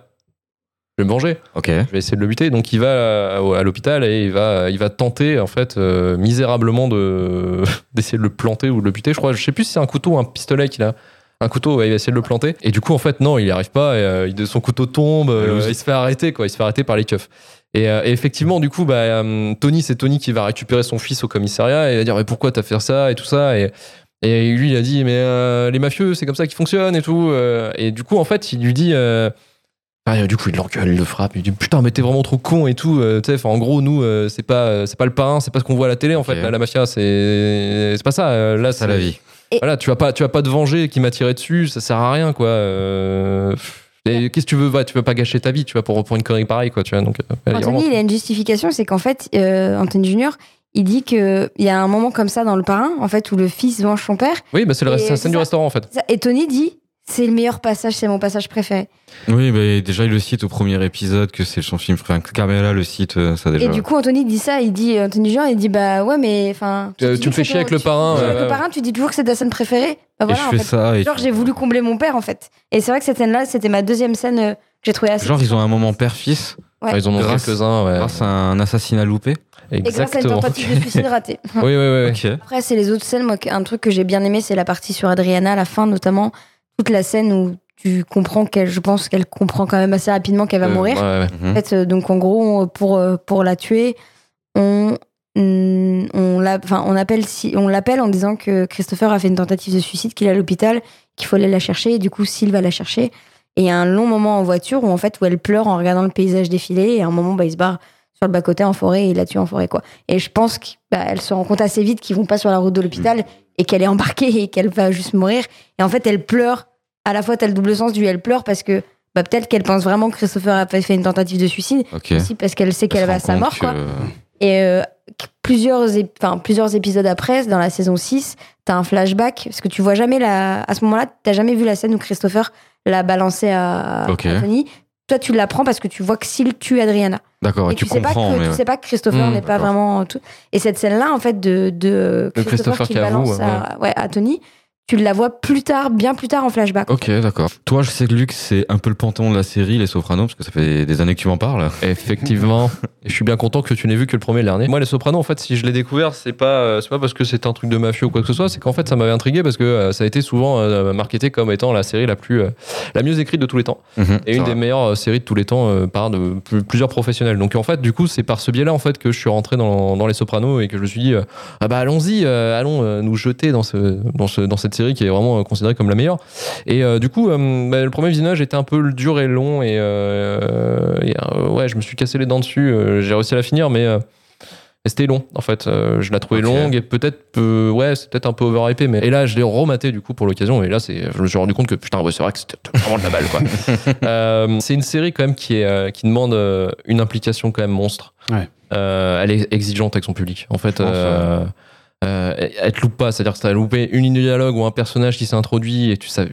Speaker 3: je vais me venger
Speaker 1: Ok.
Speaker 3: je vais essayer de le buter. Donc il va euh, à, à l'hôpital et il va, il va tenter en fait euh, misérablement de d'essayer de le planter ou de le buter. Je crois, je sais plus si c'est un couteau ou un pistolet qu'il a. Un couteau, ouais, il va essayer de le planter. Et du coup, en fait, non, il n'y arrive pas. et, euh, il- son couteau tombe. euh,
Speaker 1: Loose.
Speaker 3: il se fait arrêter, quoi. Il se fait arrêter par les keufs. Et, euh, et effectivement, du coup, bah, euh, Tony, c'est Tony qui va récupérer son fils au commissariat et il va dire mais pourquoi t'as fait ça et tout ça. Et, et lui, il a dit mais euh, les mafieux, c'est comme ça qu'ils fonctionnent et tout. euh. Et du coup, en fait, il lui dit euh, ah, et du coup, il l'engueule, il le frappe, il dit putain, mais t'es vraiment trop con et tout. euh, tu sais, enfin, en gros, nous, euh, c'est pas, euh, c'est pas le parrain, c'est pas ce qu'on voit à la télé en
Speaker 1: Ok.
Speaker 3: fait. Là, la mafia, c'est, c'est pas ça. euh, Là,
Speaker 1: Ça la vie.
Speaker 3: Voilà, tu vas pas, tu vas pas te venger qui m'a tiré dessus, ça sert à rien quoi. euh, et Qu'est-ce que tu veux, va, tu vas pas gâcher ta vie, tu vas pour reprendre une connerie pareille quoi, tu vois. Donc, euh, elle est vraiment-
Speaker 2: Anthony, il a une justification, c'est qu'en fait, euh, Anthony Junior, il dit qu'il y a un moment comme ça dans le parrain, en fait, où le fils venge son père.
Speaker 3: Oui, bah, c'est le
Speaker 2: Et
Speaker 3: reste- c'est la
Speaker 2: c'est
Speaker 3: scène du
Speaker 2: ça.
Speaker 3: restaurant en fait.
Speaker 2: Et Tony dit, c'est le meilleur passage, c'est mon passage préféré.
Speaker 1: Oui, mais déjà, il le cite au premier épisode que c'est son film. Enfin, que Carmela le cite, euh, ça déjà.
Speaker 2: Et du coup, Anthony dit ça, il dit, Anthony Junior, il dit, bah ouais, mais enfin.
Speaker 3: Euh,
Speaker 2: dis
Speaker 3: tu me
Speaker 2: que
Speaker 3: fais
Speaker 2: c'est
Speaker 3: chier
Speaker 2: ton-
Speaker 3: avec le
Speaker 2: tu-
Speaker 3: parrain, euh,
Speaker 2: tu-
Speaker 3: ouais,
Speaker 2: Avec
Speaker 3: ouais.
Speaker 2: le parrain, tu dis toujours que c'est ta scène préférée. Bah
Speaker 1: et
Speaker 2: voilà,
Speaker 1: je
Speaker 2: en
Speaker 1: fais
Speaker 2: fait.
Speaker 1: ça. Et
Speaker 2: Genre,
Speaker 1: tu-
Speaker 2: j'ai voulu combler mon père, en fait. Et c'est vrai que cette scène-là, c'était ma deuxième scène euh, que j'ai trouvée assez.
Speaker 1: Genre, ils ont un moment père-fils
Speaker 2: Ouais.
Speaker 3: Ah, ils en ont
Speaker 1: Grâce-
Speaker 3: quelques-uns, ouais.
Speaker 1: grâce à un assassinat loupé.
Speaker 2: Et grâce à une
Speaker 3: Exactement.
Speaker 2: tentative de suicide ratée.
Speaker 3: Oui, oui, oui.
Speaker 1: Ok.
Speaker 2: Après, c'est les autres scènes. Moi, un truc que j'ai bien aimé, c'est la partie sur Adriana, la fin notamment, toute la scène où tu comprends qu'elle, je pense qu'elle comprend quand même assez rapidement qu'elle va
Speaker 3: Euh,
Speaker 2: mourir.
Speaker 3: ouais, ouais.
Speaker 1: Mhm.
Speaker 2: En fait, euh, donc en gros, on- pour euh, pour la tuer, on on on l'a- enfin, on appelle si on l'appelle en disant que Christopher a fait une tentative de suicide, qu'il est à l'hôpital, qu'il faut aller la chercher. Et du coup, Sylve va la chercher. Et il y a un long moment en voiture où en fait où elle pleure en regardant le paysage défiler. Et à un moment, bah, il se barre sur le bas côté en forêt et il la tue en forêt quoi. Et je pense qu'elle se rend compte assez vite qu'ils vont pas sur la route de l'hôpital et qu'elle est embarquée et qu'elle va juste mourir. Et en fait, elle pleure. À la fois, t'as le double sens du elle pleure parce que bah, peut-être qu'elle pense vraiment que Christopher a fait une tentative de suicide
Speaker 1: Ok.
Speaker 2: aussi parce qu'elle sait
Speaker 1: Elle
Speaker 2: qu'elle
Speaker 1: se
Speaker 2: va à
Speaker 1: rend
Speaker 2: sa
Speaker 1: compte
Speaker 2: mort. Quoi.
Speaker 1: que-
Speaker 2: Et euh, qu- plusieurs, ép- enfin, plusieurs épisodes après, dans la saison 6, t'as un flashback parce que tu vois jamais la. À ce moment-là, t'as jamais vu la scène où Christopher l'a balancé à
Speaker 1: Ok.
Speaker 2: à Tony. Toi, tu l'apprends parce que tu vois que Syl tue Adriana.
Speaker 1: D'accord,
Speaker 2: et
Speaker 1: et tu,
Speaker 2: sais pas que,
Speaker 1: comprends. mais
Speaker 2: tu
Speaker 1: ouais. Hmm,
Speaker 2: sais pas que Christopher
Speaker 3: Mmh,
Speaker 2: n'est pas
Speaker 1: d'accord.
Speaker 2: vraiment tout. Et cette scène-là, en fait, de, de
Speaker 3: Christopher qui avoue,
Speaker 2: balance à, ouais, à Tony,
Speaker 9: tu la vois plus tard, bien plus tard en flashback.
Speaker 1: Ok, d'accord. Toi, je sais que Luc, c'est un peu le panton de la série, les Sopranos, parce que ça fait des années que tu m'en parles.
Speaker 3: Effectivement. Et je suis bien content que tu n'aies vu que le premier et le dernier. Moi, les Sopranos, en fait, si je l'ai découvert, c'est pas, euh, c'est pas parce que c'est un truc de mafieux ou quoi que ce soit, c'est qu'en fait, ça m'avait intrigué parce que euh, ça a été souvent euh, marketé comme étant la série la plus, euh, la mieux écrite de tous les temps.
Speaker 1: Mhm.
Speaker 3: Et une des meilleures euh, séries de tous les temps euh, par de, plus- plusieurs professionnels. Donc en fait, du coup, c'est par ce biais-là en fait que je suis rentré dans, dans les Sopranos et que je me suis dit euh, ah bah allons-y, euh, allons euh, nous jeter dans ce, dans ce dans cette série qui est vraiment euh, considérée comme la meilleure. Et euh, du coup, euh, bah, le premier visionnage était un peu dur et long et, euh, et, euh, ouais, je me suis cassé les dents dessus. Euh, J'ai réussi à la finir, mais euh, mais c'était long en fait. Euh, je la trouvais
Speaker 1: Ok.
Speaker 3: longue et peut-être euh, ouais, c'est peut-être un peu overhypé. Mais et là, je l'ai rematé du coup pour l'occasion. Et là, c'est je me suis rendu compte que putain, ouais, c'est vrai que c'était vraiment de la balle quoi. Euh, c'est une série quand même qui, est, euh, qui demande euh, une implication quand même monstre.
Speaker 5: Ouais.
Speaker 3: Euh, elle est exigeante avec son public. En fait,
Speaker 1: pense,
Speaker 3: euh, euh, elle te loupe pas. C'est-à-dire que t'as loupé une ligne de dialogue ou un personnage qui s'est introduit et tu sais,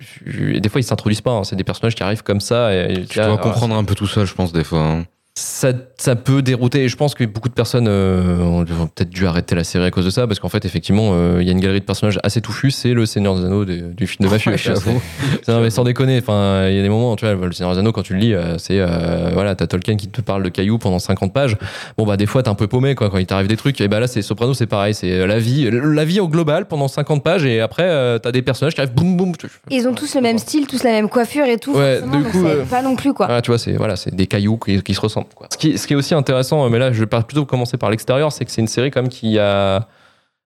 Speaker 3: et des fois ils s'introduisent pas. hein. C'est des personnages qui arrivent comme ça. Et, et
Speaker 1: Tu
Speaker 3: là,
Speaker 1: dois
Speaker 3: alors,
Speaker 1: comprendre un peu tout seul, je pense, des fois. hein.
Speaker 3: ça, ça peut dérouter. Et je pense que beaucoup de personnes euh, ont ont peut-être dû arrêter la série à cause de ça, parce qu'en fait, effectivement, euh, il y a une galerie de personnages assez touffus. C'est le Seigneur des Anneaux des- du film de Mafieux.
Speaker 1: Ouais,
Speaker 3: C'est-
Speaker 1: j'avoue.
Speaker 3: c'est- non, mais sans déconner, enfin, il y a des moments, tu vois, le Seigneur des Anneaux, quand tu le lis, euh, c'est euh, voilà, t'as Tolkien qui te parle de cailloux pendant 50 pages. Bon, bah, des fois, t'es un peu paumé, quoi, quand il t'arrive des trucs. Et bah là, c'est Soprano, c'est pareil, c'est euh, la vie, la vie au global pendant 50 pages, et après, euh, t'as des personnages qui arrivent boum boum. tu-
Speaker 9: Ils ont tous le même style, tous la même coiffure et tout.
Speaker 3: Ouais,
Speaker 9: forcément,
Speaker 3: du
Speaker 9: donc
Speaker 3: coup,
Speaker 9: ça
Speaker 3: euh,
Speaker 9: aide pas non plus quoi.
Speaker 3: Ah, tu vois, c'est voilà, c'est des cailloux qui, qui se ressemblent. quoi. Ce, qui, ce qui est aussi intéressant, euh, mais là, je vais par- plutôt commencer par l'extérieur, c'est que c'est une série quand même qui a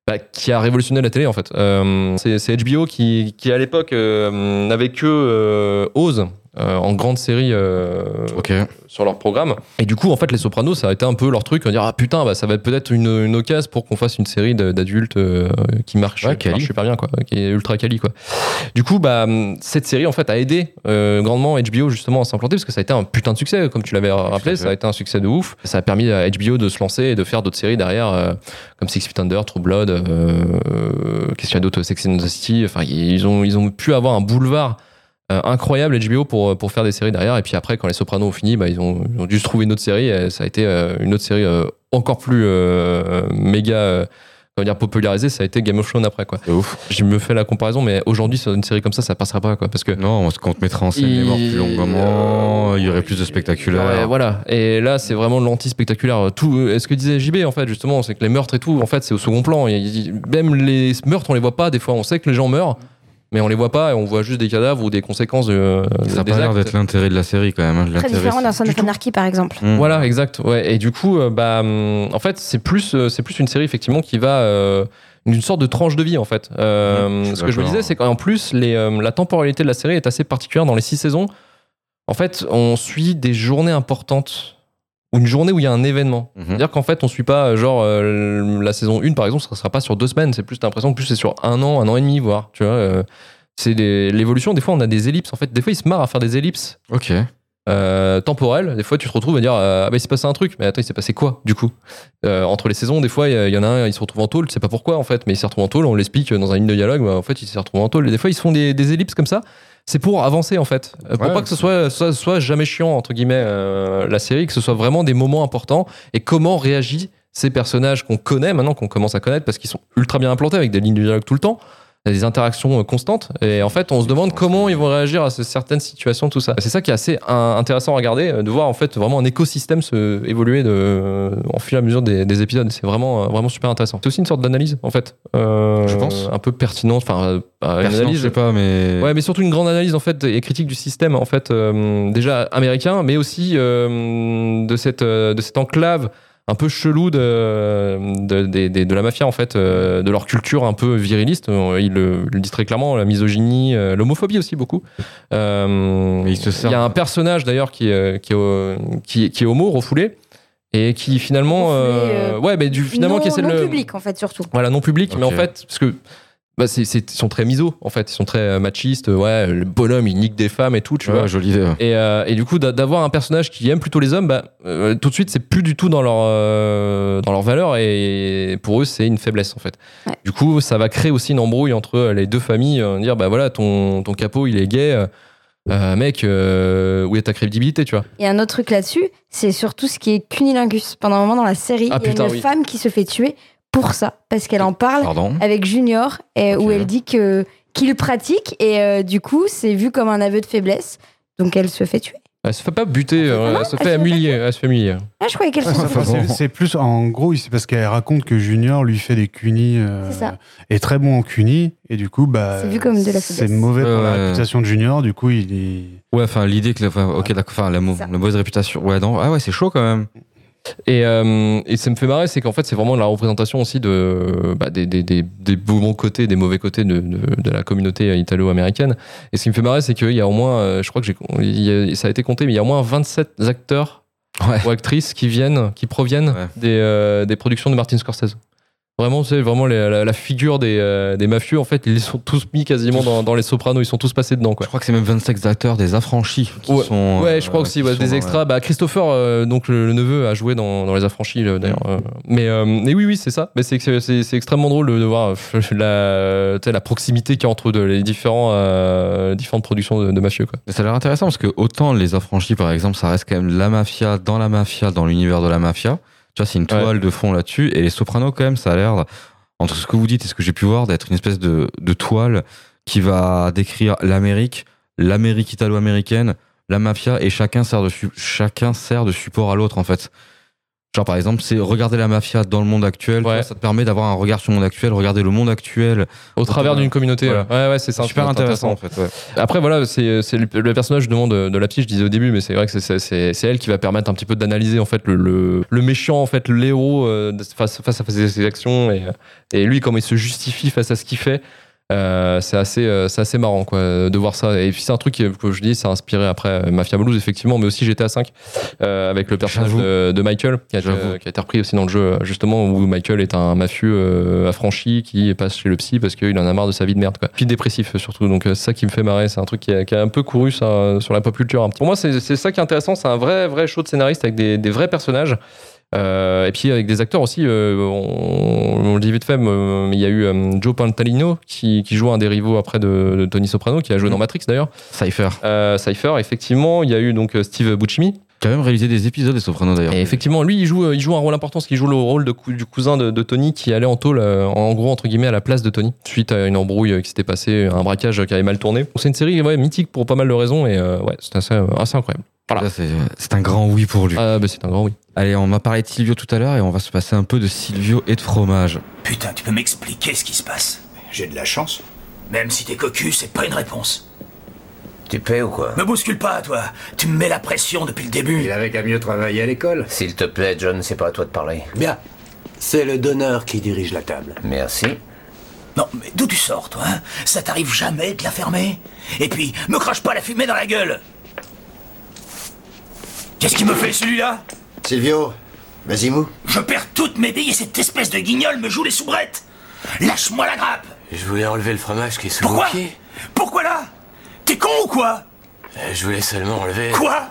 Speaker 3: bah, qui a révolutionné la télé en fait. Euh, c'est c'est HBO qui, qui, à l'époque euh, n'avait que euh, Oz euh, en grande série euh,
Speaker 1: Ok.
Speaker 3: sur leur programme. Et du coup, en fait, les Sopranos, ça a été un peu leur truc, on dire ah putain, bah, ça va être peut-être une, une occasion pour qu'on fasse une série de- d'adultes euh, qui marche,
Speaker 1: Ouais,
Speaker 3: qui
Speaker 1: quali.
Speaker 3: marche super bien, quoi, qui est ultra quali, quoi. Du coup, bah, hum, cette série, en fait, a aidé euh, grandement HBO justement à s'implanter parce que ça a été un putain de succès, comme tu l'avais rappelé, ça a été un succès de ouf. Ça a permis à HBO de se lancer et de faire d'autres séries derrière, euh, comme Six Feet Under, True Blood, euh, euh, qu'est-ce qu'il y a d'autre, Sex and the City. Enfin, ils ont, ils ont pu avoir un boulevard euh, incroyable HBO pour, euh, pour faire des séries derrière. Et puis après, quand les Sopranos ont fini, bah, ils, ont, ils ont dû se trouver une autre série. Et ça a été euh, une autre série euh, encore plus euh, méga. euh, comment dire popularisée ça a été Game of Thrones après quoi.
Speaker 1: C'est ouf.
Speaker 3: Je me fais la comparaison, mais aujourd'hui sur une série comme ça, ça passera pas quoi, parce que
Speaker 1: Non, parce qu'on te mettrait en scène les morts plus longuement,
Speaker 3: euh,
Speaker 1: il y aurait plus de
Speaker 3: Ouais,
Speaker 1: spectaculaire.
Speaker 3: voilà. Et là, c'est vraiment l'anti-spectaculaire. Tout, euh, est ce que disait JB, en fait, justement, c'est que les meurtres et tout, en fait, c'est au second plan. Il- il- Même les meurtres, on les voit pas. Des fois, on sait que les gens meurent, mais on les voit pas et on voit juste des cadavres ou des conséquences de,
Speaker 1: Ça n'a
Speaker 3: des
Speaker 1: pas l'air
Speaker 3: actes.
Speaker 1: d'être l'intérêt de la série quand même. hein.
Speaker 9: Très
Speaker 1: L'intérêt,
Speaker 9: différent d'un Son
Speaker 1: c'est-
Speaker 9: of Anarchy par exemple.
Speaker 1: Mm.
Speaker 3: Voilà, exact. Ouais. Et du coup, euh, bah, hum, en fait, c'est plus, euh, c'est plus une série effectivement qui va euh, une sorte de tranche de vie en fait. Euh,
Speaker 1: Ouais, je suis
Speaker 3: ce que je me
Speaker 1: d'accord.
Speaker 3: disais, c'est qu'en plus, les, euh, la temporalité de la série est assez particulière dans les six saisons. En fait, on suit des journées importantes ou une journée où il y a un événement.
Speaker 1: Mhm.
Speaker 3: C'est-à-dire qu'en fait, on suit pas euh, genre euh, la saison 1 par exemple, ça sera pas sur deux semaines. C'est plus t'as l'impression que plus c'est sur un an, un an et demi, voire. Tu vois, euh, c'est des- l'évolution. Des fois, on a des ellipses. En fait, des fois, ils se marrent à faire des ellipses
Speaker 1: Ok.
Speaker 3: euh, temporel. Des fois, tu te retrouves à dire euh, Ah, bah, il s'est passé un truc, mais attends, il s'est passé quoi, du coup Euh, Entre les saisons, des fois, il y a- il y, en a un, il se retrouve en tôle, tu sais pas pourquoi, en fait, mais il s'est retrouvé en tôle, on l'explique dans un ligne de dialogue, bah, en fait, il s'est retrouvé en tôle. Et des fois, ils se font des, des ellipses comme ça. C'est pour avancer, en fait. Euh, Pour
Speaker 1: Ouais,
Speaker 3: pas que ce soit, soit, soit jamais chiant, entre guillemets, euh, la série, que ce soit vraiment des moments importants et comment réagit ces personnages qu'on connaît maintenant, qu'on commence à connaître parce qu'ils sont ultra bien implantés avec des lignes de dialogue tout le temps, des interactions euh, constantes. Et en fait, on se demande comment ils vont réagir à ces- certaines situations, tout ça. C'est ça qui est assez un- intéressant à regarder, euh, de voir en fait vraiment un écosystème se évoluer de, euh, en fil à mesure des, des épisodes. C'est vraiment, euh, vraiment super intéressant. C'est aussi une sorte d'analyse, en fait. Euh,
Speaker 1: Je pense.
Speaker 3: Un peu pertinente, enfin, euh, une
Speaker 1: Personnellement,
Speaker 3: analyse.
Speaker 1: je sais pas, mais.
Speaker 3: Ouais, mais surtout une grande analyse en fait et critique du système en fait euh, déjà américain, mais aussi euh, de cette euh, de cette enclave un peu chelou de de, des- des- de la mafia en fait, euh, de leur culture un peu viriliste. Euh, Ils le, ils le disent très clairement, la misogynie, euh, l'homophobie aussi beaucoup. Euh,
Speaker 1: Mais ils se
Speaker 3: il
Speaker 1: servent.
Speaker 3: y a un personnage d'ailleurs qui, est- qui, est, euh, qui, qui est homo refoulé et qui finalement
Speaker 9: Refoulé,
Speaker 3: euh, ouais mais du finalement
Speaker 9: non,
Speaker 3: qui essaie de
Speaker 9: non
Speaker 3: le
Speaker 9: public en fait surtout.
Speaker 3: voilà, non public, mais
Speaker 1: Ok.
Speaker 3: en fait, parce que bah, c'est- c'est- ils sont très miso, en fait, ils sont très euh, machistes, ouais, le bonhomme, il nique des femmes et tout, tu
Speaker 1: Ouais,
Speaker 3: vois.
Speaker 1: jolie idée. ouais.
Speaker 3: Et, euh, et du coup, d'a- d'avoir un personnage qui aime plutôt les hommes, bah, euh, tout de suite, c'est plus du tout dans leur, euh, dans leur valeur et pour eux, c'est une faiblesse en fait.
Speaker 9: Ouais.
Speaker 3: Du coup, ça va créer aussi une embrouille entre euh, les deux familles, euh, dire bah voilà, ton, ton capot, il est gay, euh, euh, mec, euh, où est ta crédibilité, tu vois.
Speaker 9: Et un autre truc là-dessus, c'est surtout ce qui est cunilingus. Pendant un moment dans la série,
Speaker 3: Ah,
Speaker 9: il y a
Speaker 3: putain,
Speaker 9: une
Speaker 3: oui.
Speaker 9: femme qui se fait tuer pour ça parce qu'elle en parle
Speaker 1: Pardon.
Speaker 9: avec Junior et où
Speaker 1: Ok.
Speaker 9: elle dit que qu'il pratique et euh, du coup, c'est vu comme un aveu de faiblesse. Donc elle se fait tuer.
Speaker 3: Elle se fait pas buter, euh,
Speaker 9: non,
Speaker 3: elle se
Speaker 9: elle
Speaker 3: fait
Speaker 9: se fait
Speaker 3: humilier. Elle se fait humilier.
Speaker 9: Ah, je croyais qu'elle se
Speaker 5: Enfin, c'est- c'est plus en gros, c'est parce qu'elle raconte que Junior lui fait des cunis, euh,
Speaker 9: C'est ça.
Speaker 5: est très bon en cunis, et du coup, bah,
Speaker 9: C'est vu comme de la
Speaker 5: c'est
Speaker 9: faiblesse.
Speaker 5: mauvais pour la
Speaker 1: Ouais.
Speaker 3: Euh,
Speaker 5: réputation de Junior. Du coup, il est
Speaker 1: Ouais, enfin, l'idée que. la- enfin, ok, d'accord, enfin, la, mau-
Speaker 9: Ça.
Speaker 1: la mauvaise réputation. Ouais, non. Ah ouais, c'est chaud quand même.
Speaker 3: Et, euh, et ça me fait marrer, c'est qu'en fait, c'est vraiment la représentation aussi de, bah, des, des, des, des bons côtés, des mauvais côtés de, de, de la communauté italo-américaine. Et ce qui me fait marrer, c'est qu'il y a au moins, euh, je crois que j'ai, il y a- ça a été compté, mais il y a au moins 27 acteurs
Speaker 1: Ouais.
Speaker 3: ou actrices qui viennent, qui proviennent
Speaker 1: Ouais.
Speaker 3: des, euh, des productions de Martin Scorsese. Vraiment, c'est vraiment les- la, la figure des, euh, des mafieux. En fait, ils sont tous mis quasiment dans, dans les sopranos. Ils sont tous passés dedans, quoi.
Speaker 1: Je crois que c'est même 25 acteurs des affranchis qui sont.
Speaker 3: Ouais,
Speaker 1: euh,
Speaker 3: je crois aussi,
Speaker 1: qui
Speaker 3: ouais,
Speaker 1: sont,
Speaker 3: des
Speaker 1: euh,
Speaker 3: extras. Bah, Christopher, euh, donc le, le neveu, a joué dans, dans Les Affranchis, euh, d'ailleurs. euh, mais, euh, mais oui, oui, c'est ça. Mais c'est que c'est- c'est c'est extrêmement drôle de voir euh, la, tu sais, la proximité qu'il y a entre de- les différents, euh, différentes productions de, de mafieux. Quoi.
Speaker 1: Mais Ça a l'air intéressant parce que autant les affranchis, par exemple, ça reste quand même la mafia dans la mafia, dans l'univers de la mafia. Tu vois, c'est une toile de fond là-dessus. Et les sopranos, quand même, ça a l'air, entre ce que vous dites et ce que j'ai pu voir, d'être une espèce de, de toile qui va décrire l'Amérique, l'Amérique italo-américaine, la mafia, et chacun sert de, su- chacun sert de support à l'autre, en fait. Genre, par exemple, c'est regarder la mafia dans le monde actuel. tu
Speaker 3: Ouais.
Speaker 1: vois, ça te permet d'avoir un regard sur le monde actuel, regarder le monde actuel.
Speaker 3: Au travers d'une communauté.
Speaker 1: Voilà.
Speaker 3: ouais. Ouais, ouais, c'est ça,
Speaker 1: C'est super
Speaker 3: c'est
Speaker 1: intéressant, en fait. ouais.
Speaker 3: Après, voilà, c'est c'est le, le personnage demande euh, de, de la psy, je disais au début, mais c'est vrai que c'est- c'est- c'est c'est elle qui va permettre un petit peu d'analyser en fait le, le, le méchant, en fait, le héros euh, de- face, face à ses, ses actions et, euh, et lui, comment il se justifie face à ce qu'il fait. Euh, c'est assez, euh, c'est assez marrant quoi, de voir ça. Et puis c'est un truc qui, que je dis, ça a inspiré après euh, Mafia Blues, effectivement, mais aussi GTA 5 euh, avec le personnage
Speaker 1: J'avoue.
Speaker 3: euh, de, de Michael qui a, été-
Speaker 1: J'avoue.
Speaker 3: qui a été repris aussi dans le jeu, euh, justement, où Michael est un mafieux euh, affranchi qui passe chez le psy parce qu'il en a marre de sa vie de merde. Quoi. Puis dépressif euh, surtout, donc euh, c'est ça qui me fait marrer. C'est un truc qui a, qui a un peu couru ça, euh, sur la pop culture. un petit- Pour moi, c'est c'est ça qui est intéressant. C'est un vrai, vrai show de scénariste avec des, des vrais personnages. Euh, et puis avec des acteurs aussi, euh, on, on le dit vite fait, mais, euh, mais il y a eu euh, Joe Pantalino qui, qui joue un des rivaux après de, de Tony Soprano, qui a joué dans Matrix d'ailleurs.
Speaker 1: Mm. Cypher.
Speaker 3: Euh, Cypher, effectivement, il y a eu donc euh, Steve Buscemi,
Speaker 1: Qui a même réalisé des épisodes des sopranos, d'ailleurs.
Speaker 3: et effectivement, lui, il joue, euh, il joue un rôle important, parce qu'il joue le rôle de cou- du cousin de, de Tony qui allait en tôle, euh, en gros, entre guillemets, à la place de Tony, suite à une embrouille euh, qui s'était passée, un braquage euh, qui avait mal tourné. Donc, C'est une série ouais, mythique pour pas mal de raisons, et euh, ouais, c'est assez, euh, assez incroyable. Voilà.
Speaker 1: Ça, C'est euh, c'est un grand oui pour lui.
Speaker 3: Ah, bah, c'est un grand oui.
Speaker 1: Allez, on m'a parlé de Silvio tout à l'heure et on va se passer un peu de Silvio et de fromage.
Speaker 11: Putain, tu peux m'expliquer ce qui se passe J'ai de la chance. Même si t'es cocu, c'est pas une réponse.
Speaker 12: Tu paies ou quoi
Speaker 11: Me bouscule pas, toi Tu me mets la pression depuis le début
Speaker 12: Il avait qu'à mieux travailler à l'école. S'il te plaît, John, c'est pas à toi de parler.
Speaker 11: Bien. C'est le donneur qui dirige la table.
Speaker 12: Merci.
Speaker 11: Non, mais d'où tu sors, toi hein Ça t'arrive jamais de la fermer Et puis, me crache pas la fumée dans la gueule Qu'est-ce qui me fait celui-là
Speaker 7: Silvio, vas-y mou.
Speaker 11: Je perds toutes mes billes et cette espèce de guignol me joue les soubrettes Lâche-moi la grappe
Speaker 12: Je voulais enlever le fromage qui est sous
Speaker 11: Pourquoi Pourquoi là T'es con ou quoi
Speaker 12: Euh, Je voulais seulement
Speaker 7: Euh,
Speaker 12: enlever.
Speaker 11: Quoi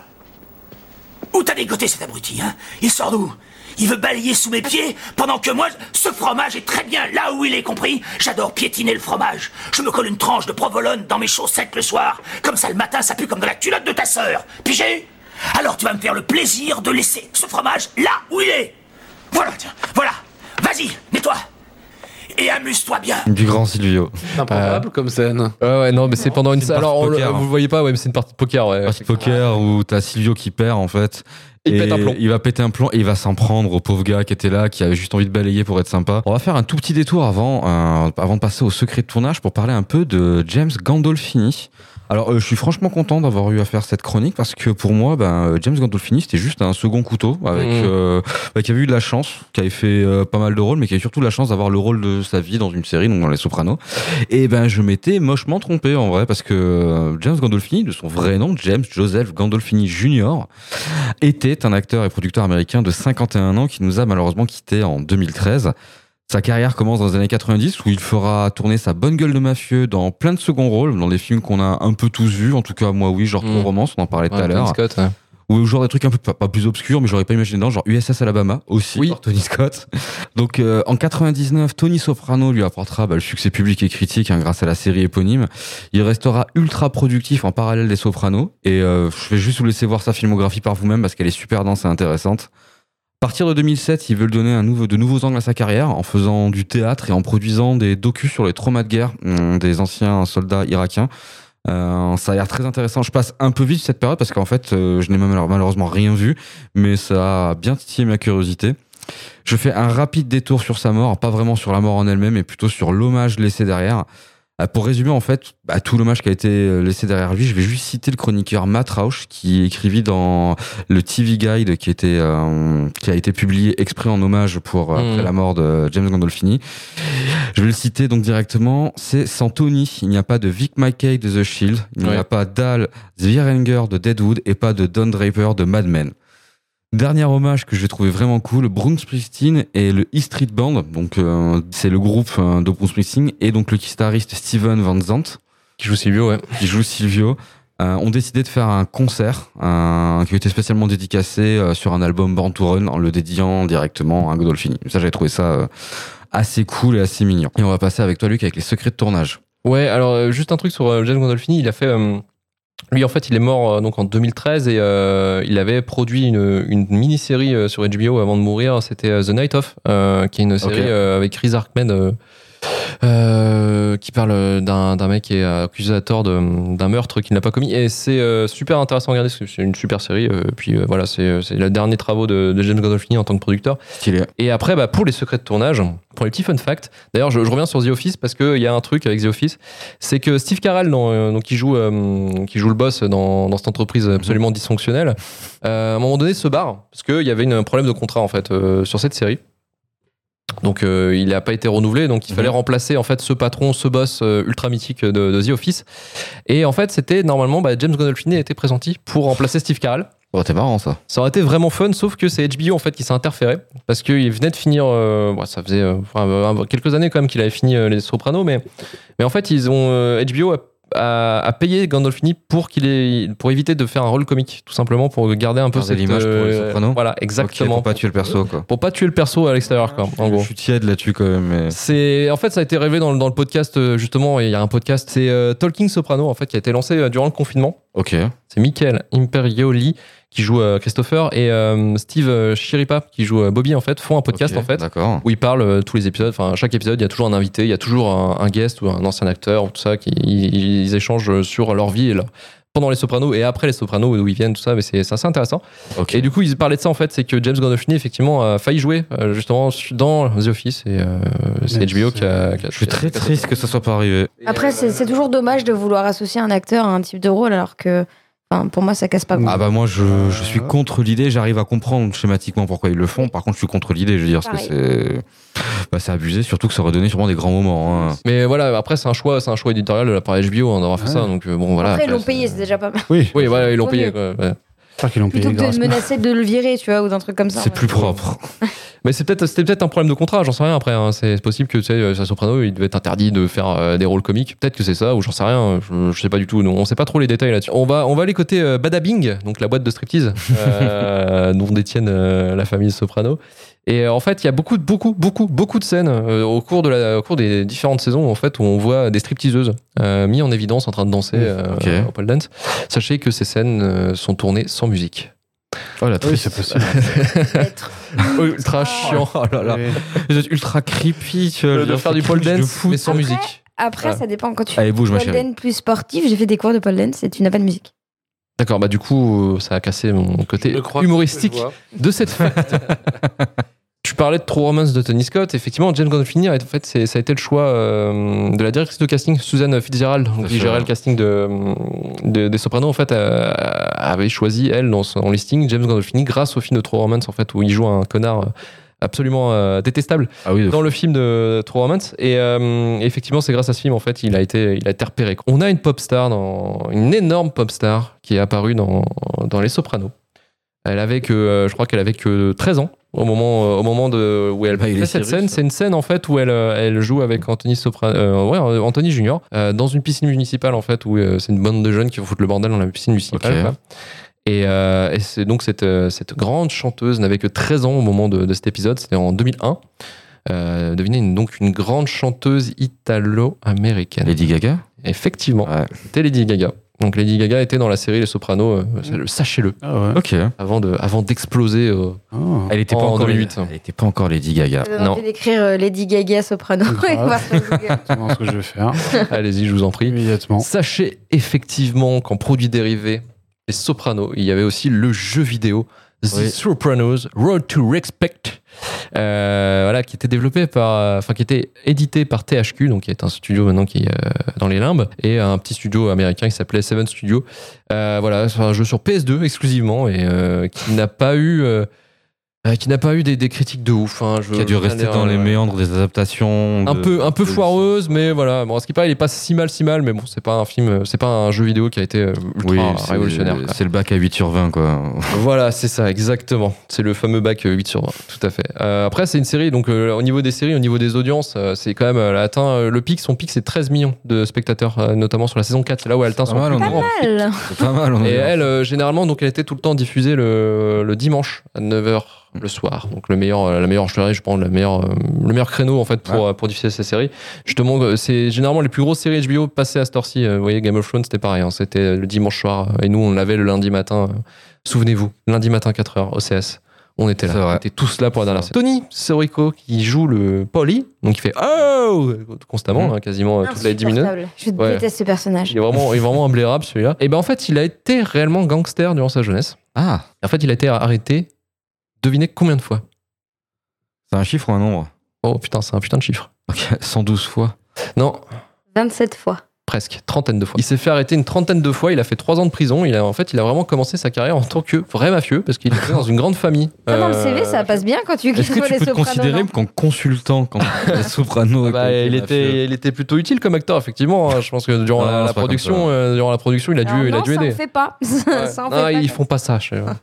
Speaker 11: Où t'as dégoté cet abruti, hein Il sort d'où Il veut balayer sous mes pieds pendant que moi, je- ce fromage est très bien là où il est compris. J'adore piétiner le fromage. Je me colle une tranche de provolone dans mes chaussettes le soir. Comme ça, le matin, ça pue comme dans la culotte de ta sœur. Pigé Alors tu vas me faire le plaisir de laisser ce fromage là où il est. Voilà, tiens, voilà. Vas-y, nettoie. Et amuse-toi bien.
Speaker 1: Du grand Silvio.
Speaker 4: C'est
Speaker 3: Euh,
Speaker 4: improbable comme scène.
Speaker 3: Ouais, ouais, non, mais c'est pendant une.
Speaker 1: une
Speaker 3: Alors,
Speaker 1: partie
Speaker 3: on le-
Speaker 1: poker, hein.
Speaker 3: vous le voyez pas, ouais, mais c'est une partie de poker, ouais.
Speaker 1: Parce que poker où t'as Silvio qui perd en fait.
Speaker 3: Il
Speaker 1: Et
Speaker 3: pète un plomb.
Speaker 1: Il va péter un plomb et il va s'en prendre au pauvre gars qui était là, qui avait juste envie de balayer pour être sympa. On va faire un tout petit détour avant, euh, avant de passer au secret de tournage pour parler un peu de James Gandolfini. Alors, euh, je suis franchement content d'avoir eu à faire cette chronique parce que pour moi, ben, euh, James Gandolfini, c'était juste un second couteau avec,
Speaker 3: Mhm.
Speaker 1: euh, bah, qui avait eu de la chance, qui avait fait euh, pas mal de rôles, mais qui avait surtout la chance d'avoir le rôle de sa vie dans une série, donc dans Les Sopranos. Et ben, je m'étais mochement trompé en vrai parce que euh, James Gandolfini, de son vrai nom, James Joseph Gandolfini Jr., était un acteur et producteur américain de 51 ans qui nous a malheureusement quittés en 2013. Sa carrière commence dans les années 90 où il fera tourner sa bonne gueule de mafieux dans plein de seconds rôles, dans des films qu'on a un peu tous vus, en tout cas moi oui, genre
Speaker 3: Mm.
Speaker 1: True Romance, on en parlait tout
Speaker 3: Ouais,
Speaker 1: à
Speaker 3: Tony
Speaker 1: l'heure,
Speaker 3: Scott, ouais.
Speaker 1: ou genre des trucs un peu pas, pas plus obscurs, mais j'aurais pas imaginé dedans, genre USS Alabama aussi,
Speaker 3: Oui.
Speaker 1: par Tony Scott. Donc euh, en 99, Tony Soprano lui apportera bah, le succès public et critique hein, grâce à la série éponyme. Il restera ultra productif en parallèle des Sopranos. Et euh, je vais juste vous laisser voir sa filmographie par vous-même parce qu'elle est super dense et intéressante. partir de 2007, ils veulent donner un nouveau, de nouveaux angles à sa carrière en faisant du théâtre et en produisant des docus sur les traumas de guerre hum, des anciens soldats irakiens. Euh, ça a l'air très intéressant. Je passe un peu vite cette période parce qu'en fait, euh, je n'ai même alors- malheureusement rien vu, mais ça a bien titillé ma curiosité. Je fais un rapide détour sur sa mort, pas vraiment sur la mort en elle-même, mais plutôt sur l'hommage laissé derrière. Euh, Pour résumer, en fait, à tout l'hommage qui a été euh, laissé derrière lui, je vais juste citer le chroniqueur Matt Rausch qui écrivit dans le TV Guide qui, était, euh, qui a été publié exprès en hommage pour euh,
Speaker 3: Mm.
Speaker 1: après la mort de James Gandolfini. Je vais le citer donc directement. C'est sans Tony, il n'y a pas de Vic Mackey de The Shield, il n'y
Speaker 3: Ouais.
Speaker 1: a pas d'Al Zwierenger de Deadwood et pas de Don Draper de Mad Men. Dernier hommage que j'ai trouvé vraiment cool, Bruce Springsteen et le E Street Band, donc euh, c'est le groupe euh, de Bruce Springsteen et donc le guitariste Steven Van Zandt
Speaker 3: Qui joue Silvio, ouais.
Speaker 1: qui joue Silvio, euh, ont décidé de faire un concert un- qui était spécialement dédicacé euh, sur un album Born to Run en le dédiant directement à Godolphini. Ça, j'avais trouvé ça euh, assez cool et assez mignon. Et on va passer avec toi, Luc, avec les secrets de tournage.
Speaker 3: Ouais, alors euh, juste un truc sur euh, James Gandolfini, il a fait. euh, lui, en fait, il est mort euh, donc en 2013 et euh, il avait produit une, une mini-série euh, sur HBO avant de mourir. C'était euh, The Night Of, euh, qui est une série euh, avec Chris Arkman euh, euh, qui parle euh, d'un d'un mec qui est accusé à tort de- d'un meurtre qu'il n'a pas commis. Et c'est euh, super intéressant à regarder parce que c'est une super série. euh, puis euh, voilà, c'est c'est le dernier travaux de, de James Gandolfini en tant que producteur.
Speaker 1: Stylé.
Speaker 3: Et après, bah, pour les secrets de tournage, pour les petits fun facts, d'ailleurs, je, je reviens sur The Office parce qu'il y a un truc avec The Office, c'est que Steve Carell, dans, euh, donc, qui, joue, euh, qui joue le boss dans, dans cette entreprise absolument dysfonctionnelle, euh, à un moment donné se barre parce qu'il y avait une- un problème de contrat en fait euh, sur cette série. Donc euh, il n'a pas été renouvelé,
Speaker 1: Mhm.
Speaker 3: donc il fallait remplacer en fait ce patron, ce boss euh, ultra mythique de, de The Office. Et en fait c'était normalement bah, James Gandolfini a été pressenti pour remplacer Steve Carell.
Speaker 1: Oh, t'es marrant, ça.
Speaker 3: Ça aurait été vraiment fun, sauf que c'est HBO en fait qui s'est interféré parce qu'il venait de finir. euh, ouais, ça faisait euh, enfin, euh, quelques années quand même qu'il avait fini euh, les Sopranos, mais mais en fait ils ont euh, HBO a, a- a payé Gandolfini pour qu'il ait pour éviter de faire un rôle comique, tout simplement pour garder un peu
Speaker 1: Garder
Speaker 3: cette euh,
Speaker 1: l'image pour les Sopranos
Speaker 3: Voilà,
Speaker 1: Ok,
Speaker 3: exactement.
Speaker 1: pour pas tuer le perso, quoi.
Speaker 3: Pour pas tuer le perso à l'extérieur, quoi, en
Speaker 1: Je
Speaker 3: gros.
Speaker 1: suis tiède là-dessus, quand même. mais-
Speaker 3: C'est en fait ça a été révélé dans, le- dans le podcast euh, justement. Il y a un podcast, c'est euh, Talking Soprano en fait qui a été lancé euh, durant le confinement.
Speaker 1: Ok.
Speaker 3: C'est Michael Imperioli qui joue euh, Christopher et euh, Steve euh, Chiripa qui joue euh, Bobby en fait font un podcast
Speaker 1: Ok,
Speaker 3: en fait
Speaker 1: D'accord.
Speaker 3: où ils parlent euh, tous les épisodes. Enfin, à chaque épisode, il y a toujours un invité, il y a toujours un, un guest ou un ancien acteur ou tout ça qui ils, ils échangent sur leur vie et leur- pendant les Sopranos et après les Sopranos d'où ils viennent tout ça. Mais c'est c'est assez intéressant.
Speaker 1: Ok.
Speaker 3: Et du coup, ils parlaient de ça en fait, c'est que James Gandolfini effectivement a failli jouer euh, justement dans The Office et euh, c'est
Speaker 5: Yes.
Speaker 3: HBO qui a. qui a-
Speaker 1: Je suis très triste que ça soit pas arrivé.
Speaker 9: Après, c'est c'est toujours dommage de vouloir associer un acteur à un type de rôle alors que, enfin, pour moi, ça casse pas.
Speaker 5: Mm.
Speaker 9: grand-
Speaker 1: Ah bah moi je, je suis contre l'idée, j'arrive à comprendre schématiquement pourquoi ils le font. Par contre je suis contre l'idée, je veux dire, parce que c'est bah, c'est abusé, surtout que ça aurait donné sûrement des grands moments. hein.
Speaker 3: Mais voilà, après c'est un choix, c'est un choix éditorial de la part HBO, on aura fait
Speaker 5: Ouais.
Speaker 3: ça. Donc euh, bon voilà.
Speaker 9: Après, ils
Speaker 3: après,
Speaker 9: l'ont
Speaker 3: c'est-
Speaker 9: payé, c'est déjà pas mal.
Speaker 5: Oui,
Speaker 3: Oui, voilà, ils l'ont
Speaker 9: Vaut
Speaker 3: payé.
Speaker 9: mieux.
Speaker 3: quoi, ouais.
Speaker 5: j'espère qu'ils l'ont payé
Speaker 9: Plutôt que
Speaker 5: grâce.
Speaker 9: de menacer de le virer, tu vois, ou d'un truc comme ça.
Speaker 1: C'est
Speaker 9: ouais.
Speaker 1: plus propre.
Speaker 3: Mais c'est peut-être c'était peut-être un problème de contrat, j'en sais rien après. hein. C'est c'est possible que tu sais, sa soprano, il devait être interdit de faire euh, des rôles comiques. Peut-être que c'est ça, ou j'en sais rien. Je, je sais pas du tout. Non, on sait pas trop les détails là-dessus. On va on va aller côté euh, Badabing, donc la boîte de striptease euh, dont détiennent euh, la famille Soprano. Et euh, en fait, il y a beaucoup de- beaucoup beaucoup beaucoup de scènes euh, au cours de la au cours des différentes saisons en fait où on voit des stripteaseuses euh, mises en évidence en train de danser euh,
Speaker 1: ok.
Speaker 3: au pole dance. Sachez que ces scènes euh, sont tournées sans musique.
Speaker 1: Oh la
Speaker 5: Oui,
Speaker 1: triste.
Speaker 5: c'est possible.
Speaker 9: Peut-être.
Speaker 3: Ultra chiant. Oh là là.
Speaker 5: Oui.
Speaker 1: Vous êtes ultra creepy, tu vois,
Speaker 3: de
Speaker 1: je veux dire,
Speaker 3: faire du
Speaker 1: c'est
Speaker 3: pole
Speaker 1: cringe de
Speaker 3: dance
Speaker 1: fou.
Speaker 3: mais sans
Speaker 9: Après-
Speaker 3: musique.
Speaker 9: Après,
Speaker 3: Ouais.
Speaker 9: ça dépend quand tu fais
Speaker 1: Allez bouge ma
Speaker 9: pole
Speaker 1: chérie.
Speaker 9: dance plus sportif. J'ai fait des cours de pole dance et tu n'as pas de musique.
Speaker 3: D'accord, bah du coup, euh, ça a cassé mon côté
Speaker 4: Je crois que
Speaker 3: humoristique
Speaker 4: je vois.
Speaker 3: de cette fête. tu parlais de True Romance de Tony Scott. Effectivement, James Gandolfini, en fait, c'est- ça a été le choix euh, de la directrice de casting, Suzanne Fitzgerald,
Speaker 1: Tout à
Speaker 3: qui
Speaker 1: fait.
Speaker 3: gérait le casting de, de- des Sopranos. En fait, euh, avait choisi elle dans son listing James Gandolfini grâce au film de True Romance, en fait, où il joue un connard euh, absolument euh, détestable
Speaker 1: Ah oui, de
Speaker 3: dans le film de True Romance. Et euh, effectivement, c'est grâce à ce film, en fait, il a été, il a été repéré. On a une pop star, dans, une énorme pop star qui est apparue dans, dans Les Sopranos. Elle avait que, euh, je crois qu'elle avait que 13 ans au moment, euh, au moment de, où elle
Speaker 1: Bah, il
Speaker 3: fait
Speaker 1: est
Speaker 3: cette
Speaker 1: Cyrus,
Speaker 3: scène.
Speaker 1: ouais.
Speaker 3: C'est une scène, en fait, où elle, euh, elle joue avec Anthony Soprano, euh, ouais, euh, Anthony Junior, euh, dans une piscine municipale, en fait, où euh, c'est une bande de jeunes qui vont foutre le bordel dans la piscine municipale.
Speaker 1: Ok.
Speaker 3: quoi. Et, euh, et c'est donc cette, euh, cette grande chanteuse n'avait que 13 ans au moment de, de cet épisode, c'était en 2001. Euh, devinez, une- donc une grande chanteuse italo-américaine.
Speaker 1: Lady Gaga
Speaker 3: Effectivement,
Speaker 1: Ouais.
Speaker 3: c'était Lady Gaga. Donc Lady Gaga était dans la série Les Sopranos, euh, sa- sachez-le,
Speaker 5: Mmh. Ah ouais.
Speaker 1: Ok.
Speaker 3: avant de- avant d'exploser. euh,
Speaker 5: Ah.
Speaker 1: Elle était pas
Speaker 3: En
Speaker 1: encore
Speaker 3: 2008.
Speaker 1: Elle était pas encore Lady
Speaker 3: Ah,
Speaker 1: Gaga.
Speaker 9: J'avais envie d'écrire euh, Lady Gaga Soprano.
Speaker 5: Grave.
Speaker 9: et voir sur Google.
Speaker 5: C'est vraiment ce que je vais faire
Speaker 3: Allez-y, je vous en prie.
Speaker 5: immédiatement.
Speaker 3: Sachez effectivement qu'en produits dérivés, les Sopranos, il y avait aussi le jeu vidéo The
Speaker 1: Oui.
Speaker 3: Sopranos Road to Respect, euh, voilà, qui était développé par, euh, enfin qui était édité par THQ, donc qui est un studio maintenant qui est euh, dans les limbes, et un petit studio américain qui s'appelait Seven Studio. Euh, voilà, c'est un jeu sur PS2 exclusivement et euh, qui n'a pas eu, euh, euh, qui n'a pas eu des, des critiques de ouf. hein, je-
Speaker 1: Qui a dû
Speaker 3: je-
Speaker 1: rester dans les
Speaker 3: ouais
Speaker 1: méandres des adaptations.
Speaker 3: un
Speaker 1: de-
Speaker 3: peu un peu
Speaker 1: de-
Speaker 3: foireuse mais voilà bon à ce qui paraît il est pas si mal si mal mais bon c'est pas un film euh, c'est pas un jeu vidéo qui a été euh, ultra
Speaker 1: Oui, c'est-
Speaker 3: révolutionnaire quoi.
Speaker 1: C'est le bac à 8 sur 20, quoi.
Speaker 3: voilà c'est ça exactement c'est le fameux bac euh, 8 sur 20 tout à fait Euh, après c'est une série donc euh, au niveau des séries au niveau des audiences euh, c'est quand même euh, elle a atteint euh, le pic son pic c'est 13 millions de spectateurs euh, notamment sur la saison 4 c'est là où elle atteint
Speaker 1: pas
Speaker 3: son
Speaker 1: mal,
Speaker 3: plus
Speaker 1: on est-
Speaker 3: grand
Speaker 9: Mal.
Speaker 1: C'est pas mal, on
Speaker 3: et
Speaker 1: est-
Speaker 3: elle, euh, généralement, donc elle était tout le temps diffusée le, le dimanche à 9h le soir. Donc le meilleur, euh, la meilleure soirée, je prends la meilleure, euh, le meilleur créneau en fait pour, euh, pour diffuser ces séries. Justement, euh, c'est généralement les plus grosses séries HBO passées à cette heure-ci. Euh, Vous voyez, Game of Thrones, c'était pareil. hein. C'était le dimanche soir. euh, Et nous, on l'avait le lundi matin. euh, Souvenez-vous, lundi matin 4h, OCS. On était là.
Speaker 1: C'est vrai.
Speaker 3: On était tous là pour la dernière
Speaker 1: C'est
Speaker 3: série. Tony Sorico qui joue le Polly. Donc il fait Oh
Speaker 1: Mmh.
Speaker 3: constamment, hein, quasiment euh, toutes les 10 minutes.
Speaker 9: Ah, Insupportable. Je
Speaker 3: Ouais.
Speaker 9: déteste ce personnage.
Speaker 3: Il est vraiment, il est vraiment un blérable celui-là. Et ben en fait, il a été réellement gangster durant sa jeunesse.
Speaker 1: Ah,
Speaker 3: En fait, il a été arrêté. Devinez combien de fois
Speaker 1: c'est un chiffre ou un nombre
Speaker 3: Oh putain, c'est un putain de chiffre.
Speaker 1: Ok, 112 fois.
Speaker 3: Non,
Speaker 9: 27 fois.
Speaker 3: presque trentaine de fois. Il s'est fait arrêter une trentaine de fois. Il a fait trois ans de prison. Il a en fait, il a vraiment commencé sa carrière en tant que vrai mafieux parce qu'il était dans une grande famille.
Speaker 9: Ah, dans le
Speaker 3: Euh,
Speaker 9: CV, ça passe bien quand tu cliques
Speaker 1: Est-ce
Speaker 9: sur
Speaker 1: que tu
Speaker 9: les
Speaker 1: peux te
Speaker 9: Sopranos,
Speaker 1: considérer
Speaker 9: non
Speaker 1: comme consultant quand tu es soprano
Speaker 3: Ah
Speaker 1: et
Speaker 3: bah,
Speaker 1: que tu es
Speaker 3: il,
Speaker 1: mafieux
Speaker 3: était, il était plutôt utile comme acteur, effectivement. hein. Je pense que durant
Speaker 1: Non,
Speaker 3: la,
Speaker 1: non, c'est
Speaker 3: la
Speaker 1: pas comme
Speaker 3: production,
Speaker 1: ça.
Speaker 3: euh, durant la production, il a dû,
Speaker 9: Alors
Speaker 3: il a
Speaker 9: non,
Speaker 3: dû
Speaker 9: ça
Speaker 3: aider.
Speaker 9: on fait pas. ça on
Speaker 3: Ouais.
Speaker 9: fait
Speaker 3: Non,
Speaker 9: pas.
Speaker 3: ils font pas ça. je sais pas.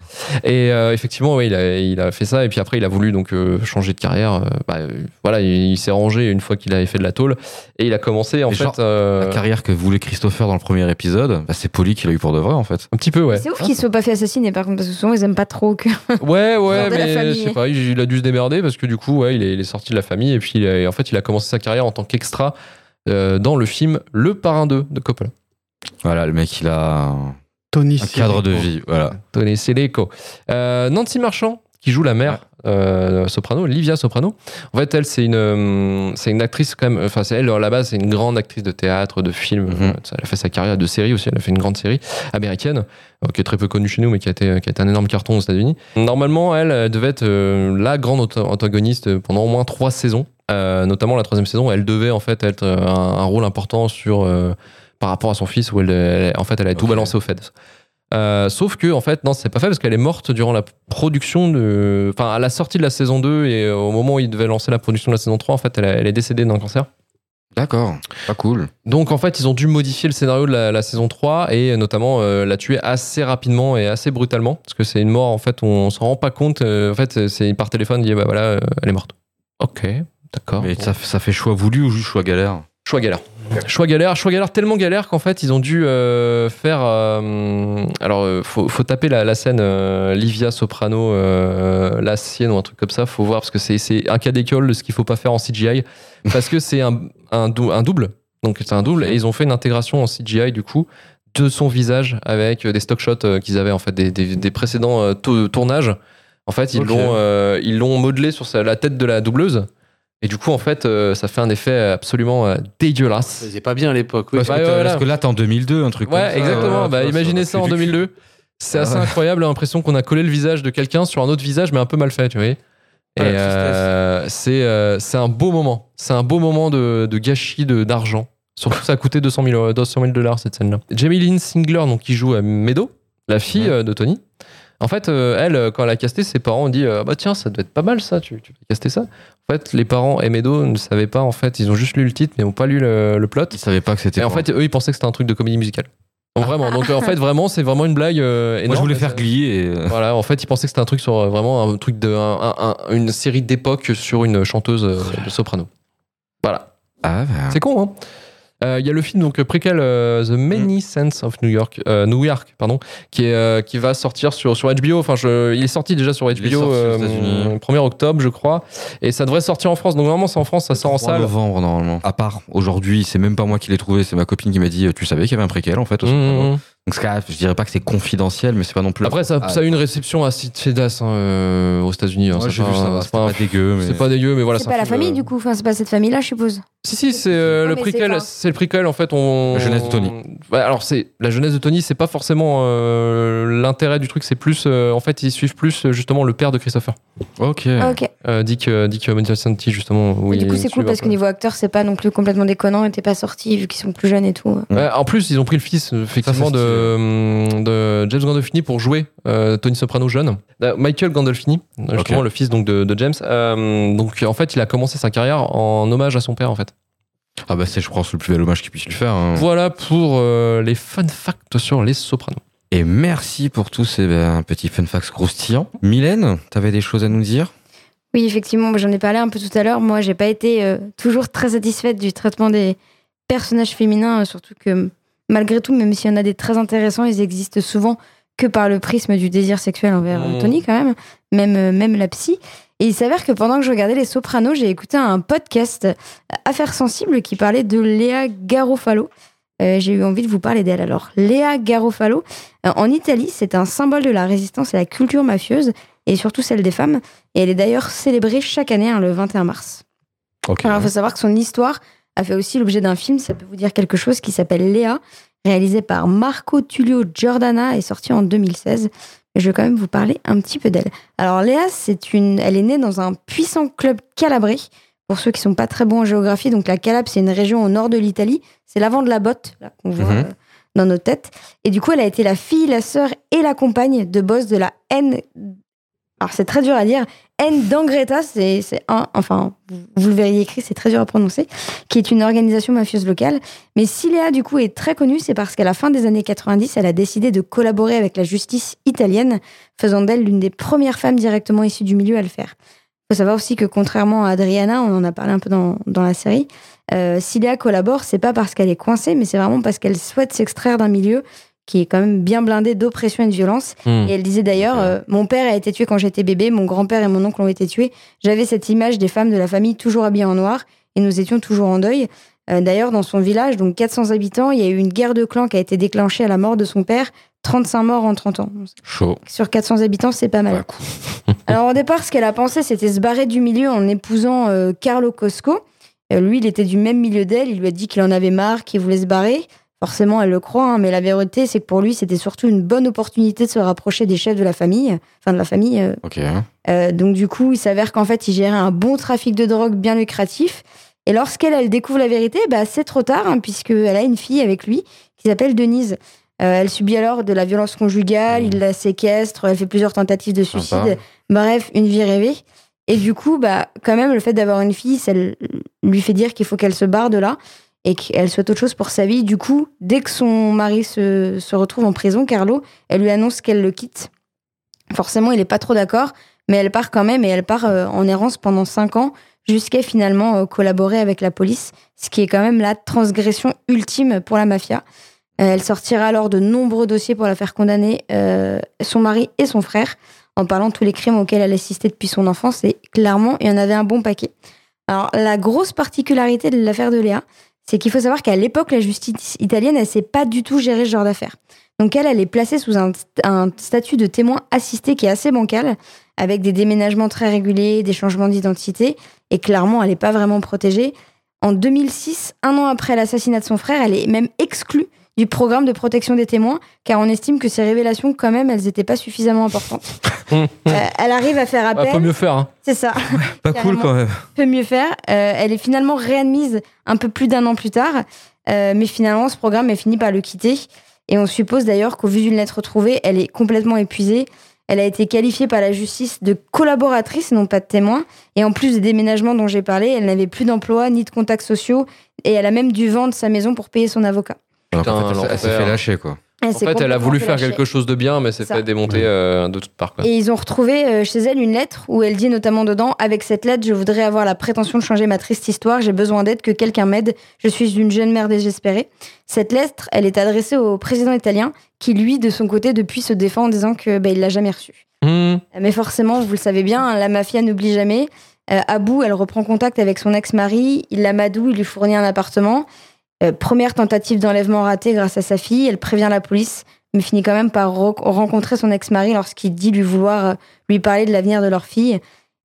Speaker 3: Et euh, effectivement, ouais, il, a, il a fait ça. Et puis après, il a voulu donc euh, changer de carrière. euh, bah, euh, voilà, il, il s'est rangé une fois qu'il avait fait de la tôle. Et il a commencé en
Speaker 1: Mais
Speaker 3: fait
Speaker 1: genre,
Speaker 3: euh,
Speaker 1: La carrière que voulait Christopher dans le premier épisode, bah, c'est Polly qui l'a eu pour de vrai, en fait.
Speaker 3: un petit peu, ouais.
Speaker 9: C'est
Speaker 1: Ah.
Speaker 9: ouf qu'ils soient pas fait assassiner par contre parce que souvent ils aiment pas trop que
Speaker 3: Ouais, ouais,
Speaker 9: Genre de la
Speaker 3: mais je
Speaker 9: famille.
Speaker 3: sais pas, il il a dû se démerder parce que du coup, ouais, il est, il est sorti de la famille et puis il a- en fait, il a commencé sa carrière en tant qu'extra euh, dans le film Le Parrain 2 de Coppola.
Speaker 1: Voilà, le mec, il a un-
Speaker 5: Tony
Speaker 1: un cadre de vie. Voilà.
Speaker 3: Tony Seleco. Euh, Nancy Marchand, qui joue la mère euh, Soprano, Livia Soprano. En fait, elle, c'est une, euh, c'est une actrice quand même. Enfin, c'est elle, à la base, c'est une grande actrice de théâtre, de film.
Speaker 1: Mhm.
Speaker 3: euh, Elle a fait sa carrière de série aussi. Elle a fait une grande série américaine, euh, qui est très peu connue chez nous, mais qui a été, qui a été un énorme carton aux États-Unis. Normalement, elle, euh, devait être euh, la grande auto- antagoniste pendant au moins trois saisons. Euh, notamment la troisième saison, elle devait en fait être euh, un, un rôle important sur euh, par rapport à son fils où elle, elle- en fait elle a tout
Speaker 1: Ok.
Speaker 3: balancé au Fed. Euh, sauf que en fait non c'est pas fait parce qu'elle est morte durant la production de enfin à la sortie de la saison 2 et euh, au moment où il devait lancer la production de la saison 3 en fait elle, a- elle est décédée d'un cancer
Speaker 1: D'accord. Pas cool.
Speaker 3: Mm. donc en fait ils ont dû modifier le scénario de la, la saison 3 et notamment euh, la tuer assez rapidement et assez brutalement parce que c'est une mort en fait on, s'en rend pas compte Euh, en fait c'est par téléphone il dit bah voilà euh, elle est morte ok d'accord
Speaker 1: Mais
Speaker 3: Bon.
Speaker 1: ça, ça fait choix voulu ou juste choix galère
Speaker 3: Choix galère. Choix galère, choix galère, tellement galère qu'en fait ils ont dû euh, faire. euh, alors euh, faut, faut taper la, la scène euh, Livia Soprano, euh, la sienne ou un truc comme ça, faut voir parce que c'est- c'est un cas d'école de ce qu'il faut pas faire en CGI parce que c'est un, un, dou- un double. Donc c'est un double et ils ont fait une intégration en CGI du coup de son visage avec euh, des stock shots euh, qu'ils avaient en fait des, des- des précédents euh, to- tournages. En fait ils
Speaker 5: Ok.
Speaker 3: l'ont euh, ils l'ont modelé sur sa- la tête de la doubleuse. Et du coup, en fait, euh, ça fait un effet absolument euh, dégueulasse.
Speaker 4: faisait pas bien à l'époque. oui.
Speaker 3: Ouais,
Speaker 1: Parce, que,
Speaker 3: ouais,
Speaker 1: t'as-
Speaker 3: bah, voilà.
Speaker 1: parce que là, t'es en 2002, un truc comme ça.
Speaker 3: Ouais, exactement.
Speaker 1: ouais,
Speaker 3: bah,
Speaker 1: tu vois,
Speaker 3: imaginez
Speaker 1: aurait
Speaker 3: ça
Speaker 1: pu
Speaker 3: en
Speaker 1: du cul.
Speaker 3: 2002. C'est
Speaker 1: Ah
Speaker 3: assez
Speaker 1: ouais.
Speaker 3: incroyable hein, l'impression qu'on a collé le visage de quelqu'un sur un autre visage, mais un peu mal fait, tu vois. Et
Speaker 1: la tristesse.
Speaker 3: euh, c'est euh, c'est un beau moment. C'est un beau moment de, de gâchis de- d'argent. Surtout, ça a coûté 200 000, euros- 200 000 dollars cette scène-là. Jamie Lynn Singler, donc, qui joue à Meadow, la fille
Speaker 1: Ouais.
Speaker 3: euh, de Tony. En fait, euh, elle, euh, quand elle a casté, ses parents ont dit euh, Bah tiens, ça doit être pas mal ça, tu, tu peux caster ça. En fait, les parents et Meadow ne savaient pas, en fait, ils ont juste lu le titre, mais n'ont pas lu le, le plot.
Speaker 1: Ils savaient pas que c'était.
Speaker 3: Et en
Speaker 1: quoi.
Speaker 3: fait, eux, ils pensaient que c'était un truc de comédie musicale. Donc, vraiment. Donc, en fait, vraiment, c'est vraiment une blague. euh, énorme.
Speaker 1: moi, je voulais faire glier. Et... euh,
Speaker 3: Voilà, en fait, ils pensaient que c'était un truc sur euh, vraiment un truc de un- un- un- une série d'époque sur une chanteuse euh, de soprano. Voilà,
Speaker 1: Ah, bah,
Speaker 3: c'est con, hein. Euh, Il y a le film donc préquel euh, The
Speaker 1: Mm.
Speaker 3: Many Sense of New York, euh, New York, pardon, qui est euh, qui va sortir sur sur HBO. Enfin, je- il est sorti déjà sur
Speaker 1: est
Speaker 3: HBO
Speaker 1: sorti aux
Speaker 3: euh,
Speaker 1: États-Unis.
Speaker 3: 1er octobre, je crois, et ça devrait sortir en France. Donc normalement, c'est en France, ça sort en
Speaker 1: 3
Speaker 3: salle.
Speaker 1: novembre normalement. À part aujourd'hui, c'est même pas moi qui l'ai trouvé, c'est ma copine qui m'a dit euh, tu savais qu'il y avait un préquel en fait. au Soprano
Speaker 3: Mhm.
Speaker 1: Donc ce cas, je dirais pas que c'est confidentiel, mais c'est pas non plus.
Speaker 3: Après, ça,
Speaker 1: Ah,
Speaker 3: ça a eu une réception assez chedasse hein, euh, aux États-Unis. hein.
Speaker 1: Ouais,
Speaker 3: C'est
Speaker 1: j'ai
Speaker 3: pas-
Speaker 1: vu ça,
Speaker 3: c'est
Speaker 1: c'était pas dégueu, mais-
Speaker 3: C'est pas dégueu, mais voilà.
Speaker 2: c'est
Speaker 3: c'est
Speaker 2: pas
Speaker 3: un
Speaker 2: la
Speaker 3: film,
Speaker 2: famille
Speaker 3: euh,
Speaker 2: du coup, enfin c'est pas cette famille là je suppose.
Speaker 3: Si, si, c'est euh,
Speaker 2: Oui,
Speaker 3: le
Speaker 2: mais
Speaker 3: prequel.
Speaker 2: c'est pas-
Speaker 3: C'est le prequel, en fait. On...
Speaker 1: La jeunesse de Tony.
Speaker 3: Ouais, alors, c'est la jeunesse de Tony, c'est pas forcément euh, l'intérêt du truc. C'est plus. euh, en fait, ils suivent plus, euh, justement, le père de Christopher.
Speaker 1: Ok.
Speaker 2: Ah, ok.
Speaker 3: Euh, Dick, euh, Dick Modisanti, justement. où
Speaker 2: Et du
Speaker 3: ils
Speaker 2: coup c'est
Speaker 3: suivent
Speaker 2: cool
Speaker 3: un
Speaker 2: parce
Speaker 3: peu.
Speaker 2: que niveau acteur c'est pas non plus complètement déconnant et t'es pas sorti vu qu'ils sont plus jeunes et tout.
Speaker 3: Ouais, Bah, en plus, ils ont pris le fils euh, effectivement de, hum, de James Gandolfini pour jouer euh, Tony Soprano jeune. Euh, Michael Gandolfini, euh, justement le fils donc de, de James. Euh, donc en fait, il a commencé sa carrière en hommage à son père en fait.
Speaker 1: Ah bah c'est je pense le plus bel hommage qu'ils puissent lui faire. hein.
Speaker 3: Voilà pour euh, les fun facts sur les Sopranos.
Speaker 1: Et merci pour tous ces ben, petits fun facts croustillants. Mylène, t'avais des choses à nous dire
Speaker 2: Oui, effectivement, j'en ai parlé un peu tout à l'heure. Moi, j'ai pas été euh, toujours très satisfaite du traitement des personnages féminins, euh, surtout que malgré tout, même s'il y en a des très intéressants, ils existent souvent que par le prisme du désir sexuel envers euh,
Speaker 11: Mmh.
Speaker 2: Tony, quand même, même, euh, même la psy. Et il s'avère que pendant que je regardais Les Sopranos, j'ai écouté un podcast euh, Affaires sensibles qui parlait de Léa Garofalo. Euh, j'ai eu envie de vous parler d'elle. Alors, Léa Garofalo, euh, en Italie, c'est un symbole de la résistance à la culture mafieuse et surtout celle des femmes. Et elle est d'ailleurs célébrée chaque année hein, le 21 mars. Alors, il faut savoir que son histoire a fait aussi l'objet d'un film, ça peut vous dire quelque chose, qui s'appelle Léa, réalisé par Marco Tullio Giordana et sorti en 2016. Mais Je vais quand même vous parler un petit peu d'elle. Alors, Léa, c'est une... elle est née dans un puissant club calabré. Pour ceux qui sont pas très bons en géographie, donc la Calabre, c'est une région au nord de l'Italie. C'est l'avant de la botte, là, qu'on voit
Speaker 11: Mhm.
Speaker 8: Mm-hmm.
Speaker 2: euh, dans nos têtes. Et du coup, elle a été la fille, la sœur et la compagne de boss de la N. Alors, c'est très dur à dire. N d'Angreta, c'est c'est un. Enfin, vous, vous le verriez écrit, c'est très dur à prononcer, qui est une organisation mafieuse locale. Mais si Léa, du coup, est très connue, c'est parce qu'à la fin des années 90, elle a décidé de collaborer avec la justice italienne, faisant d'elle l'une des premières femmes directement issues du milieu à le faire. Il faut savoir aussi que contrairement à Adriana, on en a parlé un peu dans, dans la série, euh, si Léa collabore, c'est pas parce qu'elle est coincée, mais c'est vraiment parce qu'elle souhaite s'extraire d'un milieu qui est quand même bien blindé d'oppression et de violence.
Speaker 11: Hmm.
Speaker 2: Et elle disait d'ailleurs, euh, mon père a été tué quand j'étais bébé, mon grand-père et mon oncle ont été tués. J'avais cette image des femmes de la famille toujours habillées en noir et nous étions toujours en deuil. Euh, D'ailleurs, dans son village, donc 400 habitants, il y a eu une guerre de clans qui a été déclenchée à la mort de son père, 35 morts en 30 ans.
Speaker 1: Chaud.
Speaker 2: Sur 400 habitants, c'est pas mal. Alors au départ, ce qu'elle a pensé, c'était se barrer du milieu en épousant euh, Carlo Cosco. Euh, lui, il était du même milieu d'elle. Il lui a dit qu'il en avait marre, qu'il voulait se barrer. Forcément, elle le croit, hein, mais la vérité, c'est que pour lui, c'était surtout une bonne opportunité de se rapprocher des chefs de la famille, enfin de la famille euh,
Speaker 1: Ok.
Speaker 2: euh, donc du coup, il s'avère qu'en fait, il gérait un bon trafic de drogue bien lucratif. Et lorsqu'elle elle découvre la vérité, bah, c'est trop tard, hein, puisqu'elle a une fille avec lui qui s'appelle Denise. Euh, elle subit alors de la violence conjugale, il la séquestre, elle fait plusieurs tentatives de suicide.
Speaker 11: Sympa.
Speaker 2: Bref, une vie rêvée. Et du coup, bah, quand même, le fait d'avoir une fille, ça l- lui fait dire qu'il faut qu'elle se barre de là et qu'elle souhaite autre chose pour sa vie. Du coup, dès que son mari se, se retrouve en prison, Carlo, elle lui annonce qu'elle le quitte. Forcément, il n'est pas trop d'accord, mais elle part quand même et elle part euh, en errance pendant 5 ans jusqu'à finalement euh, collaborer avec la police, ce qui est quand même la transgression ultime pour la mafia. Euh, elle sortira alors de nombreux dossiers pour la faire condamner, euh, son mari et son frère, en parlant de tous les crimes auxquels elle assistait depuis son enfance, et clairement, il y en avait un bon paquet. Alors, la grosse particularité de l'affaire de Léa, c'est qu'il faut savoir qu'à l'époque, la justice italienne, elle sait pas du tout gérer ce genre d'affaires. Donc, elle, elle est placée sous un, un statut de témoin assisté qui est assez bancal, avec des déménagements très réguliers, des changements d'identité, et clairement, elle n'est pas vraiment protégée. En 2006, un an après l'assassinat de son frère, elle est même exclue du programme de protection des témoins, car on estime que ces révélations, quand même, elles n'étaient pas suffisamment importantes. Euh, elle arrive à faire appel.
Speaker 3: Ah, peut Mmh. mieux faire. hein.
Speaker 2: C'est ça.
Speaker 1: Pas cool
Speaker 2: Carrément.
Speaker 1: quand même.
Speaker 2: Peut mieux faire. Euh, elle est finalement réadmise un peu plus d'un an plus tard, Euh, mais finalement, ce programme est fini par le quitter. Et on suppose d'ailleurs qu'au vu d'une lettre retrouvée, elle est complètement épuisée. Elle a été qualifiée par la justice de collaboratrice, non pas de témoin. Et en plus des déménagements dont j'ai parlé, elle n'avait plus d'emploi ni de contacts sociaux. Et elle a même dû vendre sa maison pour payer son avocat.
Speaker 1: Alors qu'en fait, elle s'est- elle s'est
Speaker 3: l'enfer.
Speaker 1: fait lâcher quoi.
Speaker 2: Et
Speaker 3: En
Speaker 2: Ah, c'est
Speaker 3: fait, elle a
Speaker 2: complètement
Speaker 3: voulu faire
Speaker 2: relâché.
Speaker 3: quelque chose de bien, mais s'est
Speaker 2: Ça.
Speaker 3: fait démonter euh, de toutes parts. quoi.
Speaker 2: Et ils ont retrouvé euh, chez elle une lettre où elle dit notamment dedans Avec cette lettre, je voudrais avoir la prétention de changer ma triste histoire, j'ai besoin d'aide, que quelqu'un m'aide, je suis une jeune mère désespérée. Cette lettre, elle est adressée au président italien, qui lui, de son côté, depuis se défend en disant que bah, il l'a jamais reçue.
Speaker 3: Hmm.
Speaker 2: Mais forcément, vous le savez bien, hein, la mafia n'oublie jamais. Euh, à bout, elle reprend contact avec son ex-mari, il l'amadou, il lui fournit un appartement. Euh, première tentative d'enlèvement ratée grâce à sa fille, elle prévient la police, mais finit quand même par re- rencontrer son ex-mari lorsqu'il dit lui vouloir euh, lui parler de l'avenir de leur fille.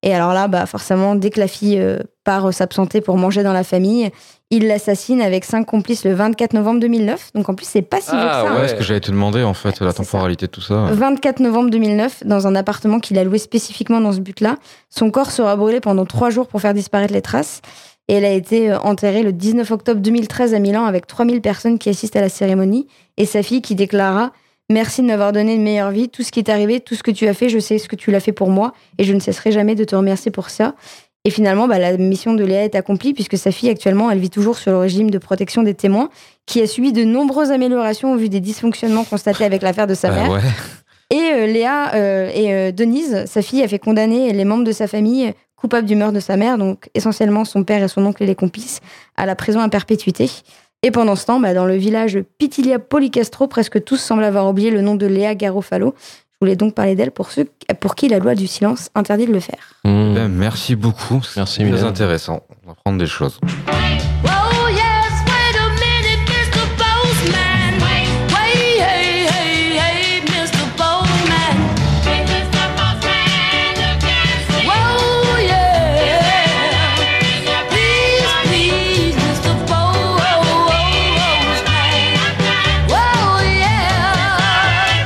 Speaker 2: Et alors là, bah forcément, dès que la fille euh, part euh, s'absenter pour manger dans la famille, il l'assassine avec cinq complices le 24 novembre 2009. Donc en plus, c'est pas si vieux que ça.
Speaker 1: Ah
Speaker 2: hein.
Speaker 1: ouais, ce que j'allais te demander en fait, la temporalité de tout ça.
Speaker 2: 24 novembre 2009, dans un appartement qu'il a loué spécifiquement dans ce but-là. Son corps sera brûlé pendant trois jours pour faire disparaître les traces. Et elle a été euh, enterrée le 19 octobre 2013 à Milan avec 3000 personnes qui assistent à la cérémonie. Et sa fille qui déclara Merci de m'avoir donné une meilleure vie. Tout ce qui est arrivé, tout ce que tu as fait, je sais ce que tu l'as fait pour moi. Et je ne cesserai jamais de te remercier pour ça. Et finalement, bah, la mission de Léa est accomplie puisque sa fille actuellement, elle vit toujours sur le régime de protection des témoins qui a subi de nombreuses améliorations au vu des dysfonctionnements constatés avec l'affaire de sa
Speaker 1: Bah
Speaker 2: mère.
Speaker 1: ouais.
Speaker 2: Et euh, Léa euh, et euh, Denise, sa fille, a fait condamner les membres de sa famille coupables du meurtre de sa mère, donc essentiellement son père et son oncle et les complices, à la prison à perpétuité. Et pendant ce temps, bah, dans le village Pitilia Policastro, presque tous semblent avoir oublié le nom de Léa Garofalo. Je voulais donc parler d'elle pour ceux pour qui la loi du silence interdit de le faire.
Speaker 1: Ben, merci beaucoup.
Speaker 3: Mmh. Merci,
Speaker 1: C'est très
Speaker 3: Mylène.
Speaker 1: intéressant. On va apprendre des choses.
Speaker 8: Oh yes, wait a minute, Mr. Postman. Wait, wait, hey, hey, hey, Mr. Postman. Wait, Mr. Postman, look Oh yeah. Please, please, Mr. Postman. Oh yeah.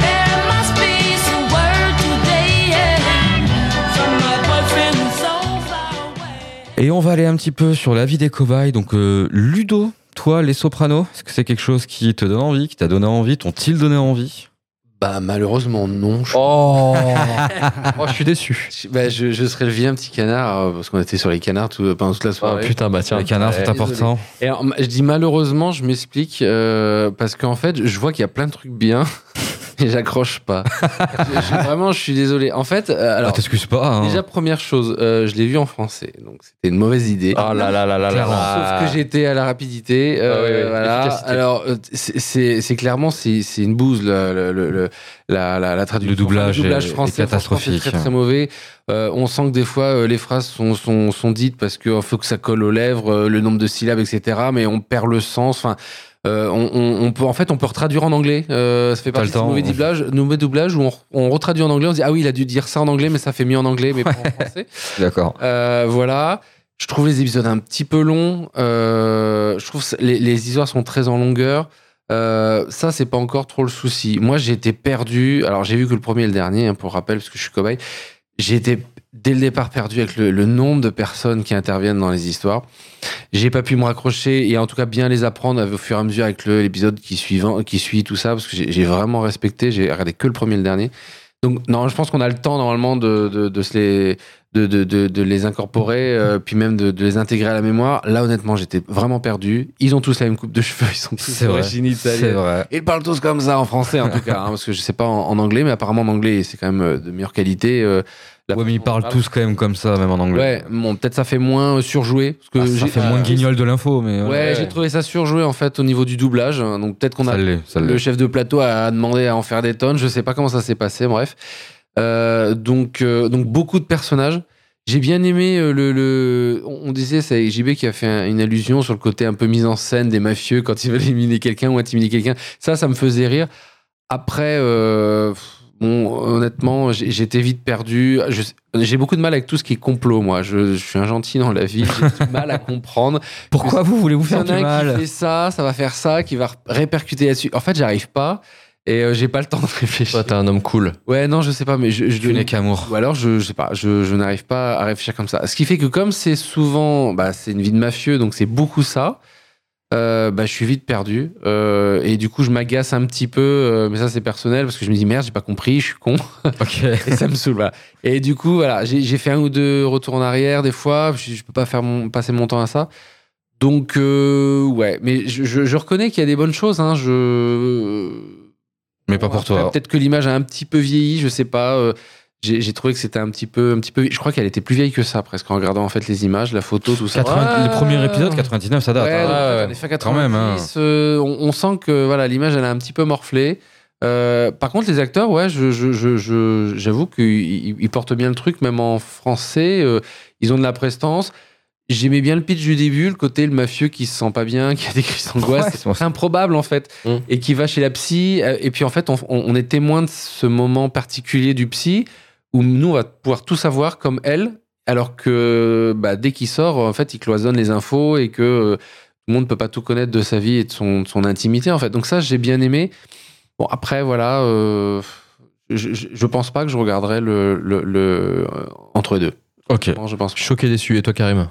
Speaker 8: There must be some word today, yeah, from my boyfriend who's so far
Speaker 1: Et on va aller un petit peu sur la vie des cobayes. Donc, euh, Ludo, toi, les sopranos, est-ce que c'est quelque chose qui te donne envie, qui t'a donné envie, t'ont-ils donné envie
Speaker 4: Bah, malheureusement, non. Je,
Speaker 3: Oh. Oh, je suis déçu.
Speaker 4: je- bah, je, je serais le vilain petit canard, euh, parce qu'on était sur les canards tout- euh, pendant toute la
Speaker 3: Ah,
Speaker 4: soirée.
Speaker 3: putain, bah tiens.
Speaker 1: Les canards sont
Speaker 4: désolé.
Speaker 1: importants.
Speaker 4: Et alors, je dis malheureusement, je m'explique, euh, parce qu'en fait, je vois qu'il y a plein de trucs bien, mais j'accroche pas. Je- je- vraiment, je suis désolé. En fait, euh,
Speaker 1: Alors,
Speaker 4: alors,
Speaker 1: t'excuses pas. hein.
Speaker 4: déjà, première chose, euh, je l'ai vu en français, donc c'était une mauvaise idée.
Speaker 3: Ah là là là là là là.
Speaker 4: Sauf que j'étais à la rapidité. euh,
Speaker 3: Ah oui, oui,
Speaker 4: voilà.
Speaker 3: l'efficacité.
Speaker 4: Alors, euh, c'est- c'est c'est clairement, c'est c'est une bouse, le- le- le- le- la, la, la traduction.
Speaker 1: Le doublage
Speaker 4: le
Speaker 1: est-
Speaker 4: doublage
Speaker 1: est
Speaker 4: français, franchement,
Speaker 1: catastrophique.
Speaker 4: C'est très,
Speaker 3: hein.
Speaker 4: très mauvais. Euh, on sent que des fois, euh, les phrases sont, sont, sont dites parce qu'il faut que ça colle aux lèvres, euh, le nombre de syllabes, etc. Mais on perd le sens. Enfin. euh, on, on- on peut, en fait, on peut retraduire en anglais. Euh, ça fait
Speaker 1: T'as
Speaker 4: partie de
Speaker 1: le
Speaker 4: ce
Speaker 1: temps,
Speaker 4: mauvais
Speaker 1: on-
Speaker 4: doublage, mauvais doublage où on, on retraduit en anglais. On se dit ah oui, il a dû dire ça en anglais, mais ça fait mieux en anglais, mais pas en français.
Speaker 1: D'accord.
Speaker 4: Euh, voilà. Je trouve les épisodes un petit peu longs. Euh, je trouve ça- les, les histoires sont très en longueur. Euh, ça, c'est pas encore trop le souci. Moi, j'ai été perdu. Alors, j'ai vu que le premier et le dernier, hein, pour rappel, parce que je suis cobaye. J'ai été dès le départ perdu avec le, le nombre de personnes qui interviennent dans les histoires. J'ai pas pu me raccrocher et en tout cas bien les apprendre au fur et à mesure avec le- l'épisode qui suivant, qui suit tout ça, parce que j'ai j'ai vraiment respecté. J'ai regardé que le premier et le dernier. Donc, non, je pense qu'on a le temps normalement de, de, de se les de, de, de, de les incorporer,
Speaker 1: Mm.
Speaker 4: euh, puis même de, de les intégrer à la mémoire. Là, honnêtement, j'étais vraiment perdu. Ils ont tous la même coupe de cheveux, ils sont tous
Speaker 1: C'est vrai.
Speaker 4: d'origine
Speaker 1: C'est
Speaker 4: italienne.
Speaker 1: vrai.
Speaker 4: Ils parlent tous comme ça en français, en tout cas, hein, parce que je sais pas en, en anglais, mais apparemment en anglais, c'est quand même euh, de meilleure qualité. euh, la
Speaker 1: Ouais, mais ils
Speaker 4: façon dont on
Speaker 1: parlent
Speaker 4: parle.
Speaker 1: tous quand même comme ça, même en anglais.
Speaker 4: Ouais, bon, peut-être ça fait moins euh, surjoué. Parce que
Speaker 1: Ah, ça
Speaker 4: j'ai- Euh,
Speaker 1: fait moins de guignol de l'info, mais. euh,
Speaker 4: Ouais, j'ai trouvé ça surjoué en fait au niveau du doublage. hein, Donc peut-être qu'on a
Speaker 1: Ça l'est, ça
Speaker 4: le
Speaker 1: l'est.
Speaker 4: chef de plateau a demandé à en faire des tonnes. Je sais pas comment ça s'est passé, bref. Euh, donc, euh, donc beaucoup de personnages. J'ai bien aimé euh, le, le- On on disait, c'est JB qui a fait un- une allusion sur le côté un peu mise en scène des mafieux quand ils veulent éliminer quelqu'un ou intimider quelqu'un. Ça, ça me faisait rire. Après, euh, pff, bon, honnêtement, j'ai- j'étais vite perdu. Je- J'ai beaucoup de mal avec tout ce qui est complot, moi. Je, je suis un gentil dans la vie. J'ai du mal à comprendre.
Speaker 1: Pourquoi vous voulez vous
Speaker 4: Il y
Speaker 3: hein,
Speaker 1: faire
Speaker 4: en
Speaker 1: du
Speaker 4: a un
Speaker 1: mal
Speaker 4: qui fait ça, ça va faire ça, qui va répercuter là-dessus. En fait, j'arrive pas et euh, j'ai pas le temps de réfléchir.
Speaker 3: Toi, t'es un homme cool.
Speaker 4: Ouais, non, je sais pas, mais je, je
Speaker 1: Tu n'es qu'amour.
Speaker 4: ou alors je, je sais pas, je, je n'arrive pas à réfléchir comme ça. Ce qui fait que comme c'est souvent, bah, c'est une vie de mafieux, donc c'est beaucoup ça. euh, bah, je suis vite perdu Euh, et du coup je m'agace un petit peu, euh, mais ça c'est personnel parce que je me dis merde j'ai pas compris, je suis con
Speaker 1: Ok.
Speaker 4: et ça me saoule. voilà. Et du coup, voilà, j'ai j'ai fait un ou deux retours en arrière des fois. Je, je peux pas faire mon, passer mon temps à ça. Donc, euh, ouais, mais je, je- je reconnais qu'il y a des bonnes choses. Hein, je...
Speaker 1: Mais pas pour
Speaker 4: Après,
Speaker 1: toi.
Speaker 4: Peut-être que l'image a un petit peu vieilli, je sais pas. euh, J'ai j'ai trouvé que c'était un petit peu, un petit peu. Je crois qu'elle était plus vieille que ça, presque en regardant en fait les images, la photo, tout ça.
Speaker 1: 80 Le premier épisode, 99, ça date.
Speaker 4: Ouais,
Speaker 1: hein.
Speaker 4: donc, en fait,
Speaker 1: Ouais,
Speaker 4: on est
Speaker 1: ouais.
Speaker 4: fin
Speaker 1: Quand même, hein.
Speaker 4: 90, euh, on, on sent que voilà l'image elle a un petit peu morflé. Euh, par contre, les acteurs, ouais, je, je- je- je- j'avoue qu'ils ils- ils portent bien le truc, même en français, euh, ils ont de la prestance. J'aimais bien le pitch du début, le côté le mafieux qui se sent pas bien, qui a des crises d'angoisse,
Speaker 1: Ouais, c'est Hum. pour
Speaker 4: c'est improbable en fait,
Speaker 3: Mm.
Speaker 4: et qui va chez la psy. euh, Et puis en fait, on, on- on est témoin de ce moment particulier du psy où nous on va pouvoir tout savoir comme elle, alors que bah, dès qu'il sort, en fait, il cloisonne les infos et que euh, tout le monde peut pas tout connaître de sa vie et de son, de son intimité en fait. Donc ça, j'ai bien aimé. Bon après voilà, euh, je, je- je pense pas que je regarderai le, le- le, euh, entre deux.
Speaker 1: Ok.
Speaker 4: Non, je pense. pas.
Speaker 3: Choqué, déçu. Et toi, Karim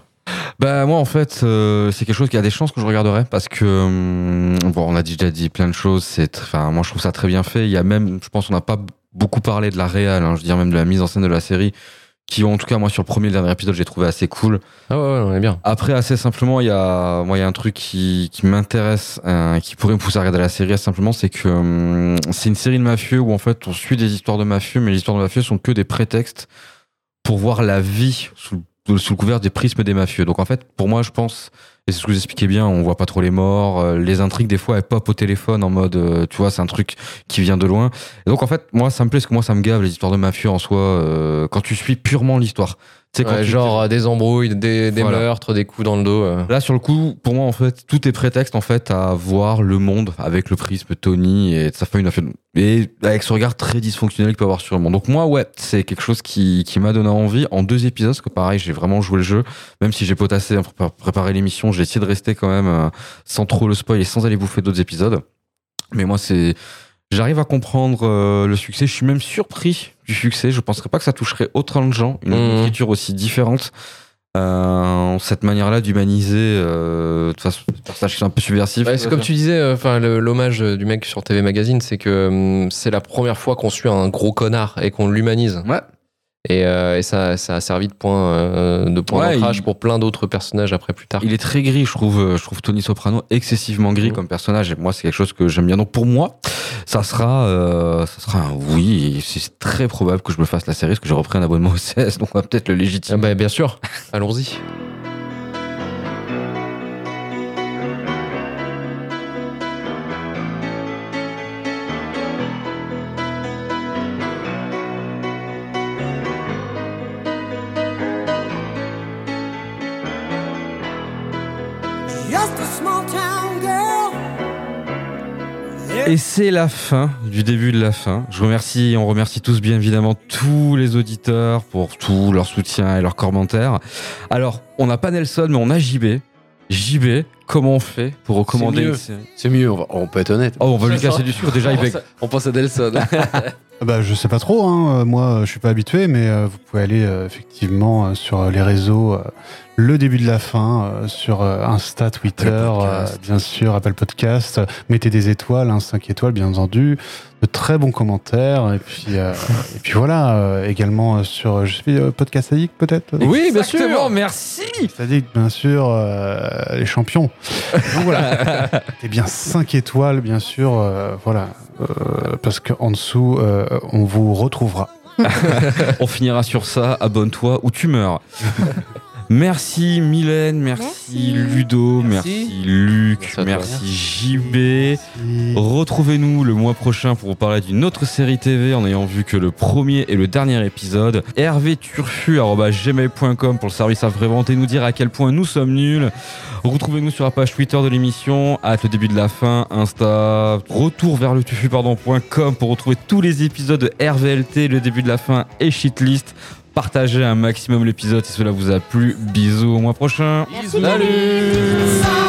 Speaker 1: Bah moi en fait euh, c'est quelque chose qui a des chances que je regarderai parce que hum, bon on a déjà dit plein de choses c'est tr- enfin moi je trouve ça très bien fait il y a même je pense on n'a pas b- beaucoup parlé de la réal hein, je veux dire même de la mise en scène de la série qui en tout cas moi sur le premier et le dernier épisode j'ai trouvé assez cool
Speaker 3: Ah ouais, ouais, on est bien.
Speaker 1: après, assez simplement, il y a, moi, il y a un truc qui, qui m'intéresse, euh, qui pourrait me pousser à regarder la série, assez simplement, c'est que hum, c'est une série de mafieux où, en fait, on suit des histoires de mafieux, mais les histoires de mafieux sont que des prétextes pour voir la vie sous, le- sous le couvert des prismes des mafieux. Donc, en fait, pour moi, je pense, et c'est ce que vous expliquez bien, on voit pas trop les morts, euh, les intrigues, des fois, elles pop au téléphone en mode, euh, tu vois, c'est un truc qui vient de loin. Et donc, en fait, moi, ça me plaît, parce que moi, ça me gave, les histoires de mafieux en soi, euh, quand tu suis purement l'histoire. Tu sais, quand
Speaker 3: Ouais,
Speaker 1: tu-
Speaker 3: genre euh, des embrouilles, des, des
Speaker 1: Voilà.
Speaker 3: meurtres, des coups dans le dos. euh.
Speaker 1: Là, sur le coup, pour moi, en fait, tout est prétexte en fait à voir le monde avec le prisme Tony et de sa femme, et avec ce regard très dysfonctionnel qu'il peut avoir sur le monde. Donc moi, ouais, c'est quelque chose qui, qui m'a donné envie en deux épisodes, parce que pareil, j'ai vraiment joué le jeu, même si j'ai potassé hein, pour pré- préparer l'émission, j'ai essayé de rester quand même euh, sans trop le spoil et sans aller bouffer d'autres épisodes. Mais moi, c'est J'arrive à comprendre euh, le succès. Je suis même surpris du succès. Je penserais pas que ça toucherait autant de gens, une
Speaker 3: Mhm.
Speaker 1: écriture aussi différente. Euh, cette manière-là d'humaniser, euh, de toute façon, des personnages qui sont un peu subversifs.
Speaker 3: Ouais, c'est comme tu disais, euh, enfin le- l'hommage euh, du mec sur TV Magazine, c'est que hum, c'est la première fois qu'on suit un gros connard et qu'on l'humanise.
Speaker 1: Ouais.
Speaker 3: Et, euh, et ça, ça a servi de point euh, de point
Speaker 1: Ouais,
Speaker 3: d'ancrage
Speaker 1: il-
Speaker 3: pour plein d'autres personnages après plus tard.
Speaker 1: Il est très gris, je trouve. euh, Je trouve Tony Soprano excessivement gris
Speaker 3: Mhm.
Speaker 1: comme personnage. Et moi, c'est quelque chose que j'aime bien. Donc pour moi, ça sera, euh, ça sera un oui. Et C'est très probable que je me fasse la série parce que j'ai repris un abonnement au CS. Donc on va peut-être le
Speaker 3: Ah
Speaker 1: légitimer.
Speaker 3: bah, bien sûr, allons-y.
Speaker 8: Just a small town girl.
Speaker 1: Et c'est la fin du début de la fin. Je remercie, on remercie tous bien évidemment tous les auditeurs pour tout leur soutien et leurs commentaires. Alors, on n'a pas Nelson, mais on a JB. JB, comment on fait pour recommander
Speaker 4: C'est mieux.
Speaker 1: une série
Speaker 4: C'est mieux, on, va- on peut être honnête.
Speaker 1: Oh, on va lui
Speaker 4: Ça
Speaker 1: casser
Speaker 4: sera-
Speaker 1: du sucre déjà, il
Speaker 4: on,
Speaker 1: bègue.
Speaker 4: pense à- on pense à Nelson.
Speaker 5: Ah Bah, je sais pas trop, hein. Euh, moi euh, je suis pas habitué, mais euh, vous pouvez aller euh, effectivement euh, sur euh, les réseaux, euh, le début de la fin, euh, sur euh, Insta, Twitter, euh,
Speaker 1: Podcast.
Speaker 5: bien sûr, Apple Podcast, Euh, mettez des étoiles, hein, 5 étoiles bien entendu, de très bons commentaires, et puis, euh, et puis voilà, euh, également euh, sur, euh, je sais, euh, Podcast Addict peut-être euh,
Speaker 1: Oui,
Speaker 3: bien sûr.
Speaker 1: merci.
Speaker 5: Podcast Addict, bien sûr, euh, les champions. Donc voilà, et bien 5 étoiles, bien sûr, euh, voilà, Euh, parce qu'en dessous, euh, on vous retrouvera.
Speaker 1: On finira sur ça, abonne-toi ou tu meurs. Merci Mylène, merci,
Speaker 9: Merci.
Speaker 1: Ludo, merci,
Speaker 4: Merci.
Speaker 1: Luc,
Speaker 4: Merci à toi.
Speaker 1: merci JB. Retrouvez-nous le mois prochain pour vous parler d'une autre série TV en ayant vu que le premier et le dernier épisode. hervéturfu.gmail.com pour le service après-vente et nous dire à quel point nous sommes nuls. Retrouvez-nous sur la page Twitter de l'émission, à le début de la fin, Insta, retour vers le tufu, pardon, point com pour retrouver tous les épisodes de RVLT, le début de la fin et shitlist. Partagez un maximum l'épisode si cela vous a plu. Bisous au mois prochain.
Speaker 9: Merci,
Speaker 1: Salut